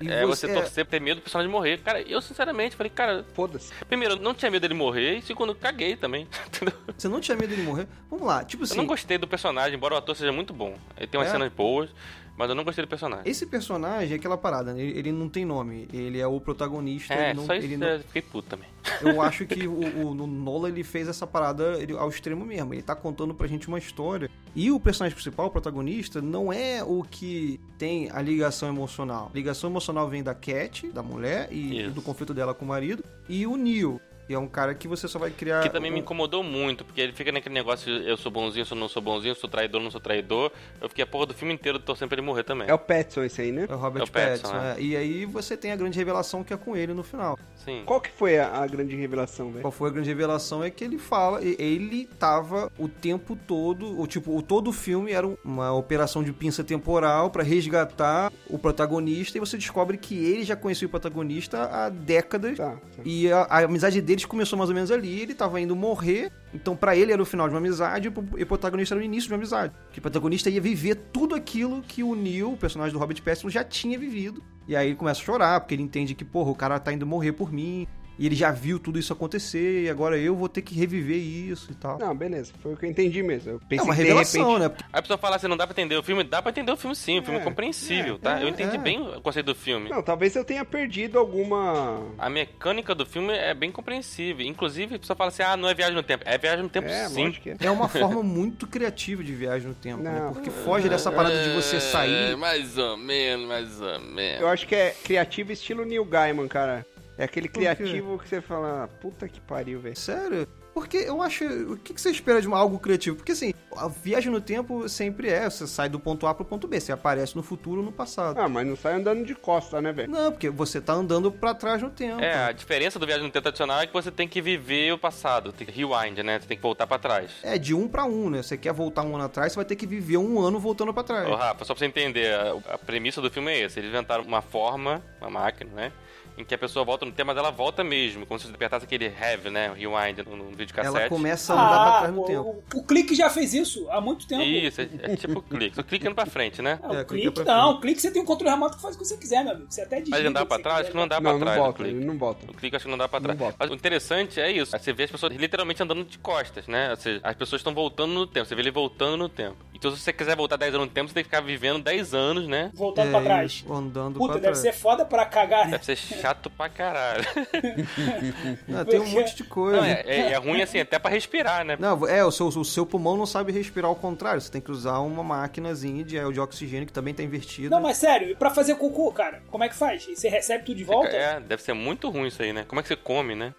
D: E
A: é você
D: é,
A: torcer, ter medo do personagem morrer. Cara, eu sinceramente falei, cara,
B: Foda-se.
A: primeiro, eu não tinha medo dele morrer, e segundo, eu caguei também, entendeu?
D: Você não tinha medo dele morrer? Vamos lá, tipo
A: Eu
D: assim.
A: não gostei do personagem, embora o ator seja muito bom. Ele tem umas
D: É?
A: cenas boas, mas eu não gostei do personagem.
D: Esse personagem é aquela parada, né? ele, ele não tem nome, ele é o protagonista.
A: é,
D: ele não,
A: só isso
D: ele
A: eu
D: não-
A: fiquei puto também.
D: Eu acho que o, o, o Nola ele fez essa parada ele- ao extremo mesmo. Ele tá contando pra gente uma história. E o personagem principal, o protagonista, não é o que tem a ligação emocional. A ligação emocional vem da Cat, da mulher, e,
A: Isso.
D: do conflito dela com o marido, e o Neil. que é um cara que você só vai criar.
A: Que também me
D: um-
A: incomodou muito, porque ele fica naquele negócio de eu sou bonzinho, eu sou- não sou bonzinho, eu sou traidor, eu não sou traidor. Eu fiquei a porra do filme inteiro torcendo pra ele morrer também.
B: É o Petson esse aí, né?
D: É o Robert
A: É o Pattinson,
D: Pattinson, é. E aí você tem a grande revelação que é com ele no final.
A: Sim.
B: Qual que foi a, a grande revelação, velho?
D: Qual foi a grande revelação é que ele fala, e- ele tava o tempo todo, o tipo, o todo o filme era uma operação de pinça temporal pra resgatar o protagonista e você descobre que ele já conhecia o protagonista há décadas.
B: Tá, tá.
D: E a, a amizade deles começou mais ou menos ali, ele tava indo morrer, então pra ele era o final de uma amizade e pro- e o protagonista era o início de uma amizade. Que o protagonista ia viver tudo aquilo que o Neil, o personagem do Robert Pattinson, já tinha vivido. E aí ele começa a chorar, porque ele entende que, porra, o cara tá indo morrer por mim, e ele já viu tudo isso acontecer, e agora eu vou ter que reviver isso e tal.
B: Não, beleza. Foi o que eu entendi mesmo. Eu pensei
D: é uma
B: que de
D: revelação,
B: repente-
D: né? Porque
A: Aí a pessoa fala assim, não dá pra entender o filme. Dá pra entender o filme sim, o filme é,
B: É,
A: compreensível,
B: é,
A: tá?
D: é,
A: eu entendi
D: é.
A: bem o conceito do
D: né?
A: filme.
B: Não, talvez eu tenha perdido alguma.
A: A mecânica do filme é bem compreensível. Inclusive, a pessoa fala assim, ah, não é viagem no tempo. É viagem no tempo
B: É,
A: sim.
B: lógico que é.
D: É uma forma muito criativa de viagem no tempo, né?
B: Não.
D: Porque foge dessa parada de você
A: É,
D: sair.
A: mais ou menos, mais ou menos.
B: Eu acho que é criativo estilo Neil Gaiman, cara. É aquele
D: quê?
B: criativo que você fala, puta que pariu, velho.
D: Sério? Porque eu acho. O que que você espera de uma- algo criativo? Porque assim, a viagem no tempo sempre é: você sai do ponto A pro ponto B, você aparece no futuro ou no passado.
B: Ah, mas não sai andando de costa, né, velho?
D: Não, porque você tá andando pra trás no tempo.
A: É, a diferença do viagem no tempo tradicional é que você tem que viver o passado. Tem que rewind, né? Você tem que voltar pra trás.
D: É de um pra um, né? Você quer voltar um ano atrás, você vai ter que viver um ano voltando pra trás.
A: Ô, Rafa, só pra você entender, a, a premissa do filme é essa. Eles inventaram uma forma, uma máquina, né? Em que a pessoa volta no tempo, mas ela volta mesmo. Como se você apertasse aquele have, né? Rewind no, no videocassete.
D: Ela começa a andar pra
C: Ah,
D: trás no tempo.
C: o, o clique já fez isso há muito tempo.
A: Isso, é, é tipo clique. Só clicando pra frente, né?
C: Ah, o
D: É, clica pra
C: clique não, o clique você tem um controle remoto que faz o que você quiser, meu amigo. Você até diz.
A: Mas ele andava pra trás? Acho que não andava
B: Não,
A: pra
B: não
A: trás
B: volta,
A: o
B: ele
A: clique.
B: não volta.
A: O clique acho que não dá pra
B: Não
A: trás.
B: volta.
A: Mas o interessante é isso. Você vê as pessoas literalmente andando de costas, né? Ou seja, as pessoas estão voltando no tempo. Você vê ele voltando no tempo. E Então, se você quiser voltar 10 anos no tempo, você tem que ficar vivendo 10 anos, né?
C: Voltando
D: É,
C: pra trás.
D: isso, Andando
C: Puta,
D: pra
C: deve
D: trás. É
C: ser foda pra cagar, né?
A: Deve ser chato pra caralho.
D: Ah, tem um monte de coisa.
A: Não, é, é, é ruim assim, até pra respirar, né?
D: Não, é, o seu, o seu pulmão não sabe respirar ao contrário. Você tem que usar uma maquinazinha de, de oxigênio que também tá invertida.
C: Não, mas sério, e pra fazer cocô, cara, como é que faz? E Você recebe tudo de volta?
A: É, deve ser muito ruim isso aí, né? Como é que você come, né?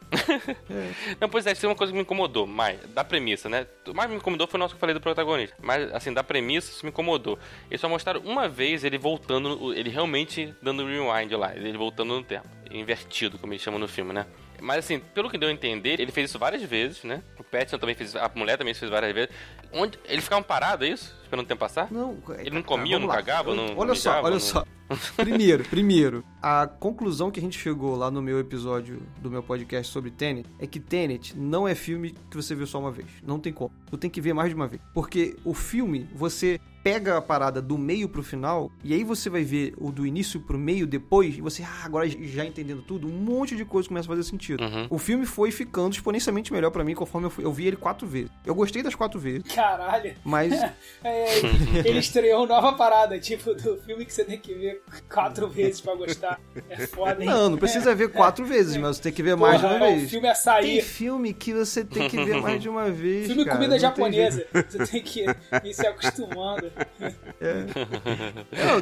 A: Não, pois é, isso é uma coisa que me incomodou, mas da premissa, né? O mais me incomodou foi o nosso que eu falei do protagonista. Mas, assim, da premissa, isso me incomodou. Eles só mostraram uma vez ele voltando, ele realmente dando rewind lá, ele voltando no tempo. Invertido, como eles chamam no filme, né? Mas assim, pelo que deu a entender, ele fez isso várias vezes, né? O Pattinson também fez, a mulher também fez várias vezes. Onde, eles ficavam parados, é isso? Esperando o tempo passar?
D: Não,
A: Ele não comia,
D: vamos
A: não
D: lá.
A: cagava, não-
D: Olha
A: não
D: só,
A: mijava,
D: olha
A: não-
D: só. Primeiro, primeiro, a conclusão que a gente chegou lá no meu episódio do meu podcast sobre Tenet é que Tenet não é filme que você viu só uma vez. Não tem como. Tu tem que ver mais de uma vez. Porque o filme, você pega a parada do meio pro final e aí você vai ver o do início pro meio depois e você, ah, agora já entendendo tudo, um monte de coisa começa a fazer sentido.
A: Uhum.
D: O filme foi ficando exponencialmente melhor pra mim conforme eu fui. Eu vi ele quatro vezes. Eu gostei das quatro vezes,
C: Caralho.
D: mas
C: É, ele estreou nova parada, tipo do filme que você tem que ver quatro vezes pra gostar. É foda, hein?
D: Hum. Não, não precisa ver quatro vezes, mas você tem que ver mais de
C: Porra,
D: uma
C: é, O
D: vez.
C: filme açaí.
D: Tem filme que você tem que ver mais de uma vez.
C: Filme
D: cara,
C: comida
D: não tem
C: japonesa. Você tem que ir se acostumando.
D: jeito.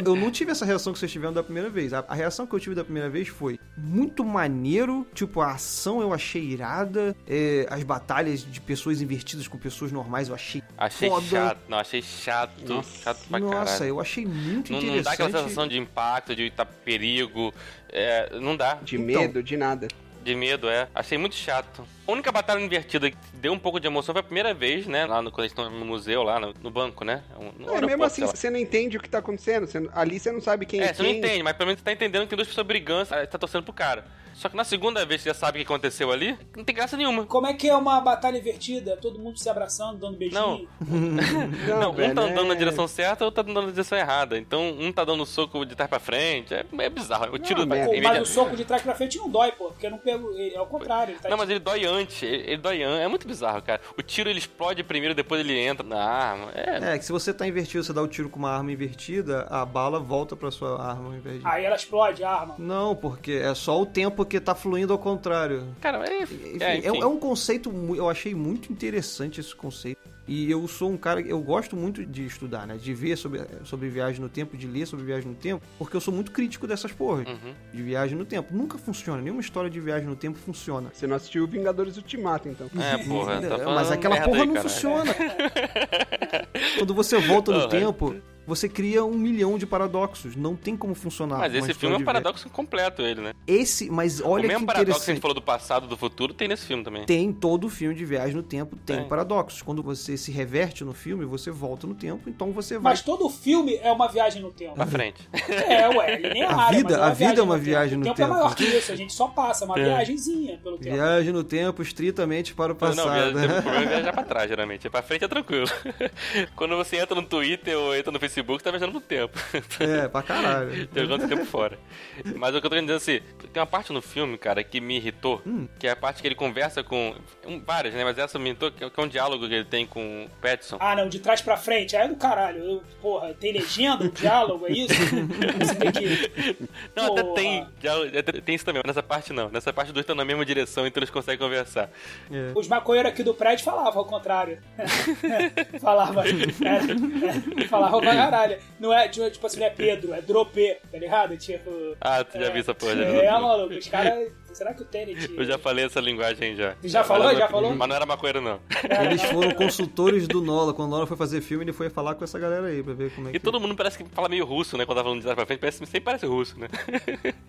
D: Não, eu não tive essa reação que vocês tiveram da primeira vez. A, a reação que eu tive da primeira vez foi muito maneiro. Tipo, a ação eu achei irada. é, as batalhas de pessoas invertidas com pessoas normais eu achei.
A: Achei
D: foda.
A: chato, não, achei chato, chato pra caralho.
D: Nossa, eu achei muito
A: Não, não dá
D: interessante.
A: aquela sensação de impacto, de tá perigo. É, não dá.
B: De
D: Então.
B: medo, de nada.
A: De medo, é. Achei muito chato. A única batalha invertida que deu um pouco de emoção foi a primeira vez, né? Lá no, quando eles estão no museu, lá no, no banco, né? No
B: É,
A: aeroporto,
B: mesmo assim,
A: sei lá.
B: você não entende o que tá acontecendo. você não- ali você não sabe quem é,
A: É, você não
B: quem.
A: entende, mas pelo menos você tá entendendo que tem duas pessoas brigando, você tá torcendo pro cara. Só que na segunda vez que você já sabe o que aconteceu ali, não tem graça nenhuma.
C: Como é que é uma batalha invertida? Todo mundo se abraçando, dando beijinho.
A: Não, um
B: velho,
A: tá andando na
B: é-
A: direção certa, outro tá andando na direção errada. Então, um tá dando soco de trás pra frente. É, é bizarro. O tiro pra...
B: merda.
A: em
C: Pô,
A: vez
C: né? mas
A: de-
C: o soco de trás pra frente não dói, pô. Porque não pego. É o contrário. Ele tá
A: Não, mas ele dói antes, ele, ele dói antes. É muito bizarro, cara. O tiro ele explode primeiro, depois ele entra na arma. É,
D: É, que se você tá invertido, você dá o tiro com uma arma invertida, a bala volta pra sua arma ao invés de.
C: Aí ela explode a arma.
D: Não, porque é só o tempo que tá fluindo ao contrário.
A: cara, é.
D: Enfim,
A: é,
D: é,
A: enfim.
D: é um conceito, mu- eu achei muito interessante esse conceito. E eu sou um cara, eu gosto muito de estudar, né? De ver sobre, sobre viagem no tempo, de ler sobre viagem no tempo, porque eu sou muito crítico dessas porras
A: Uhum.
D: de viagem no tempo. Nunca funciona, nenhuma história de viagem no tempo funciona.
B: Você não assistiu Vingadores Ultimato, então.
A: É, porra, tá
D: É,
A: falando
D: mas aquela
A: merda
D: porra
A: aí,
D: não
A: caralho.
D: funciona. Quando você volta no
A: Porra.
D: tempo, você cria um milhão de paradoxos. Não tem como funcionar.
A: Mas
D: uma
A: esse
D: história
A: filme é um
D: de
A: paradoxo completo, ele, né?
D: viagem. Esse, mas olha
A: o mesmo
D: que
A: paradoxo que a gente
D: interessante.
A: falou do passado, do futuro, tem nesse filme também.
D: Tem todo filme de viagem no tempo, tem,
A: Tem.
D: paradoxos. Quando você se reverte no filme, você volta no tempo, então você vai.
C: Mas todo filme é uma viagem no tempo.
D: Uhum.
A: Pra frente.
C: É, ué, linear.
D: A vida-
C: mas
D: a vida é uma
C: no
D: viagem no
C: tempo. O
D: tempo.
C: tempo é maior que isso, a gente só passa,
A: É.
C: uma viagemzinha pelo tempo.
D: Viagem no tempo estritamente para
A: Não,
D: o passado. né?
A: viaja- o problema é viajar pra trás, geralmente. Pra frente é tranquilo. Quando você entra no Twitter ou entra no Facebook, tá viajando no tempo.
D: é, pra caralho.
A: Jogando tempo fora. Mas o que eu tô querendo dizer assim, tem uma parte no filme, cara, que me irritou,
C: Hum.
A: que é a parte que ele conversa com. um, várias, né? Mas essa me irritou, que é que é um diálogo que ele tem com o Petson.
C: Ah, não, de trás pra frente, aí é do caralho. Eu, porra, tem legenda, um diálogo, é isso? Você tem que.
A: Não, até
C: Porra.
A: tem. diálogo- até tem isso também. mas Nessa parte não. Nessa parte os dois estão na mesma direção, então eles conseguem conversar.
D: É.
C: Os maconheiros aqui do prédio falavam ao contrário. falava. É, é, falava pra caralho. Não é, tipo tipo assim, não é Pedro, é Dropê, tá ligado? Tipo.
A: Ah, tu já viu essa porra, já viu?
C: É, maluco, os caras. Será que o Tenet.
A: Eu já falei essa linguagem já.
C: Já falou?
A: Mas-
C: Já falou?
A: Mas não era maconheiro, não.
D: Eles foram consultores do Nola. Quando o Nola foi fazer filme, ele foi falar com essa galera aí pra ver como é que.
A: E todo mundo parece que fala meio russo, né? Quando tá falando de trás pra frente, parece, sempre parece russo, né?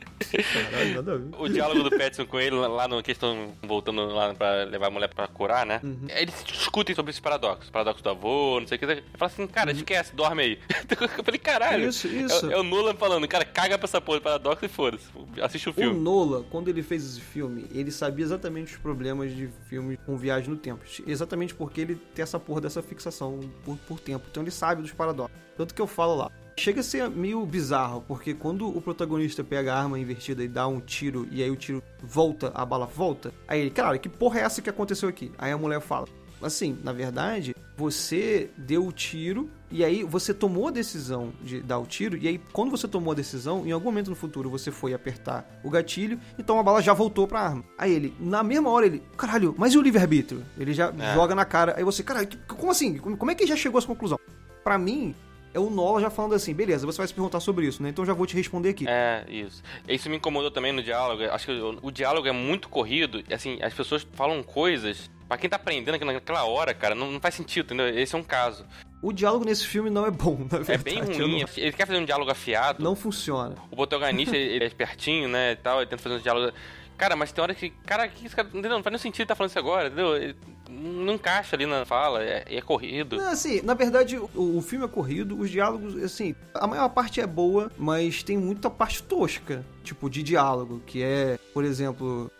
D: Caralho, nada a ver.
A: o diálogo do Petson com ele lá no que eles estão voltando lá pra levar a mulher pra curar, né?
D: Uhum.
A: Eles discutem sobre esse paradoxo, paradoxo do avô, não sei o que. Ele fala assim, cara, esquece, dorme aí. Então, Eu falei, caralho.
D: Uhum. Isso, isso.
A: É, é o Nolan falando, cara, caga pra essa porra de paradoxo e foda-se. Assiste o
D: O
A: filme.
D: Nola, quando ele fez esse filme, ele sabia exatamente os problemas de filmes com viagem no tempo. Exatamente porque ele tem essa porra dessa fixação por, por tempo. Então ele sabe dos paradoxos. Tanto que eu falo lá. Chega a ser meio bizarro, porque quando o protagonista pega a arma invertida e dá um tiro, e aí o tiro volta, a bala volta, aí ele, cara, que porra é essa que aconteceu aqui? Aí a mulher fala, Assim, na verdade, você deu o tiro e aí você tomou a decisão de dar o tiro e aí quando você tomou a decisão, em algum momento no futuro você foi apertar o gatilho, então a bala já voltou pra arma. Aí ele, na mesma hora ele, caralho, mas e o livre-arbítrio? Ele já joga na cara. Aí você, caralho, que- como assim? Como é que ele já chegou a essa conclusão? Pra mim, é o Nola já falando assim, beleza, você vai se perguntar sobre isso, né? Então eu já vou te responder aqui.
A: É, isso. Isso me incomodou também no diálogo. Acho que o, o diálogo é muito corrido. e, Assim, as pessoas falam coisas. Pra quem tá aprendendo aqui naquela hora, cara, não, não faz sentido, entendeu? Esse é um caso.
D: O diálogo nesse filme não é bom, na verdade.
A: É bem
D: Eu
A: ruim. Ele quer fazer um diálogo afiado.
D: Não, não funciona.
A: O protagonista, ele ele é espertinho, né, e tal, ele tenta fazer um diálogo... Cara, mas tem hora que... Cara, que esse cara... Entendeu? Não faz nenhum sentido ele tá falando isso agora, entendeu? Ele não encaixa ali na fala, é, é corrido.
D: Não, assim, na verdade, o, o filme é corrido, os diálogos, assim, a maior parte é boa, mas tem muita parte tosca, tipo, de diálogo, que é, por exemplo.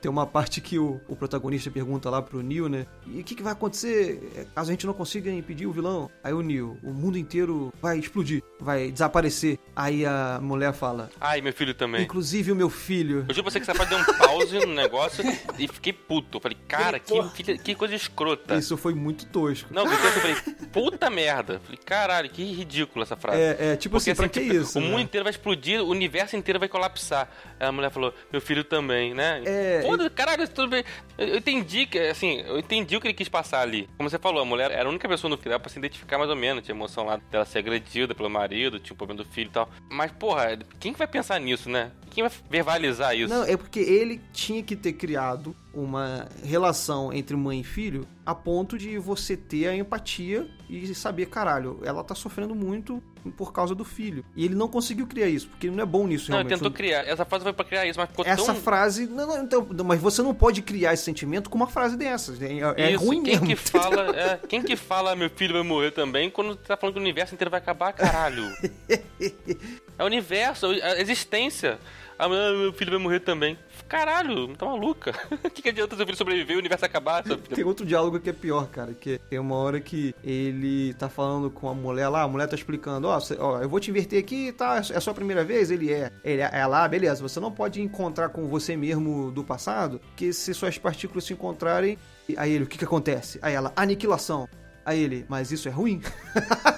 D: Tem uma parte que o, o protagonista pergunta lá pro Neil, né? E o que, que vai acontecer é, caso a gente não consiga impedir o vilão? Aí o Neil, o mundo inteiro vai explodir, vai desaparecer. Aí a mulher fala,
A: Ai, meu filho também.
D: inclusive o meu filho.
A: Eu juro pra você que essa parte deu um pause no negócio e fiquei puto. Eu falei, cara, que, filha- que coisa escrota.
D: Isso foi muito tosco.
A: é. Não, eu gritei, eu falei, puta merda. Eu Falei, caralho, que ridícula essa frase.
D: É, é, tipo assim, pra que
A: tipo,
D: isso?
A: O
D: né?
A: mundo inteiro vai explodir, o universo inteiro vai colapsar. Aí a mulher falou, meu filho também, né?
D: É,
A: Foda, caralho, tudo bem. Eu, eu entendi que, assim, eu entendi o que ele quis passar ali. Como você falou, a mulher era a única pessoa no final pra se identificar mais ou menos. Tinha emoção lá dela ser agredida pelo marido, tinha o problema do filho e tal. Mas, porra, quem que vai pensar nisso, né? Quem vai verbalizar isso?
D: Não, é porque ele tinha que ter criado uma relação entre mãe e filho a ponto de você ter a empatia e saber, caralho, ela tá sofrendo muito por causa do filho. E ele não conseguiu criar isso, porque ele não é bom nisso
A: Não, ele
D: realmente.
A: tentou criar. Essa frase foi pra criar isso, mas ficou
D: Essa
A: tão...
D: frase. Não, não, então, não, mas você não pode criar esse sentimento com uma frase dessas. né? É, é
A: Isso,
D: ruim
A: quem
D: mesmo.
A: Que
D: entendeu?
A: fala, é, quem que fala meu filho vai morrer também quando tá falando que o universo inteiro vai acabar, caralho. é o universo, a existência. Ah, meu meu filho vai morrer também. Caralho, tá maluca. O que, que adianta seu filho sobreviver e o universo acabar? sabe?
D: Tem outro diálogo que é pior, cara, que tem uma hora que ele tá falando com a mulher lá, a mulher tá explicando, ó, cê- ó, eu vou te inverter aqui, tá? É sua primeira vez? Ele é. Ele é lá, beleza. Você não pode encontrar com você mesmo do passado, que se suas partículas se encontrarem, e- aí ele, o que que acontece? Aí ela, aniquilação. Aí ele, mas isso é ruim?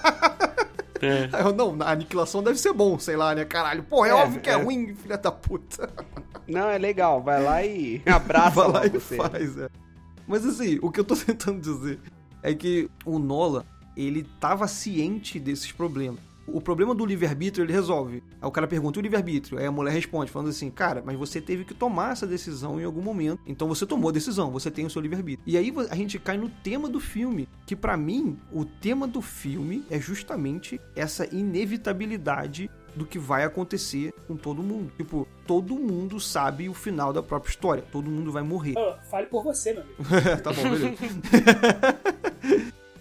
D: Aí eu, não, a aniquilação deve ser bom, sei lá, né? Caralho, pô, é,
B: É,
D: óbvio que é, Tá
B: é.
D: ruim, filha da puta.
B: Não, é legal. Vai lá e abraça
D: Vai lá e
B: você.
D: faz, é. Mas assim, o que eu tô tentando dizer é que o Nola, ele tava ciente desses problemas. O problema do livre-arbítrio ele resolve. Aí o cara pergunta e o livre-arbítrio. Aí a mulher responde, falando assim: Cara, mas você teve que tomar essa decisão em algum momento. Então você tomou a decisão, você tem o seu livre-arbítrio. E aí vo- a gente cai no tema do filme. Que pra mim, o tema do filme é justamente essa inevitabilidade do que vai acontecer com todo mundo. Tipo, todo mundo sabe o final da própria história. Todo mundo vai morrer.
C: Ô, fale por você, meu amigo.
D: É, tá bom, beleza.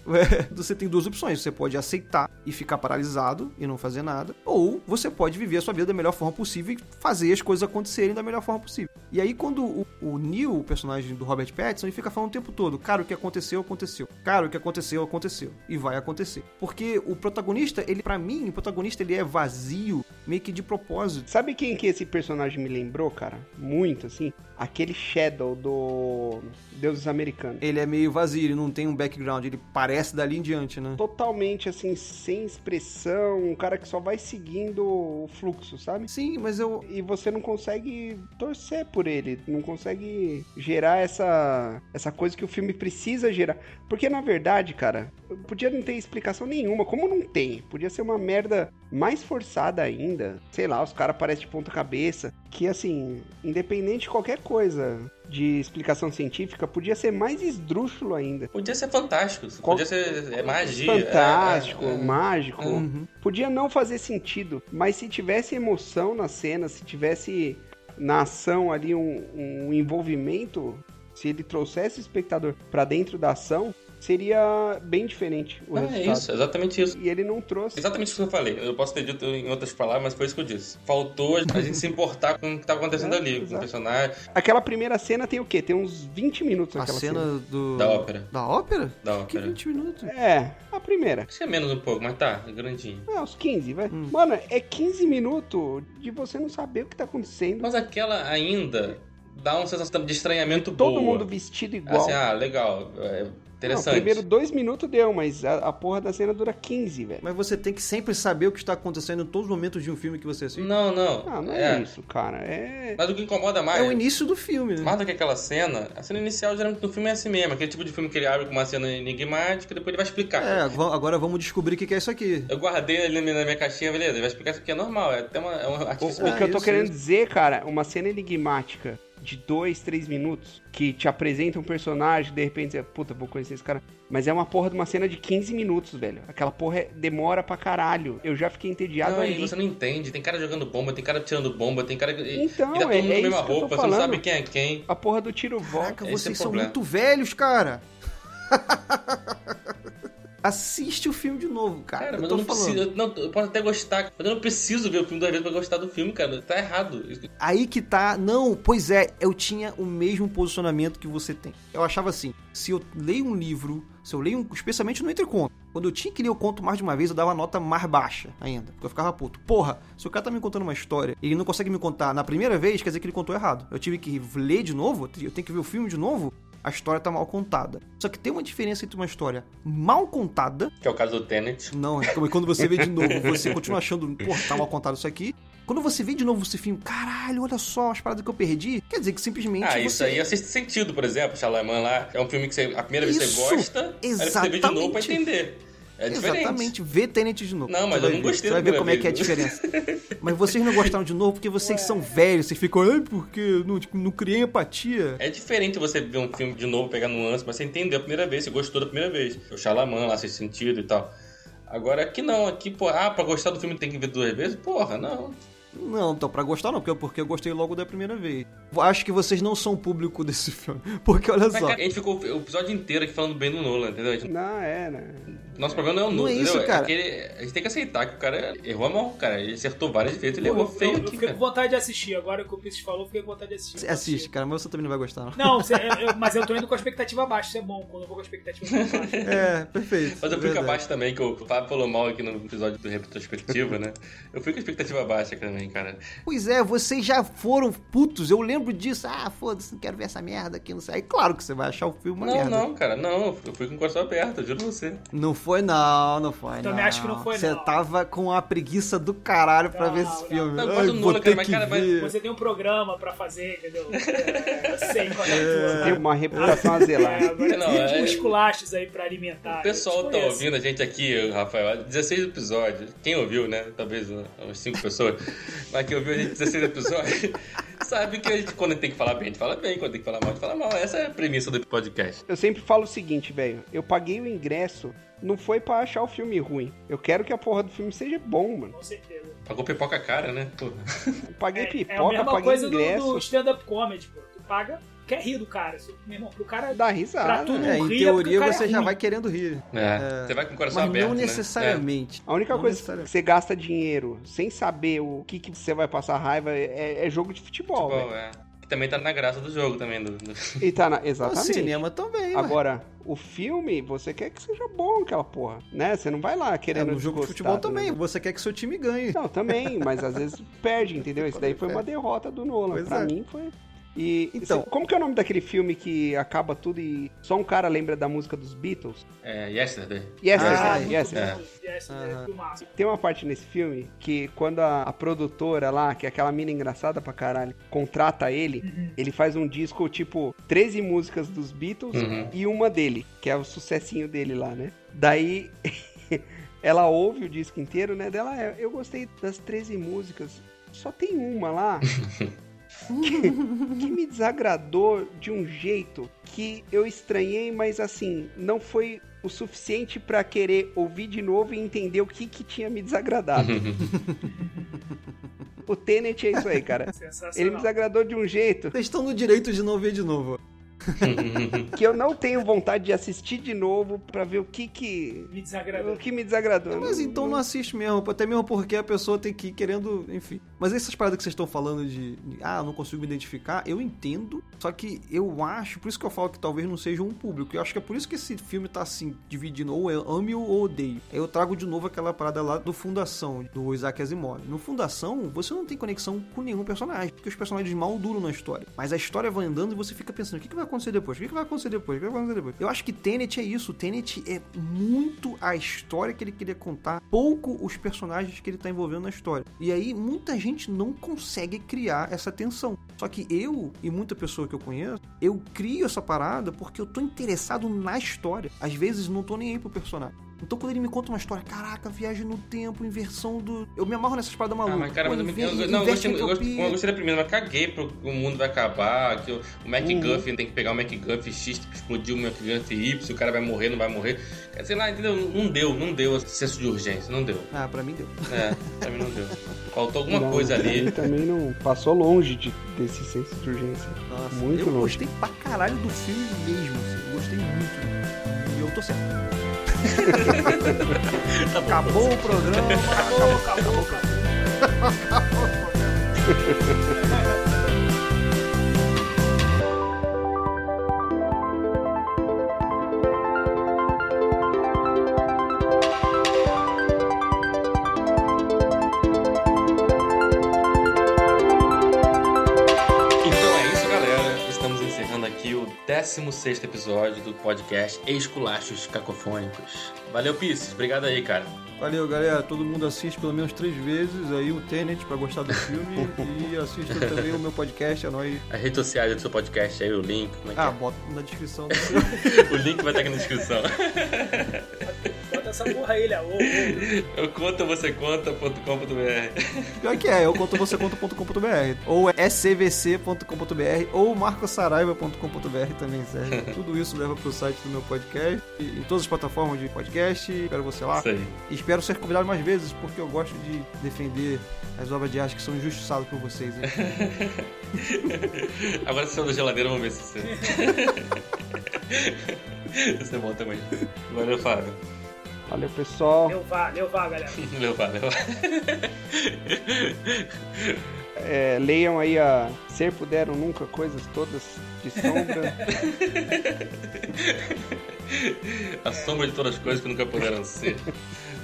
D: É, Você tem duas opções. Você pode aceitar e ficar paralisado e não fazer nada, ou você pode viver a sua vida da melhor forma possível e fazer as coisas acontecerem da melhor forma possível. E aí, quando o, o Neil, o personagem do Robert Pattinson, ele fica falando o tempo todo: Cara, o que aconteceu, aconteceu. Cara, o que aconteceu, aconteceu. E vai acontecer. Porque o protagonista, ele, para mim, o protagonista, ele é vazio, meio que de propósito.
B: Sabe quem que esse personagem me lembrou, cara? Muito, assim. Aquele Shadow do Deuses Americanos.
D: Ele é meio vazio, ele não tem um background, ele parece dali em diante, né?
B: Totalmente, assim, sem expressão. Um cara que só vai seguindo o fluxo, sabe?
D: Sim, mas eu,
B: E você não consegue torcer por ele, não consegue gerar essa, essa coisa que o filme precisa gerar. Porque, na verdade, cara, podia não ter explicação nenhuma, como não tem. Podia ser uma merda mais forçada ainda. Sei lá, os caras parecem de ponta cabeça. Que, assim, independente de qualquer coisa de explicação científica, podia ser mais esdrúxulo ainda.
G: Podia ser fantástico.
B: Qual-
G: Podia ser é magia. é-
B: Fantástico,
G: é- é-
B: mágico.
D: Uhum.
B: Podia não fazer sentido, mas se tivesse emoção na cena, se tivesse na ação ali um, um envolvimento, se ele trouxesse o espectador pra dentro da ação, seria bem diferente o
G: Ah, é
B: resultado.
G: isso, exatamente isso.
B: E ele não trouxe.
G: Exatamente isso que eu falei. Eu posso ter dito em outras palavras, mas foi isso que eu disse. Faltou a gente se importar com o que tá acontecendo
B: É,
G: ali, com o
B: exato.
G: personagem
B: Aquela primeira cena tem o quê? Tem uns 20 minutos
D: A
B: aquela
D: cena do.
G: da ópera.
D: Da ópera?
G: Da
D: Que
G: ópera.
D: 20 minutos?
B: É, a primeira.
G: Acho que é menos um pouco, mas tá, é grandinho.
B: É, uns 15, vai.
D: Hum.
B: Mano, é 15 minutos de você não saber o que tá acontecendo.
G: Mas aquela ainda dá uma sensação de estranhamento
B: Todo
G: boa.
B: mundo vestido igual.
G: Assim, ah, legal. é,
B: Não,
A: Interessante.
B: primeiro dois minutos deu, mas a, a porra da cena dura 15, velho.
D: Mas você tem que sempre saber o que está acontecendo em todos os momentos de um filme que você assiste.
A: Não, não.
B: Não, não é,
A: é.
B: isso, cara. É.
A: Mas o que incomoda mais.
D: É o início do filme, né?
A: Mais do que aquela cena, a cena inicial geralmente do filme é assim mesmo, aquele tipo de filme que ele abre com uma cena enigmática e depois ele vai explicar.
D: É, va- agora vamos descobrir o que que é isso aqui.
A: Eu guardei ali na minha caixinha, beleza, ele vai explicar isso porque é normal, é até uma, é um
B: O,
A: artifício.
B: o que eu tô
D: isso,
B: querendo
D: isso.
B: dizer, cara, uma cena enigmática de dois, três minutos que te apresenta um personagem, de repente você, puta, vou conhecer esse cara. Mas é uma porra de uma cena de 15 minutos, velho. Aquela porra é- demora pra caralho. Eu já fiquei entediado
A: Não,
B: ali.
A: e você não entende, tem cara jogando bomba, tem cara tirando bomba, tem cara que. e-
B: Então,
A: e tá todo mundo
B: é- é
A: na mesma
B: isso que eu tô
A: roupa, você não
B: falando.
A: sabe quem é quem.
B: A porra do tiro volta.
D: Caraca,
A: Esse é
D: vocês
A: o
D: são
A: problema.
D: muito velhos, cara! Assiste o filme de novo, cara.
A: Cara,
D: Tá, eu
A: mas
D: tô
A: eu não
D: falando.
A: preciso. Eu, não, eu posso até gostar, mas eu não preciso ver o filme duas vezes pra gostar do filme, cara. Tá errado. Isso-
D: Aí que tá. Não, pois é, eu tinha o mesmo posicionamento que você tem. Eu achava assim: se eu leio um livro, se eu leio um. Especialmente no Entre Conto. Quando eu tinha que ler o conto mais de uma vez, eu dava a nota mais baixa ainda. Porque eu ficava puto. Porra, se o cara tá me contando uma história e ele não consegue me contar na primeira vez, quer dizer que ele contou errado. Eu tive que ler de novo, eu tenho que ver o filme de novo. A história tá mal contada. Só que tem uma diferença entre uma história mal contada
A: Que é o caso do Tenet.
D: não, é como quando você vê de novo, você continua achando, pô, tá mal contado isso aqui. Quando você vê de novo esse filme, caralho, olha só as paradas que eu perdi. Quer dizer que simplesmente.
A: Ah,
D: você...
A: isso aí assiste sentido, por exemplo, Shalaman lá. É um filme que você, a primeira vez
D: Isso,
A: você gosta, aí você vê de novo pra
D: exatamente.
A: entender. É diferente.
D: Exatamente, vê Tenet de novo.
A: Não, mas
D: Você
A: eu
D: vai
A: não
D: ver,
A: gostei
D: Você vai
A: da
D: ver como é que é a
A: primeira
D: diferença. mas vocês não gostaram de novo porque vocês são velhos, vocês ficam, ai, porque eu não, tipo, não criei empatia.
A: É diferente você ver um filme de novo, pegar nuances, mas você entendeu a primeira vez, você gostou da primeira vez. O Xalaman lá, fez sentido e tal. Agora aqui não, aqui, pô, ah, pra gostar do filme tem que ver duas vezes? Porra, não.
D: Não, então, pra gostar não, porque eu, porque eu gostei logo da primeira vez. Acho que vocês não são o público desse filme. Porque olha
A: Mas,
D: só.
A: cara, a gente ficou o episódio inteiro aqui falando bem do Nolan, entendeu? A gente-
B: Não, é, né?
A: Nosso problema não é o
D: Não
A: Nolan,
D: é isso,
A: entendeu?
D: cara.
A: que ele- a gente tem que aceitar que o cara errou a mão, cara. Ele acertou várias vezes, ele
C: Eu,
A: errou
C: eu,
A: feio
C: eu
A: aqui,
C: fiquei com
A: cara.
C: vontade de assistir. Agora que o Piss falou, eu fiquei com vontade de assistir.
D: Assiste, cara, mas você também não vai gostar, não.
C: Não, cê- eu- eu- mas eu tô indo com a expectativa baixa. Isso é bom quando eu vou com a expectativa muito baixa.
D: É, perfeito.
A: Mas eu fico
D: verdade.
A: abaixo também, que o Fábio falou mal aqui no episódio do Retrospectiva, né? Eu fico com expectativa baixa também, cara.
D: Pois é, vocês já foram putos, eu lembro disso. Ah, foda-se, não quero ver essa merda aqui, não sei. Aí, claro que você vai achar o filme uma
A: não,
D: merda.
A: não, cara, não. Eu fui com o coração aberto, eu juro pra você.
D: Não foi não, não foi
C: Também
D: não.
C: acho que não foi,
D: Você
C: não.
D: tava com a preguiça do caralho pra
C: Não,
D: ver esse
C: não.
D: filme.
A: Não, eu
D: Ai,
A: gosto do
D: vou
A: Nolan,
D: ter
A: cara, mas,
D: que
A: cara, mas-
D: ver.
C: Você tem um programa pra fazer, entendeu? É, eu sei qual é a
B: Tem
C: tua.
B: uma reputação a zelar.
C: É, agora
A: um Não,
C: tem
A: é-
C: uns culachos aí pra alimentar.
A: O pessoal
C: Ah, eu
A: tá
C: te conheço.
A: ouvindo a gente aqui, Rafael, há 16 episódios. Quem ouviu, né? Talvez uh, umas 5 pessoas. Mas quem ouviu a gente 16 episódios sabe que a gente, quando tem que falar bem, a gente fala bem. Quando tem que falar mal, a gente fala mal. Essa é a premissa do podcast.
B: Eu sempre falo o seguinte, velho. Eu paguei o ingresso, não foi pra achar o filme ruim. Eu quero que a porra do filme seja bom, mano.
C: Com certeza.
A: Pagou pipoca cara, né? Pô.
B: Eu paguei
C: É, é a
B: pipoca,
C: mesma
B: paguei
C: coisa do,
B: ingresso.
C: do stand-up comedy, pô. Tu paga, quer rir do cara. Isso, Meu irmão, pro
A: Ah,
C: cara
B: Dá
C: Pra
B: risada. né?
C: tudo.
D: É, em
C: Ria porque
D: teoria
C: o cara
D: você
C: é
D: já
C: ruim.
D: vai querendo rir.
A: É. Você vai com o coração
D: Mas
A: aberto.
D: não
A: né?
D: necessariamente.
B: A única
D: Não
B: coisa que
D: necessariamente.
B: você gasta dinheiro sem saber o que, que você vai passar raiva é, é jogo de
A: É.
B: futebol,
A: Futebol, é. Que também tá na graça do jogo também. Do, do-
B: velho. E tá na...
D: O
B: Exatamente.
D: cinema também, ué.
B: Agora, o filme, você quer que seja bom aquela porra, né? Você não vai lá
D: É,
B: querendo
D: no jogo de
B: desgostar
D: futebol
B: do
D: também.
B: negócio.
D: Você quer que seu time ganhe.
B: Não, também, mas às vezes perde, entendeu? Isso daí foi uma derrota do Nolan.
D: Pois
B: pra
D: é.
B: mim foi... E,
D: Então.
B: então, como que é o nome daquele filme que acaba tudo e só um cara lembra da música dos Beatles?
A: é, yesterday.
D: Ah,
B: Yesterday,
D: muito
B: Yesterday.
A: É.
C: Yes, é filmaço.
B: Tem uma parte nesse filme que quando a, a produtora lá, que é aquela mina engraçada pra caralho, contrata ele, ele faz um disco tipo 13 músicas dos Beatles
A: Uhum.
B: e uma dele, que é o sucessinho dele lá, né? Daí ela ouve o disco inteiro, né? Dela, "É, eu gostei das 13 músicas, só tem uma lá que me desagradou de um jeito que eu estranhei, mas assim, não foi o suficiente pra querer ouvir de novo e entender o que que tinha me desagradado. o Tenet é isso aí, cara. Ele me
C: Sensacional.
B: desagradou de um jeito
D: Vocês estão no direito de não ver de novo.
B: que eu não tenho vontade de assistir de novo pra ver o que que
C: Me
B: o
C: desagradou.
B: que me desagradou.
D: então Mas então não assiste mesmo, até mesmo porque a pessoa tem que ir querendo, enfim. Mas essas paradas que vocês estão falando de, de, ah, não consigo me identificar, eu entendo, só que eu acho, por isso que eu falo que talvez não seja um público. Eu acho que é por isso que esse filme tá assim, dividindo ou eu ame ou odeio. Aí eu trago de novo aquela parada lá do Fundação, do Isaac Asimov. No Fundação, você não tem conexão com nenhum personagem, porque os personagens mal duram na história. Mas a história vai andando e você fica pensando, o que, que vai acontecer depois? O que, que vai acontecer depois? O que vai acontecer depois? Eu acho que Tenet é isso. Tenet é muito a história que ele queria contar, pouco os personagens que ele tá envolvendo na história. E aí, muita gente não consegue criar essa tensão. Só que eu e muita pessoa que eu conheço, eu crio essa parada porque eu tô interessado na história. Às vezes não tô nem aí pro personagem. Então quando ele me conta uma história, caraca, viagem no tempo, inversão do. Eu me amarro nessas paradas
A: Ah,
D: malucas.
A: mas cara,
D: Pô,
A: mas eu, me-
D: inver-
A: eu, não, eu gostei,
D: inverte
A: eu gostei,
D: entropia.
A: eu gostei da primeira, mas caguei pro que o mundo vai acabar, que o, o MacGuff
D: Uhum.
A: tem que pegar o MacGuff X, que explodiu o MacGuff Y, o cara vai morrer, não vai morrer. Cara, Sei lá, entendeu? Não deu, não deu esse senso de urgência, não deu.
D: Ah, pra mim deu.
A: É, pra mim não deu. Faltou alguma
B: Não,
A: coisa
B: pra mim
A: ali.
B: também não passou longe de, desse senso de urgência.
D: Nossa,
B: Muito
D: eu
B: louco.
D: gostei pra caralho do filme mesmo. assim, Eu gostei muito. E eu tô certo.
A: Tá
D: acabou o programa. Acabou, acabou, acabou.
A: Então é isso, galera. Estamos encerrando aqui o 16 episódio do podcast Esculachos Cacofônicos. Valeu, Pisces. Obrigado aí, cara.
D: Valeu, galera. Todo mundo assiste pelo menos três vezes aí o Tenet pra gostar do filme. e assista também o meu podcast, a nós.
A: As redes sociais do seu podcast aí, o link. Como é que
D: Ah, bota na descrição do seu.
A: é? O link vai estar aqui na descrição.
C: Bota essa porra aí, Léo. Ô, ô.
A: Eu conto, você conta.com.br.
D: Pior que é, eu conto você conta.com.br ou é scvc.com.br ou marcosaraiva.com.br também serve. Tudo isso leva pro site do meu podcast e em todas as plataformas de podcast. Espero você lá.
A: É Isso aí.
D: E espero ser convidado mais vezes, porque eu gosto de defender as obras de arte que são injustiçadas por vocês. hein?
A: Agora você saiu da geladeira, vamos ver se você. Você bom também. Valeu, Fábio.
B: Valeu, pessoal.
C: Leu vá, leu vá, galera.
A: Valeu, Fábio.
B: É, leiam aí a Ser Puderam Nunca, coisas todas de sombra.
A: A sombra de todas as coisas que nunca puderam ser.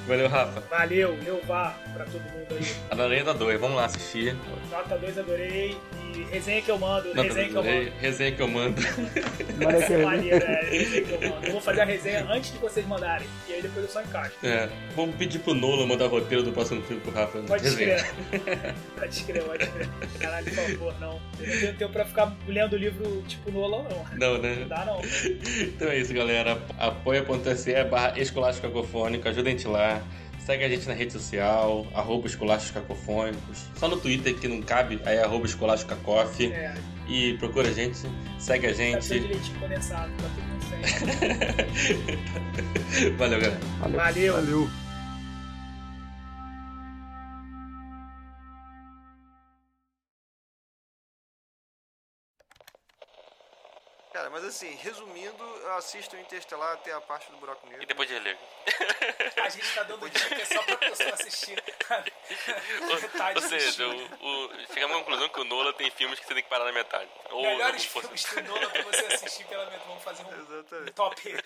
A: Valeu, Rafa.
C: Valeu, leu vá pra todo mundo aí.
A: A Lorena 2, vamos lá assistir.
C: Nota 2, adorei. E resenha que eu mando,
A: Não,
C: resenha que eu mando.
A: resenha que eu mando.
B: Maravilha.
C: Essa é maneira, é, resenha que eu mando. Eu vou fazer a resenha antes de vocês mandarem. E aí depois eu só encaixo.
A: É. Vamos pedir pro Nola mandar roteiro do próximo filme pro Rafa.
C: Pode
A: Resenha.
C: escrever. Pode escrever, pode escrever. Caralho, por favor, não. Eu não tenho tempo pra ficar lendo livro tipo Nolan, não.
A: Não, né?
C: Não dá, não.
A: Então é isso, galera. Apoia.se barra Esculacho Cacofônico. Ajuda a gente lá. Segue a gente na rede social, arroba Esculachos Cacofônicos. Só no Twitter que não cabe, aí é arroba Esculacho Cacof.
C: É,
A: E procura a gente, segue a
C: tá tudo
A: gente.
C: direitinho condensado, tá tudo muito certo.
A: Valeu, galera.
C: Valeu.
D: Valeu! Cara, mas assim, resumindo, assista o Interestelar até a parte do buraco negro.
H: depois de ler.
C: A gente tá dando dica só pra pessoa assistir. Tá,
H: Ou, ou seja, o, o, chegamos à conclusão que o Nola tem filmes que você tem que parar na metade. Ou
C: Melhores
H: ou-
C: filmes do Nolan pra você assistir pela metro. Vamos fazer um
D: Exatamente.
C: top.